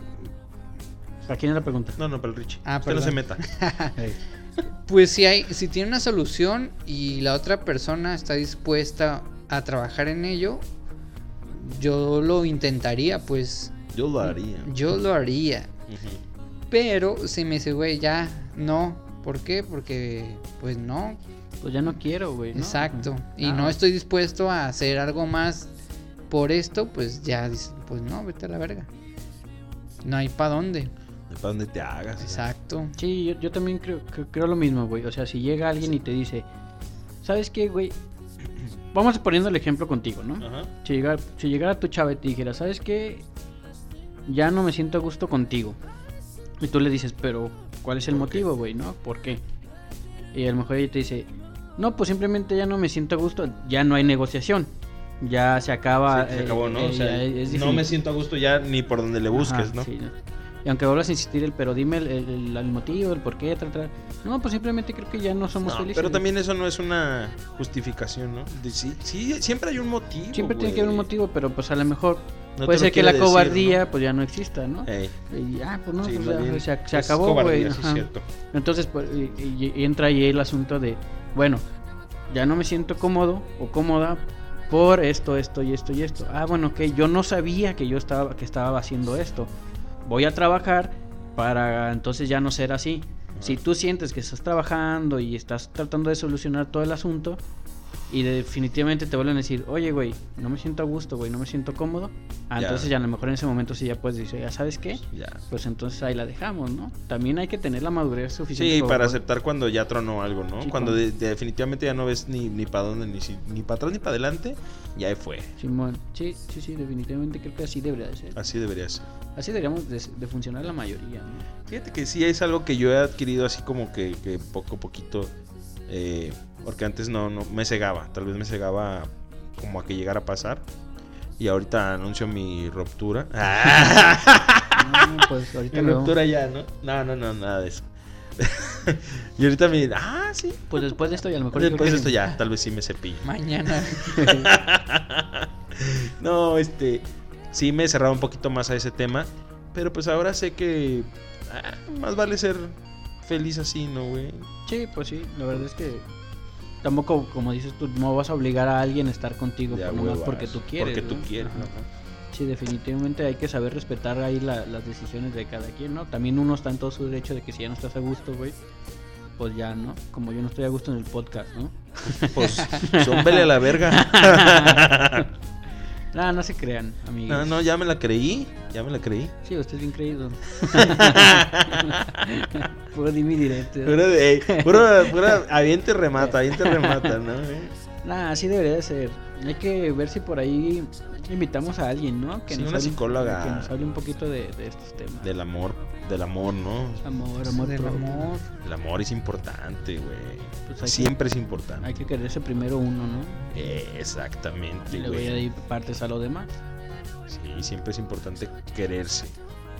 [SPEAKER 1] ¿A quién es la pregunta?
[SPEAKER 2] No, no, para el Richie.
[SPEAKER 3] Ah,
[SPEAKER 2] Usted no se
[SPEAKER 3] perdón.
[SPEAKER 2] meta.
[SPEAKER 1] Ey.
[SPEAKER 3] Pues si hay, si tiene una solución y la otra persona está dispuesta a trabajar en ello, yo lo intentaría, pues
[SPEAKER 2] Yo lo haría.
[SPEAKER 3] yo lo haría.
[SPEAKER 2] Ujú.
[SPEAKER 3] Pero si me dice, güey, ya, no. ¿Por qué? Porque, pues no,
[SPEAKER 1] Pues ya no quiero, güey. ¿no?
[SPEAKER 3] exacto. Y
[SPEAKER 1] Ah,
[SPEAKER 3] no estoy dispuesto a hacer algo más por esto, pues ya, dice, pues no, vete a la verga. No hay para dónde.
[SPEAKER 2] Para donde te hagas. ¿no?
[SPEAKER 3] Exacto.
[SPEAKER 1] Sí, yo, yo también creo, creo, creo lo mismo, güey. O sea, si llega alguien y te dice, ¿sabes qué, güey? Vamos poniendo el ejemplo contigo, ¿no?
[SPEAKER 2] Ajá.
[SPEAKER 1] Si, llegara- si llegara tu chava y te dijera, ¿sabes qué? Ya no me siento a gusto contigo. Y tú le dices, pero ¿cuál es el
[SPEAKER 2] ¿Por qué?
[SPEAKER 1] motivo, güey? ¿No? ¿Por qué? Y a lo mejor ella te dice, no, pues simplemente ya no me siento a gusto, ya no hay negociación. Ya se acaba.
[SPEAKER 2] Sí, se acabó,
[SPEAKER 1] eh,
[SPEAKER 2] ¿no?
[SPEAKER 1] eh,
[SPEAKER 2] O sea,
[SPEAKER 1] ya es- es
[SPEAKER 2] no me
[SPEAKER 1] definit-
[SPEAKER 2] siento a gusto ya ni por donde le busques,
[SPEAKER 1] Ajá,
[SPEAKER 2] ¿no?
[SPEAKER 1] sí, Y aunque vuelvas a insistir el pero dime el, el- el motivo, el por qué, tal, tal. No, pues simplemente creo que ya no somos
[SPEAKER 2] No,
[SPEAKER 1] felices.
[SPEAKER 2] pero también eso no es una justificación, ¿no? De- sí, sí, siempre hay un motivo.
[SPEAKER 1] Siempre tiene que haber un
[SPEAKER 2] güey.
[SPEAKER 1] motivo, pero pues a lo mejor
[SPEAKER 2] No te
[SPEAKER 1] puede
[SPEAKER 2] lo
[SPEAKER 1] ser que
[SPEAKER 2] quiere
[SPEAKER 1] la
[SPEAKER 2] decir, ¿no?
[SPEAKER 1] cobardía pues ya no exista, ¿no?
[SPEAKER 2] Ey,
[SPEAKER 1] Y, ah, pues no,
[SPEAKER 2] sí,
[SPEAKER 1] pues,
[SPEAKER 2] más
[SPEAKER 1] ya,
[SPEAKER 2] bien
[SPEAKER 1] se, se
[SPEAKER 2] es
[SPEAKER 1] acabó,
[SPEAKER 2] cobardía,
[SPEAKER 1] güey.
[SPEAKER 2] sí,
[SPEAKER 1] ajá.
[SPEAKER 2] cierto.
[SPEAKER 1] Entonces, pues, y, y- y entra ahí el asunto de, bueno, ya no me siento cómodo o cómoda por esto, esto y esto y esto. Ah, bueno, que yo no sabía que yo estaba, que estaba haciendo esto. Voy a trabajar para entonces ya no ser así. Si tú sientes que estás trabajando y estás tratando de solucionar todo el asunto y definitivamente te vuelven a decir, oye, güey, no me siento a gusto, güey, no me siento cómodo, ah,
[SPEAKER 2] Ya.
[SPEAKER 1] entonces ya a lo mejor en ese momento sí ya puedes decir, ya sabes qué,
[SPEAKER 2] Ya.
[SPEAKER 1] pues entonces ahí la dejamos, ¿no? También hay que tener la madurez suficiente
[SPEAKER 2] Sí, para
[SPEAKER 1] hacer
[SPEAKER 2] aceptar cuando ya tronó algo, ¿no?
[SPEAKER 1] Sí, pues.
[SPEAKER 2] cuando
[SPEAKER 1] como-
[SPEAKER 2] de- de- definitivamente ya no ves ni, ni para dónde, ni, si- ni para atrás, ni para adelante, ya fue.
[SPEAKER 1] Simón, sí, sí, sí, definitivamente creo que así debería de ser.
[SPEAKER 2] Así debería ser.
[SPEAKER 1] Así deberíamos de, de funcionar la mayoría. ¿no?
[SPEAKER 2] Fíjate que sí es algo que yo he adquirido así como que, que poco a poquito, eh, porque antes no, no me cegaba, tal vez me cegaba como a que llegara a pasar. Y ahorita anuncio mi ruptura.
[SPEAKER 1] No, pues ahorita
[SPEAKER 2] Mi
[SPEAKER 1] lo-
[SPEAKER 2] ruptura ya, ¿no? No, no, no, nada de eso. y ahorita me ah, sí.
[SPEAKER 1] Pues después de esto ya a lo mejor...
[SPEAKER 2] Después de
[SPEAKER 1] creo
[SPEAKER 2] esto
[SPEAKER 1] que-
[SPEAKER 2] ya, tal vez sí me cepillo.
[SPEAKER 3] Mañana.
[SPEAKER 2] no, este, sí me cerraba un poquito más a ese tema, pero pues ahora sé que ah, más vale ser feliz así, ¿no, güey?
[SPEAKER 1] Sí, pues sí, la verdad es que tampoco, como dices tú, no vas a obligar a alguien a estar contigo
[SPEAKER 2] De a
[SPEAKER 1] por "Pues nomás
[SPEAKER 2] huevas,
[SPEAKER 1] porque tú quieres.
[SPEAKER 2] Porque tú
[SPEAKER 1] ¿no?
[SPEAKER 2] quieres,
[SPEAKER 1] Ajá.
[SPEAKER 2] ¿no?
[SPEAKER 1] Sí, definitivamente hay que saber respetar ahí la- las decisiones de cada quien, ¿no? También uno está en todo su derecho de que si ya no estás a gusto, güey, pues ya, ¿no? Como yo no estoy a gusto en el podcast, ¿no?
[SPEAKER 2] Pues, zómbele a la verga.
[SPEAKER 1] No, no se crean, amigos.
[SPEAKER 2] no, no, ya me la creí, ya me la creí.
[SPEAKER 1] Sí, usted es bien creído. Puro dime y directo.
[SPEAKER 2] Puro, de- puro- puro- aviente y remata, aviente y remata, ¿no? güey?
[SPEAKER 1] Nah, así debería de ser. Hay que ver si por ahí invitamos a alguien, ¿no?
[SPEAKER 2] Sí, una
[SPEAKER 1] hable un-
[SPEAKER 2] psicóloga.
[SPEAKER 1] Que nos hable un poquito de, de estos temas.
[SPEAKER 2] Del amor, del amor, ¿no?
[SPEAKER 1] amor, amor,
[SPEAKER 3] del
[SPEAKER 1] propio.
[SPEAKER 3] amor.
[SPEAKER 2] El amor es importante, güey.
[SPEAKER 1] Pues hay que-
[SPEAKER 2] Siempre es importante.
[SPEAKER 1] Hay que quererse primero uno, ¿no?
[SPEAKER 2] Eh, Exactamente,
[SPEAKER 1] Y le voy a
[SPEAKER 2] güey.
[SPEAKER 1] dar partes a lo demás.
[SPEAKER 2] Sí, siempre es importante quererse.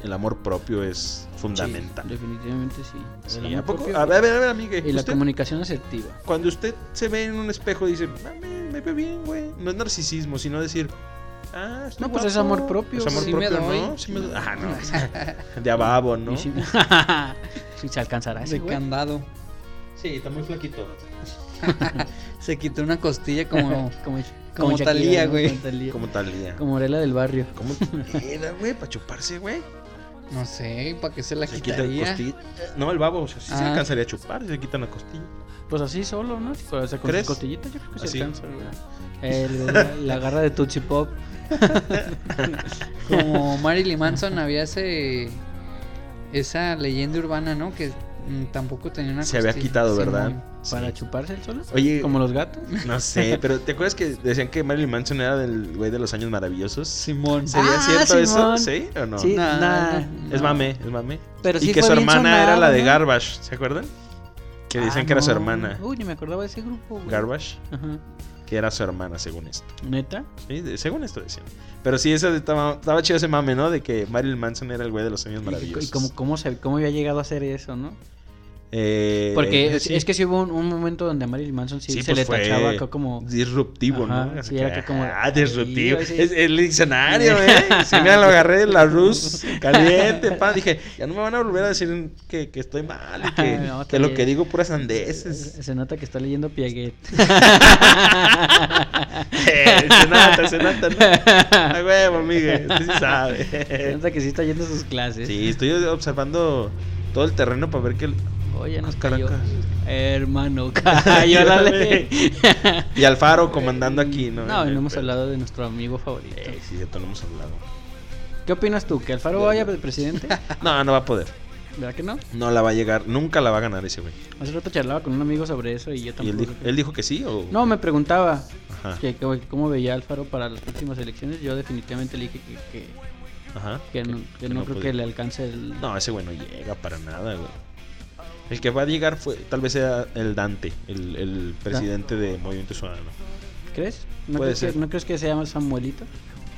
[SPEAKER 2] El amor propio es fundamental.
[SPEAKER 1] Sí, definitivamente sí. El
[SPEAKER 2] Sí,
[SPEAKER 1] amor
[SPEAKER 2] ¿a poco?
[SPEAKER 1] propio
[SPEAKER 2] A ver, a ver, a ver, amigue,
[SPEAKER 1] Y la
[SPEAKER 2] usted-
[SPEAKER 1] comunicación asertiva.
[SPEAKER 2] cuando usted se ve en un espejo, dice, "Mame, me veo bien, güey. No es narcisismo, sino decir, ah, estoy
[SPEAKER 1] No, pues es
[SPEAKER 2] guapo,
[SPEAKER 1] amor propio,
[SPEAKER 2] Es amor
[SPEAKER 3] sí me
[SPEAKER 2] propio,
[SPEAKER 3] doy.
[SPEAKER 2] ¿no? Sí me doy. Ah, no. De ababo, ¿no?
[SPEAKER 1] Y Si... si se alcanzará ese
[SPEAKER 3] De
[SPEAKER 1] güey.
[SPEAKER 3] candado.
[SPEAKER 2] Sí, está muy flaquito.
[SPEAKER 3] Se quitó una costilla como.
[SPEAKER 1] Como,
[SPEAKER 3] Como
[SPEAKER 1] Shakira,
[SPEAKER 3] Thalía,
[SPEAKER 1] ¿no?
[SPEAKER 3] güey.
[SPEAKER 1] Como Thalía.
[SPEAKER 2] Como tal día.
[SPEAKER 1] Como Orela del barrio.
[SPEAKER 2] ¿Cómo era, güey? Para chuparse, güey.
[SPEAKER 3] No sé, ¿para qué se la
[SPEAKER 2] Se quita el
[SPEAKER 3] quitaría?
[SPEAKER 2] costilla. Eh, No, el babo, o sea, sí se
[SPEAKER 3] Ah.
[SPEAKER 2] alcanzaría a chupar, se quitan la costilla.
[SPEAKER 1] Pues así solo, ¿no? Con, o sea, con sus
[SPEAKER 2] ¿Crees?
[SPEAKER 1] costillitas yo creo que
[SPEAKER 2] Así.
[SPEAKER 1] se alcanza, güey. El- la garra de Tootsie Pop.
[SPEAKER 3] Como Marilyn Manson había ese. Esa leyenda urbana, ¿no? Que mm, tampoco tenía una
[SPEAKER 2] Se había
[SPEAKER 3] costilla.
[SPEAKER 2] quitado,
[SPEAKER 3] Simón.
[SPEAKER 2] ¿verdad?
[SPEAKER 1] ¿Para
[SPEAKER 2] Sí.
[SPEAKER 1] chuparse el solo?
[SPEAKER 2] Oye,
[SPEAKER 1] ¿Como los gatos?
[SPEAKER 2] no sé, pero ¿te acuerdas que decían que Marilyn Manson era del güey de los años maravillosos?
[SPEAKER 3] Simón.
[SPEAKER 2] ¿Sería
[SPEAKER 1] Ah,
[SPEAKER 2] cierto
[SPEAKER 1] Simón.
[SPEAKER 2] eso? ¿Sí o no?
[SPEAKER 1] Sí,
[SPEAKER 3] No,
[SPEAKER 1] nah.
[SPEAKER 3] no.
[SPEAKER 2] Es mame, es mame.
[SPEAKER 1] Pero
[SPEAKER 2] y
[SPEAKER 1] sí
[SPEAKER 2] que
[SPEAKER 1] fue
[SPEAKER 2] su
[SPEAKER 1] bien
[SPEAKER 2] hermana era la
[SPEAKER 1] sonado,
[SPEAKER 2] de
[SPEAKER 1] ¿no?
[SPEAKER 2] Garbage, ¿se acuerdan? Que decían
[SPEAKER 1] Ah,
[SPEAKER 2] que era su
[SPEAKER 1] no.
[SPEAKER 2] hermana.
[SPEAKER 1] Uy, ni me acordaba de ese grupo, güey.
[SPEAKER 2] Garbage,
[SPEAKER 1] Ajá.
[SPEAKER 2] que era su hermana, según esto.
[SPEAKER 1] ¿Neta?
[SPEAKER 2] Sí, de- Según esto decían. Pero sí, esa estaba, estaba chido ese mame, ¿no? De que Marilyn Manson era el güey de los años
[SPEAKER 1] ¿Y,
[SPEAKER 2] maravillosos.
[SPEAKER 1] y cómo, cómo, se, cómo había llegado a hacer eso, no?
[SPEAKER 2] Eh,
[SPEAKER 1] Porque es,
[SPEAKER 2] sí.
[SPEAKER 1] es que sí hubo un, un momento donde a Marilyn Manson sí,
[SPEAKER 2] Sí,
[SPEAKER 1] se
[SPEAKER 2] pues
[SPEAKER 1] le
[SPEAKER 2] fue
[SPEAKER 1] tachaba acá como...
[SPEAKER 2] Disruptivo, ¿no?
[SPEAKER 1] Ajá,
[SPEAKER 2] Así
[SPEAKER 1] sí, era que como-
[SPEAKER 2] Ah, disruptivo.
[SPEAKER 1] Sí, sí.
[SPEAKER 2] Es el diccionario, ¿eh? Sí, mira, lo agarré de la Rus caliente, pan. Dije, ya no me van a volver a decir que, que estoy mal, y que,
[SPEAKER 1] No,
[SPEAKER 2] que lo
[SPEAKER 1] también.
[SPEAKER 2] que digo puras
[SPEAKER 1] Se,
[SPEAKER 2] andeses.
[SPEAKER 1] eh, se nota que está leyendo Piaget.
[SPEAKER 2] Eh, se nota, se nota, ¿no? A huevo, amigo, usted sí
[SPEAKER 1] Se
[SPEAKER 2] sabe.
[SPEAKER 1] nota que sí está yendo a sus clases.
[SPEAKER 2] Sí, estoy observando todo el terreno para ver que... el-
[SPEAKER 1] Oye, nos
[SPEAKER 2] Ah,
[SPEAKER 1] cayó.
[SPEAKER 2] caracas.
[SPEAKER 1] Hermano, cayó la ley.
[SPEAKER 2] Y Alfaro comandando aquí, ¿no?
[SPEAKER 1] No, no
[SPEAKER 2] Eh,
[SPEAKER 1] hemos
[SPEAKER 2] pero-
[SPEAKER 1] hablado de nuestro amigo favorito.
[SPEAKER 2] Eh, sí, cierto, no hemos hablado.
[SPEAKER 1] ¿Qué opinas tú? ¿Que Alfaro
[SPEAKER 2] Ya,
[SPEAKER 1] vaya
[SPEAKER 2] ya.
[SPEAKER 1] al presidente?
[SPEAKER 2] No, no va a poder.
[SPEAKER 1] ¿Verdad que no?
[SPEAKER 2] No la va a llegar, nunca la va a ganar ese güey.
[SPEAKER 1] Hace rato charlaba con un amigo sobre eso y yo
[SPEAKER 2] ¿Y él
[SPEAKER 1] tampoco.
[SPEAKER 2] dijo, eh, Ah. él dijo que sí o...?
[SPEAKER 1] No, me preguntaba
[SPEAKER 2] Ajá,
[SPEAKER 1] que, que cómo veía a Alfaro para las próximas elecciones. Yo definitivamente le dije que, que,
[SPEAKER 2] ajá.
[SPEAKER 1] que no, que no creo
[SPEAKER 2] podía.
[SPEAKER 1] que le alcance el...
[SPEAKER 2] No, ese güey no llega para nada, güey. El que va a llegar fue, tal vez sea el Dante, el, el presidente de Movimiento Ciudadano.
[SPEAKER 1] ¿Crees? ¿No,
[SPEAKER 2] Puede
[SPEAKER 1] crees que,
[SPEAKER 2] ser.
[SPEAKER 1] ¿No crees que se llama Samuelito?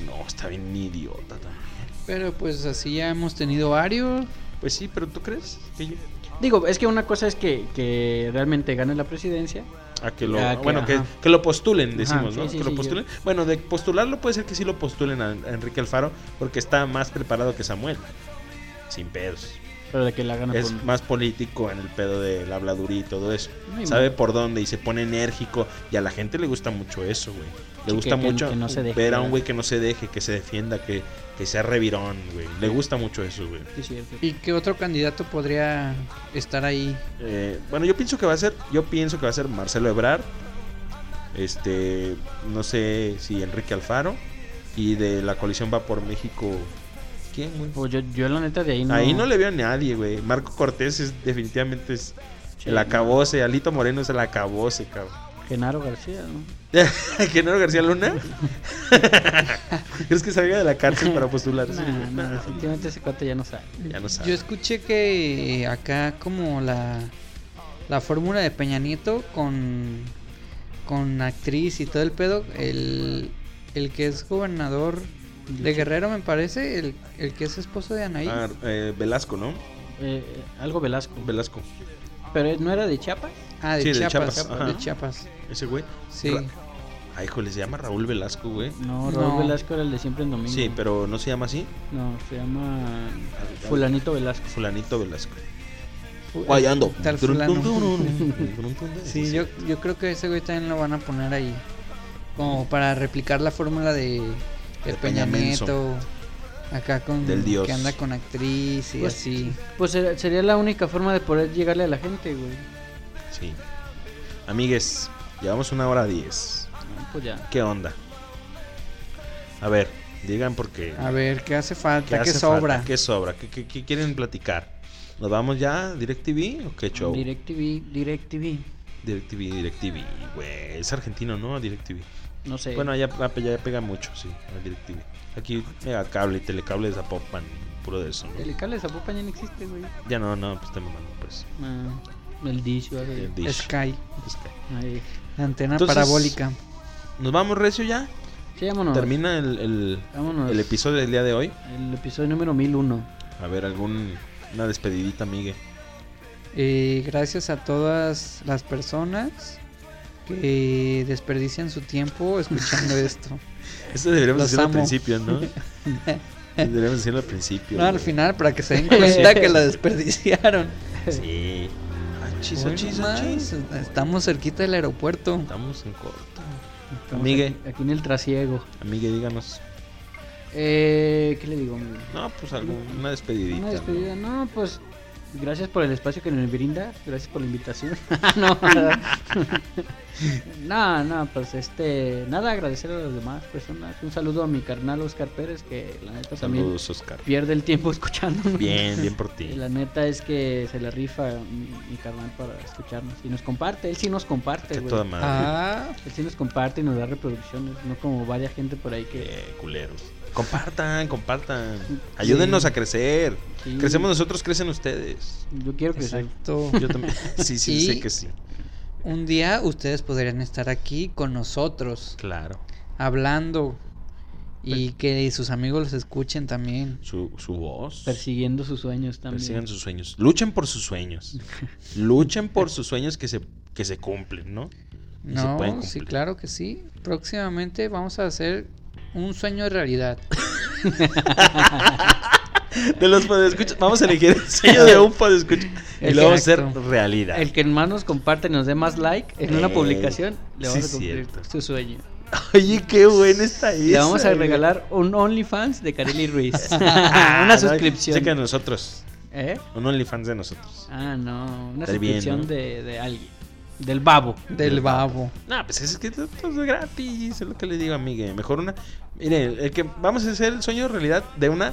[SPEAKER 2] No, está bien idiota también.
[SPEAKER 3] Pero pues así ya hemos tenido varios.
[SPEAKER 2] Pues sí, pero ¿tú crees? Que yo-
[SPEAKER 1] Digo, es que una cosa es que, que realmente gane la presidencia.
[SPEAKER 2] A que lo,
[SPEAKER 1] Ah, que-
[SPEAKER 2] bueno, que,
[SPEAKER 1] ajá.
[SPEAKER 2] que lo postulen, decimos,
[SPEAKER 1] sí,
[SPEAKER 2] ¿no?
[SPEAKER 1] sí,
[SPEAKER 2] que lo
[SPEAKER 1] sí,
[SPEAKER 2] postulen. Bueno, de postularlo puede ser que sí lo postulen a, a Enrique Alfaro, porque está más preparado que Samuel. Sin pedos.
[SPEAKER 1] Pero de que la gana
[SPEAKER 2] es
[SPEAKER 1] por-
[SPEAKER 2] más político en el pedo del habladuría y todo eso.
[SPEAKER 1] Ay,
[SPEAKER 2] Sabe por dónde y se pone enérgico. Y a la gente le gusta mucho eso, güey.
[SPEAKER 1] Sí,
[SPEAKER 2] Le gusta
[SPEAKER 1] que- que-
[SPEAKER 2] mucho
[SPEAKER 1] que no se deje,
[SPEAKER 2] ver a un
[SPEAKER 1] ¿verdad?
[SPEAKER 2] güey que no se deje, que se defienda, que, que sea revirón, güey. Le gusta mucho eso, güey.
[SPEAKER 1] sí, es cierto.
[SPEAKER 3] ¿Y qué otro candidato podría estar ahí?
[SPEAKER 2] Eh, bueno, yo pienso que va a ser, yo pienso que va a ser Marcelo Ebrard. Este, no sé si Enrique Alfaro y de la coalición va por México. ¿Quién, güey?
[SPEAKER 1] Pues yo, yo la neta de ahí no.
[SPEAKER 2] Ahí no le veo a nadie, güey. Marco Cortés es, definitivamente es
[SPEAKER 1] Sí,
[SPEAKER 2] el acabose. Alito Moreno es el acabose, cabrón.
[SPEAKER 1] Genaro García, ¿no?
[SPEAKER 2] ¿Genaro García Luna? ¿Crees que salga de la cárcel para postularse?
[SPEAKER 1] Nah,
[SPEAKER 2] güey?
[SPEAKER 1] nah,
[SPEAKER 2] Nah,
[SPEAKER 1] definitivamente ese cuate ya no sabe.
[SPEAKER 2] ya no
[SPEAKER 3] Yo
[SPEAKER 2] sabe.
[SPEAKER 3] escuché que eh, acá como la, la fórmula de Peña Nieto con, con actriz y todo el pedo, el, el que es gobernador de Guerrero me parece, el, el que es esposo de Anaí.
[SPEAKER 2] Ah, eh, Velasco, ¿no?
[SPEAKER 1] Eh, eh, algo Velasco.
[SPEAKER 2] Velasco.
[SPEAKER 1] Pero no era de Chiapas.
[SPEAKER 3] Ah, de
[SPEAKER 2] sí, de
[SPEAKER 3] Chiapas.
[SPEAKER 2] Chiapas, ajá.
[SPEAKER 3] de Chiapas.
[SPEAKER 2] Ese güey.
[SPEAKER 3] Sí.
[SPEAKER 2] Ra- Ay, híjole, se llama Raúl Velasco, güey.
[SPEAKER 1] No, Raúl
[SPEAKER 3] No.
[SPEAKER 1] Velasco era el de siempre en domingo.
[SPEAKER 2] Sí, pero no se llama así.
[SPEAKER 1] No, se llama Fulanito Velasco.
[SPEAKER 2] Fulanito Velasco.
[SPEAKER 3] Fu-
[SPEAKER 2] Guayando.
[SPEAKER 3] Tal fulano. Sí,
[SPEAKER 2] Sí,
[SPEAKER 3] yo, yo creo que ese güey también lo van a poner ahí. Como para replicar la fórmula de, de
[SPEAKER 2] De Peña
[SPEAKER 3] Peña
[SPEAKER 2] Menso.
[SPEAKER 3] Nieto. Acá con.
[SPEAKER 2] Del dios.
[SPEAKER 3] Que anda con actriz y
[SPEAKER 1] Pues-
[SPEAKER 3] así.
[SPEAKER 1] Pues era- sería la única forma de poder llegarle a la gente, güey.
[SPEAKER 2] Sí. Amigues, llevamos una hora diez.
[SPEAKER 1] No, pues ya.
[SPEAKER 2] ¿Qué onda? A ver, digan porque...
[SPEAKER 3] A ver, ¿qué hace falta?
[SPEAKER 2] ¿Qué
[SPEAKER 3] Ah, ¿Qué,
[SPEAKER 2] hace falta?
[SPEAKER 3] sobra?
[SPEAKER 2] ¿Qué sobra? ¿Qué, qué, qué quieren platicar? ¿Nos vamos ya? ¿DirecTV o qué show?
[SPEAKER 1] DirecTV, DirecTV.
[SPEAKER 2] DirecTV, DirecTV, güey. Es argentino, ¿no? DirecTV.
[SPEAKER 1] No sé.
[SPEAKER 2] Bueno, allá, ah, ya pega mucho, sí, el DirecTV. Aquí mega cable, telecable desapopan, puro de eso, ¿no?
[SPEAKER 1] el cable de Zapopan ya no existe, güey.
[SPEAKER 2] Ya no, no, pues te mamando, pues.
[SPEAKER 1] Ah, el dish, o algo
[SPEAKER 2] el
[SPEAKER 1] así.
[SPEAKER 2] dish.
[SPEAKER 3] Sky.
[SPEAKER 2] Sky.
[SPEAKER 1] Ahí.
[SPEAKER 3] Antena
[SPEAKER 2] Entonces-
[SPEAKER 3] parabólica.
[SPEAKER 2] ¿Nos vamos recio ya?
[SPEAKER 1] Sí, vámonos.
[SPEAKER 2] Termina el, el,
[SPEAKER 1] Vámonos.
[SPEAKER 2] el episodio del día de hoy.
[SPEAKER 1] El episodio número 1001.
[SPEAKER 2] A ver, algún una despedidita, Miguel.
[SPEAKER 3] Eh, gracias a todas las personas que desperdician su tiempo escuchando esto.
[SPEAKER 2] Eso deberíamos
[SPEAKER 3] Los
[SPEAKER 2] decirlo al
[SPEAKER 3] amo.
[SPEAKER 2] principio, ¿no? deberíamos decirlo al principio.
[SPEAKER 3] No, al
[SPEAKER 2] güey.
[SPEAKER 3] final, para que se den cuenta que lo desperdiciaron.
[SPEAKER 2] Sí. Ah, Achis,
[SPEAKER 3] Bueno,
[SPEAKER 2] achis,
[SPEAKER 3] más,
[SPEAKER 2] achis.
[SPEAKER 3] Estamos cerquita del aeropuerto.
[SPEAKER 2] Estamos en corto.
[SPEAKER 1] Estamos
[SPEAKER 2] Amigue.
[SPEAKER 1] Aquí, aquí en el trasiego.
[SPEAKER 2] Amigue, díganos.
[SPEAKER 1] Eh, ¿Qué le digo, amigo?
[SPEAKER 2] No, pues alguna despedidita.
[SPEAKER 1] Una
[SPEAKER 2] ¿no?
[SPEAKER 1] despedida, no, pues gracias por el espacio que nos brinda, gracias por la invitación. no, no, no, pues este, nada, agradecer a las demás personas. Un saludo a mi carnal Oscar Pérez, que la neta también
[SPEAKER 2] Saludos, Oscar.
[SPEAKER 1] pierde el tiempo escuchándonos.
[SPEAKER 2] Bien, bien por ti.
[SPEAKER 1] La neta es que se la rifa mi, mi carnal para escucharnos y nos comparte, él sí nos comparte,
[SPEAKER 2] Que
[SPEAKER 1] güey.
[SPEAKER 2] toda madre.
[SPEAKER 3] Ah,
[SPEAKER 1] Él sí nos comparte y nos da reproducciones, no como varias gente por ahí que...
[SPEAKER 2] Eh, culeros. Compartan, compartan. Ayúdennos a crecer.
[SPEAKER 1] Sí.
[SPEAKER 2] Crecemos nosotros, crecen ustedes.
[SPEAKER 1] Yo quiero que sí.
[SPEAKER 3] exacto.
[SPEAKER 2] Yo también. Sí, sí,
[SPEAKER 3] Y-
[SPEAKER 2] sé que sí.
[SPEAKER 3] Un día ustedes podrían estar aquí con nosotros,
[SPEAKER 2] Claro.
[SPEAKER 3] hablando.
[SPEAKER 2] Pues
[SPEAKER 3] Y que sus amigos los escuchen también.
[SPEAKER 2] Su, su voz.
[SPEAKER 1] persiguiendo sus sueños también.
[SPEAKER 2] Persigan sus sueños. Luchen por sus sueños. Luchen por sus sueños que se, que se cumplen, ¿no? Y se pueden
[SPEAKER 3] No,
[SPEAKER 2] cumplir.
[SPEAKER 3] sí, claro que sí. Próximamente vamos a hacer un sueño de realidad.
[SPEAKER 2] De los podescuchas. Vamos a elegir el sello de un podescucha. Y luego hacer
[SPEAKER 3] Exacto.
[SPEAKER 2] realidad.
[SPEAKER 1] El que más nos comparte y nos dé más like en una
[SPEAKER 2] Eh,
[SPEAKER 1] publicación, le vamos
[SPEAKER 2] sí,
[SPEAKER 1] a cumplir
[SPEAKER 2] cierto.
[SPEAKER 1] su sueño.
[SPEAKER 2] Oye, qué buena está esa. ¿eh?
[SPEAKER 1] Le vamos a
[SPEAKER 2] güey.
[SPEAKER 1] regalar un OnlyFans de Kareli Ruiz.
[SPEAKER 2] Ah,
[SPEAKER 1] una
[SPEAKER 2] no,
[SPEAKER 1] suscripción.
[SPEAKER 2] Checa a nosotros.
[SPEAKER 1] ¿Eh?
[SPEAKER 2] Un OnlyFans de nosotros.
[SPEAKER 1] Ah, no. Una
[SPEAKER 2] Estaría bien,
[SPEAKER 1] suscripción
[SPEAKER 2] ¿no?
[SPEAKER 1] de, de alguien. Del babo.
[SPEAKER 3] Del babo.
[SPEAKER 2] No, pues es que todo es gratis. Es lo que le digo a Miguel. Mejor una. Mire, el que vamos a hacer el sueño de realidad de una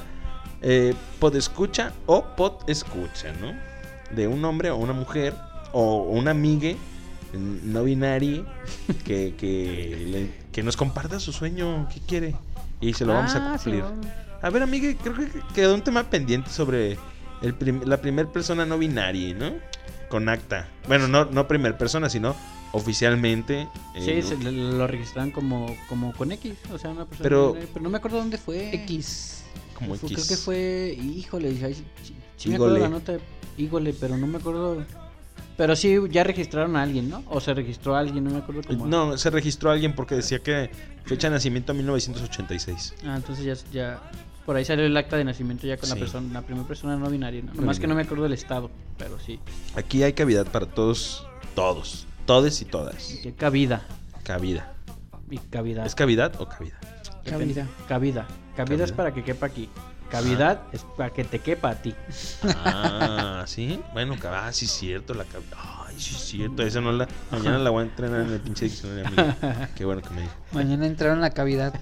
[SPEAKER 2] eh, podescucha o podescucha, ¿no? De un hombre o una mujer o una migue mm, no binaria que, que, le- que nos comparta su sueño. ¿Qué quiere? Y se lo vamos a
[SPEAKER 1] Ah, sí,
[SPEAKER 2] cumplir.
[SPEAKER 1] vamos.
[SPEAKER 2] A ver, amiga, creo que quedó un tema pendiente sobre el prim- la primera persona no binaria, ¿no? Con acta. Bueno, no, no primer persona, sino oficialmente. eh,
[SPEAKER 1] Sí,
[SPEAKER 2] ¿no?
[SPEAKER 1] se- le- lo registraron como, como con X. O sea, una persona.
[SPEAKER 2] Pero-
[SPEAKER 1] pero no me acuerdo dónde fue.
[SPEAKER 3] X.
[SPEAKER 2] como
[SPEAKER 1] Fue-
[SPEAKER 2] X. Eh,
[SPEAKER 1] Creo que fue, híjole, ay, sí, sí me acuerdo
[SPEAKER 2] Hígole.
[SPEAKER 1] la nota, híjole, pero no me acuerdo. Pero sí, ya registraron a alguien, ¿no? O se registró a alguien, no me acuerdo cómo.
[SPEAKER 2] No, se registró alguien porque decía que fecha de nacimiento 1986.
[SPEAKER 1] Ah, entonces ya, ya, Por ahí salió el acta de nacimiento ya con la
[SPEAKER 2] Sí.
[SPEAKER 1] persona, la primera persona no binaria, ¿no?
[SPEAKER 2] No
[SPEAKER 1] Nomás que
[SPEAKER 2] binaria.
[SPEAKER 1] no me acuerdo del estado, pero sí.
[SPEAKER 2] Aquí hay cavidad para todos, todos, todes y todas.
[SPEAKER 1] Que cabida
[SPEAKER 2] Cabida.
[SPEAKER 1] y cavidad.
[SPEAKER 2] ¿Es cavidad o cabida?
[SPEAKER 1] Depende.
[SPEAKER 4] Cabida.
[SPEAKER 1] cabida. Cabida. es
[SPEAKER 2] Cabida.
[SPEAKER 1] para que quepa aquí. Cavidad es para que te quepa a ti.
[SPEAKER 2] Ah, sí. Bueno, cab- ah, sí es cierto, la cabida. Ay, sí es cierto, esa no la mañana la voy a entrenar en el pinche diccionario, amiga. Qué bueno que me dijo.
[SPEAKER 3] Mañana entraron en la cavidad.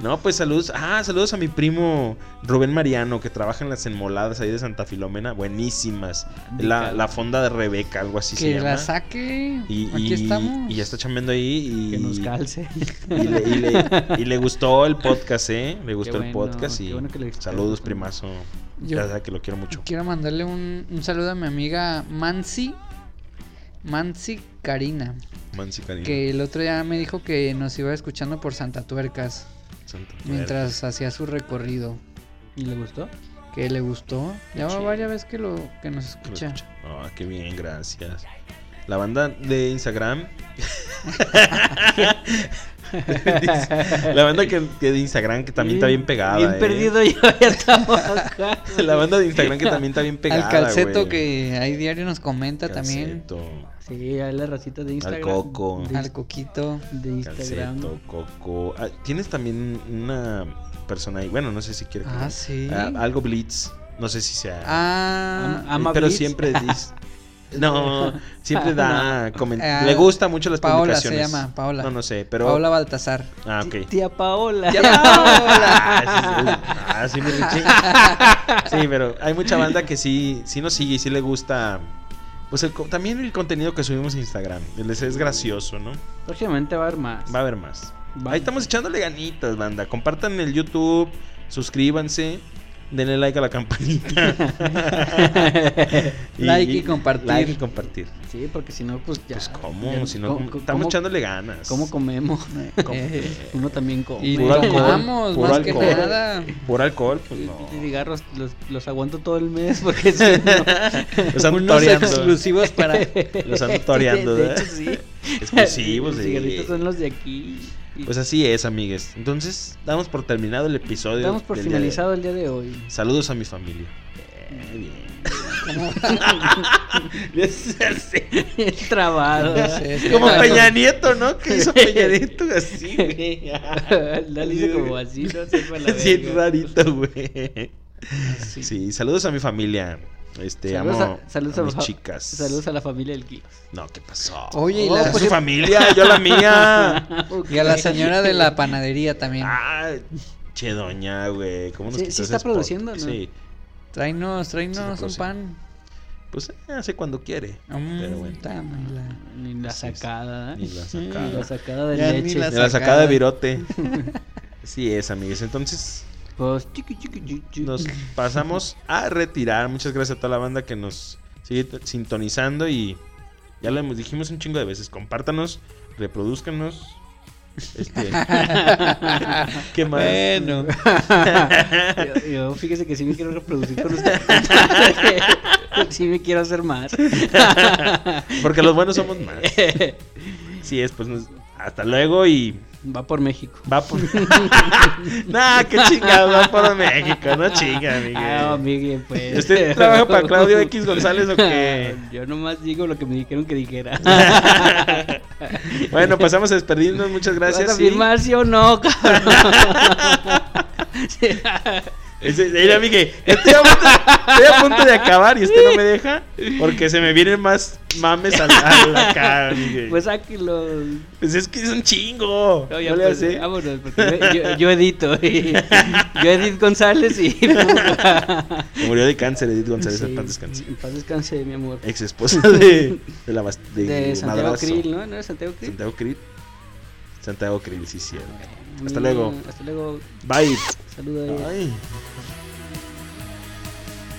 [SPEAKER 2] No, pues saludos. Ah, saludos a mi primo Rubén Mariano, que trabaja en las enmoladas ahí de Santa Filomena. Buenísimas. La, la fonda de Rebeca, algo así se
[SPEAKER 3] que
[SPEAKER 2] llama.
[SPEAKER 3] la saque.
[SPEAKER 2] Y,
[SPEAKER 3] Aquí
[SPEAKER 2] y-
[SPEAKER 3] estamos.
[SPEAKER 2] y ya está chambeando ahí. Y,
[SPEAKER 1] Que nos calce.
[SPEAKER 2] y le, y le- y le gustó el podcast, ¿eh? Le gustó el
[SPEAKER 1] bueno,
[SPEAKER 2] podcast
[SPEAKER 1] qué
[SPEAKER 2] y
[SPEAKER 1] bueno que le gustó.
[SPEAKER 2] saludos, primazo.
[SPEAKER 3] Yo-
[SPEAKER 2] Ya sabe que lo quiero mucho.
[SPEAKER 3] Quiero mandarle un, un saludo a mi amiga Mansi. Mansi Karina.
[SPEAKER 2] Mansi cariño.
[SPEAKER 3] Que el otro día me dijo que nos iba escuchando por Santa Tuercas.
[SPEAKER 2] Santa madre.
[SPEAKER 3] Mientras hacía su recorrido.
[SPEAKER 1] ¿Y le gustó?
[SPEAKER 3] Que le gustó. Ya va
[SPEAKER 2] chido.
[SPEAKER 3] varias veces que, lo, que nos
[SPEAKER 2] Que lo
[SPEAKER 3] escucha.
[SPEAKER 2] escucha. Ah, qué bien, gracias. La banda de Instagram. la banda que, que de Instagram que también está bien pegada.
[SPEAKER 1] Bien
[SPEAKER 2] eh.
[SPEAKER 1] perdido yo, ya estamos acá.
[SPEAKER 2] La banda de Instagram que también está bien pegada.
[SPEAKER 3] Al calceto
[SPEAKER 2] güey.
[SPEAKER 3] que ahí diario nos comenta también.
[SPEAKER 2] Calceto,
[SPEAKER 1] Sí, ahí la racita de Instagram.
[SPEAKER 2] Coco.
[SPEAKER 1] De,
[SPEAKER 3] Al coquito.
[SPEAKER 1] de Instagram.
[SPEAKER 2] Calceto, Coco. Ah, Tienes también una persona ahí. Bueno, no sé si quiere. que-
[SPEAKER 3] Ah, sí.
[SPEAKER 2] Ah, algo Blitz. No sé si sea. Eh,
[SPEAKER 3] Ah,
[SPEAKER 1] Am- ama
[SPEAKER 2] pero
[SPEAKER 1] Blitz.
[SPEAKER 2] siempre dice. No, siempre da comen-
[SPEAKER 3] Ah,
[SPEAKER 2] Le gusta mucho las
[SPEAKER 3] Paola se
[SPEAKER 2] publicaciones.
[SPEAKER 3] llama, Paola.
[SPEAKER 2] No, no sé, pero.
[SPEAKER 3] Paola Baltasar.
[SPEAKER 2] Ah, ok.
[SPEAKER 1] Tía Paola.
[SPEAKER 3] Ya, Paola.
[SPEAKER 2] Ah, sí, sí, sí. Ah, sí, mi Richie. Sí, pero hay mucha banda que sí, sí nos sigue y sí le gusta. Pues el co- también el contenido que subimos a Instagram. Les es gracioso, ¿no?
[SPEAKER 1] Próximamente va a haber más.
[SPEAKER 2] Va a haber más.
[SPEAKER 1] Va.
[SPEAKER 2] Ahí estamos echándole ganitas, banda. Compartan el YouTube, suscríbanse, denle like a la campanita.
[SPEAKER 3] Like y compartir.
[SPEAKER 2] Like y compartir.
[SPEAKER 1] Sí, porque si no, pues ya.
[SPEAKER 2] Pues cómo,
[SPEAKER 1] ya-
[SPEAKER 2] si no,
[SPEAKER 1] ¿cómo-
[SPEAKER 2] ¿cómo-
[SPEAKER 1] cómo-
[SPEAKER 2] estamos echándole ganas.
[SPEAKER 1] ¿Cómo comemos?
[SPEAKER 2] Eh,
[SPEAKER 1] Uno también come.
[SPEAKER 3] Y
[SPEAKER 2] Puro alcohol,
[SPEAKER 3] tomamos,
[SPEAKER 2] puro
[SPEAKER 3] más
[SPEAKER 2] alcohol.
[SPEAKER 3] que nada.
[SPEAKER 2] Por alcohol, pues no.
[SPEAKER 1] Y cigarros los, los aguanto todo el mes porque si no.
[SPEAKER 2] Los ando
[SPEAKER 3] Unos
[SPEAKER 2] toreando.
[SPEAKER 3] exclusivos para.
[SPEAKER 2] Los ando toreando,
[SPEAKER 1] De, de
[SPEAKER 2] ¿verdad?
[SPEAKER 1] hecho, sí.
[SPEAKER 2] Exclusivos,
[SPEAKER 1] Los
[SPEAKER 2] eh.
[SPEAKER 1] cigarritos son los de aquí. Y
[SPEAKER 2] Pues así es, amigues. Entonces, damos por terminado el episodio.
[SPEAKER 1] Estamos por
[SPEAKER 2] del día de hoy.
[SPEAKER 1] finalizado el día de hoy.
[SPEAKER 2] Saludos a mi familia. bien.
[SPEAKER 1] Trabado.
[SPEAKER 3] No sé, sí.
[SPEAKER 2] Como Peña Nieto, ¿no? Que hizo Peña Nieto así, güey.
[SPEAKER 1] Dale hizo como así, no sé para la
[SPEAKER 2] Sí,
[SPEAKER 1] verga.
[SPEAKER 2] rarito, güey. Sí. saludos a mi familia. Este,
[SPEAKER 1] Saludos
[SPEAKER 2] amo
[SPEAKER 1] a- saludos
[SPEAKER 2] a,
[SPEAKER 1] a
[SPEAKER 2] mis
[SPEAKER 1] fa-
[SPEAKER 2] chicas.
[SPEAKER 1] Saludos a la familia del Kilos.
[SPEAKER 2] No, ¿qué pasó?
[SPEAKER 3] Oye, y
[SPEAKER 2] Oh,
[SPEAKER 3] la-
[SPEAKER 2] pues su familia, yo la mía.
[SPEAKER 3] Y a la señora de la panadería también.
[SPEAKER 2] Ah, che, doña, güey. ¿Cómo nos
[SPEAKER 1] Sí, sí
[SPEAKER 2] quitas
[SPEAKER 1] está
[SPEAKER 2] ese
[SPEAKER 1] produciendo,
[SPEAKER 2] podcast?
[SPEAKER 1] ¿no?
[SPEAKER 2] Sí.
[SPEAKER 3] Tráenos,
[SPEAKER 2] Sí,
[SPEAKER 3] tráenos
[SPEAKER 2] lo
[SPEAKER 3] un
[SPEAKER 2] puse.
[SPEAKER 3] pan.
[SPEAKER 2] Pues eh, hace cuando quiere.
[SPEAKER 3] Mm,
[SPEAKER 2] Pero bueno.
[SPEAKER 3] támala.
[SPEAKER 1] Ni la
[SPEAKER 2] Así es.
[SPEAKER 1] sacada. ¿eh?
[SPEAKER 2] Ni la
[SPEAKER 1] Ni
[SPEAKER 2] sacada.
[SPEAKER 1] la sacada de
[SPEAKER 3] Ya ni
[SPEAKER 1] leche.
[SPEAKER 3] la
[SPEAKER 2] Ni la
[SPEAKER 3] sacada.
[SPEAKER 2] sacada de virote. Sí es, amigues. Entonces,
[SPEAKER 1] Pues chiqui, chiqui, chiqui, chiqui.
[SPEAKER 2] nos pasamos a retirar. Muchas gracias a toda la banda que nos sigue t- sintonizando y ya lo hemos- dijimos un chingo de veces. Compártanos, reproduzcanos. Este, ¿Qué más?
[SPEAKER 3] Bueno,
[SPEAKER 1] Yo, yo, fíjese que sí me quiero reproducir con usted. sí me quiero hacer más.
[SPEAKER 2] Porque los buenos somos más. Sí es, pues nos- hasta luego y
[SPEAKER 1] Va por México.
[SPEAKER 2] va por... nah, qué chingado, va por México, no chinga, Miguel.
[SPEAKER 1] Ah, Miguel, pues.
[SPEAKER 2] ¿Usted ¿Este trabaja para Claudio X González o qué? Ah,
[SPEAKER 1] Yo nomás digo lo que me dijeron que dijera.
[SPEAKER 2] Bueno, pasamos a despedirnos, muchas gracias.
[SPEAKER 1] ¿Vas a
[SPEAKER 2] y-
[SPEAKER 1] firmar sí o no, cabrón? Sí.
[SPEAKER 2] Ese- Mira, Miguel, estoy a, punto, estoy a punto de acabar y usted no me deja porque se me vienen más mames a la, a la cara, Miguel.
[SPEAKER 1] Pues
[SPEAKER 2] Pues,
[SPEAKER 1] sáquelo.
[SPEAKER 2] es que es un chingo.
[SPEAKER 1] No, ya,
[SPEAKER 2] no le
[SPEAKER 1] pues,
[SPEAKER 2] hace.
[SPEAKER 1] Vámonos, porque yo, yo- yo edito. y- yo edit González y.
[SPEAKER 2] Murió de cáncer Edith González,
[SPEAKER 1] Sí,
[SPEAKER 2] en paz descanse.
[SPEAKER 1] En paz descanse, mi amor.
[SPEAKER 2] Ex esposa de, de la bast- de,
[SPEAKER 1] De Santiago
[SPEAKER 2] Madrazo.
[SPEAKER 1] Krill, ¿no? ¿No era Santiago Krill?
[SPEAKER 2] Santiago Krill. Santiago Krill, sí, cierto.
[SPEAKER 1] Bueno,
[SPEAKER 2] Hasta luego.
[SPEAKER 1] Hasta Mm, luego.
[SPEAKER 2] Bye.
[SPEAKER 1] Saludos.
[SPEAKER 2] Ay.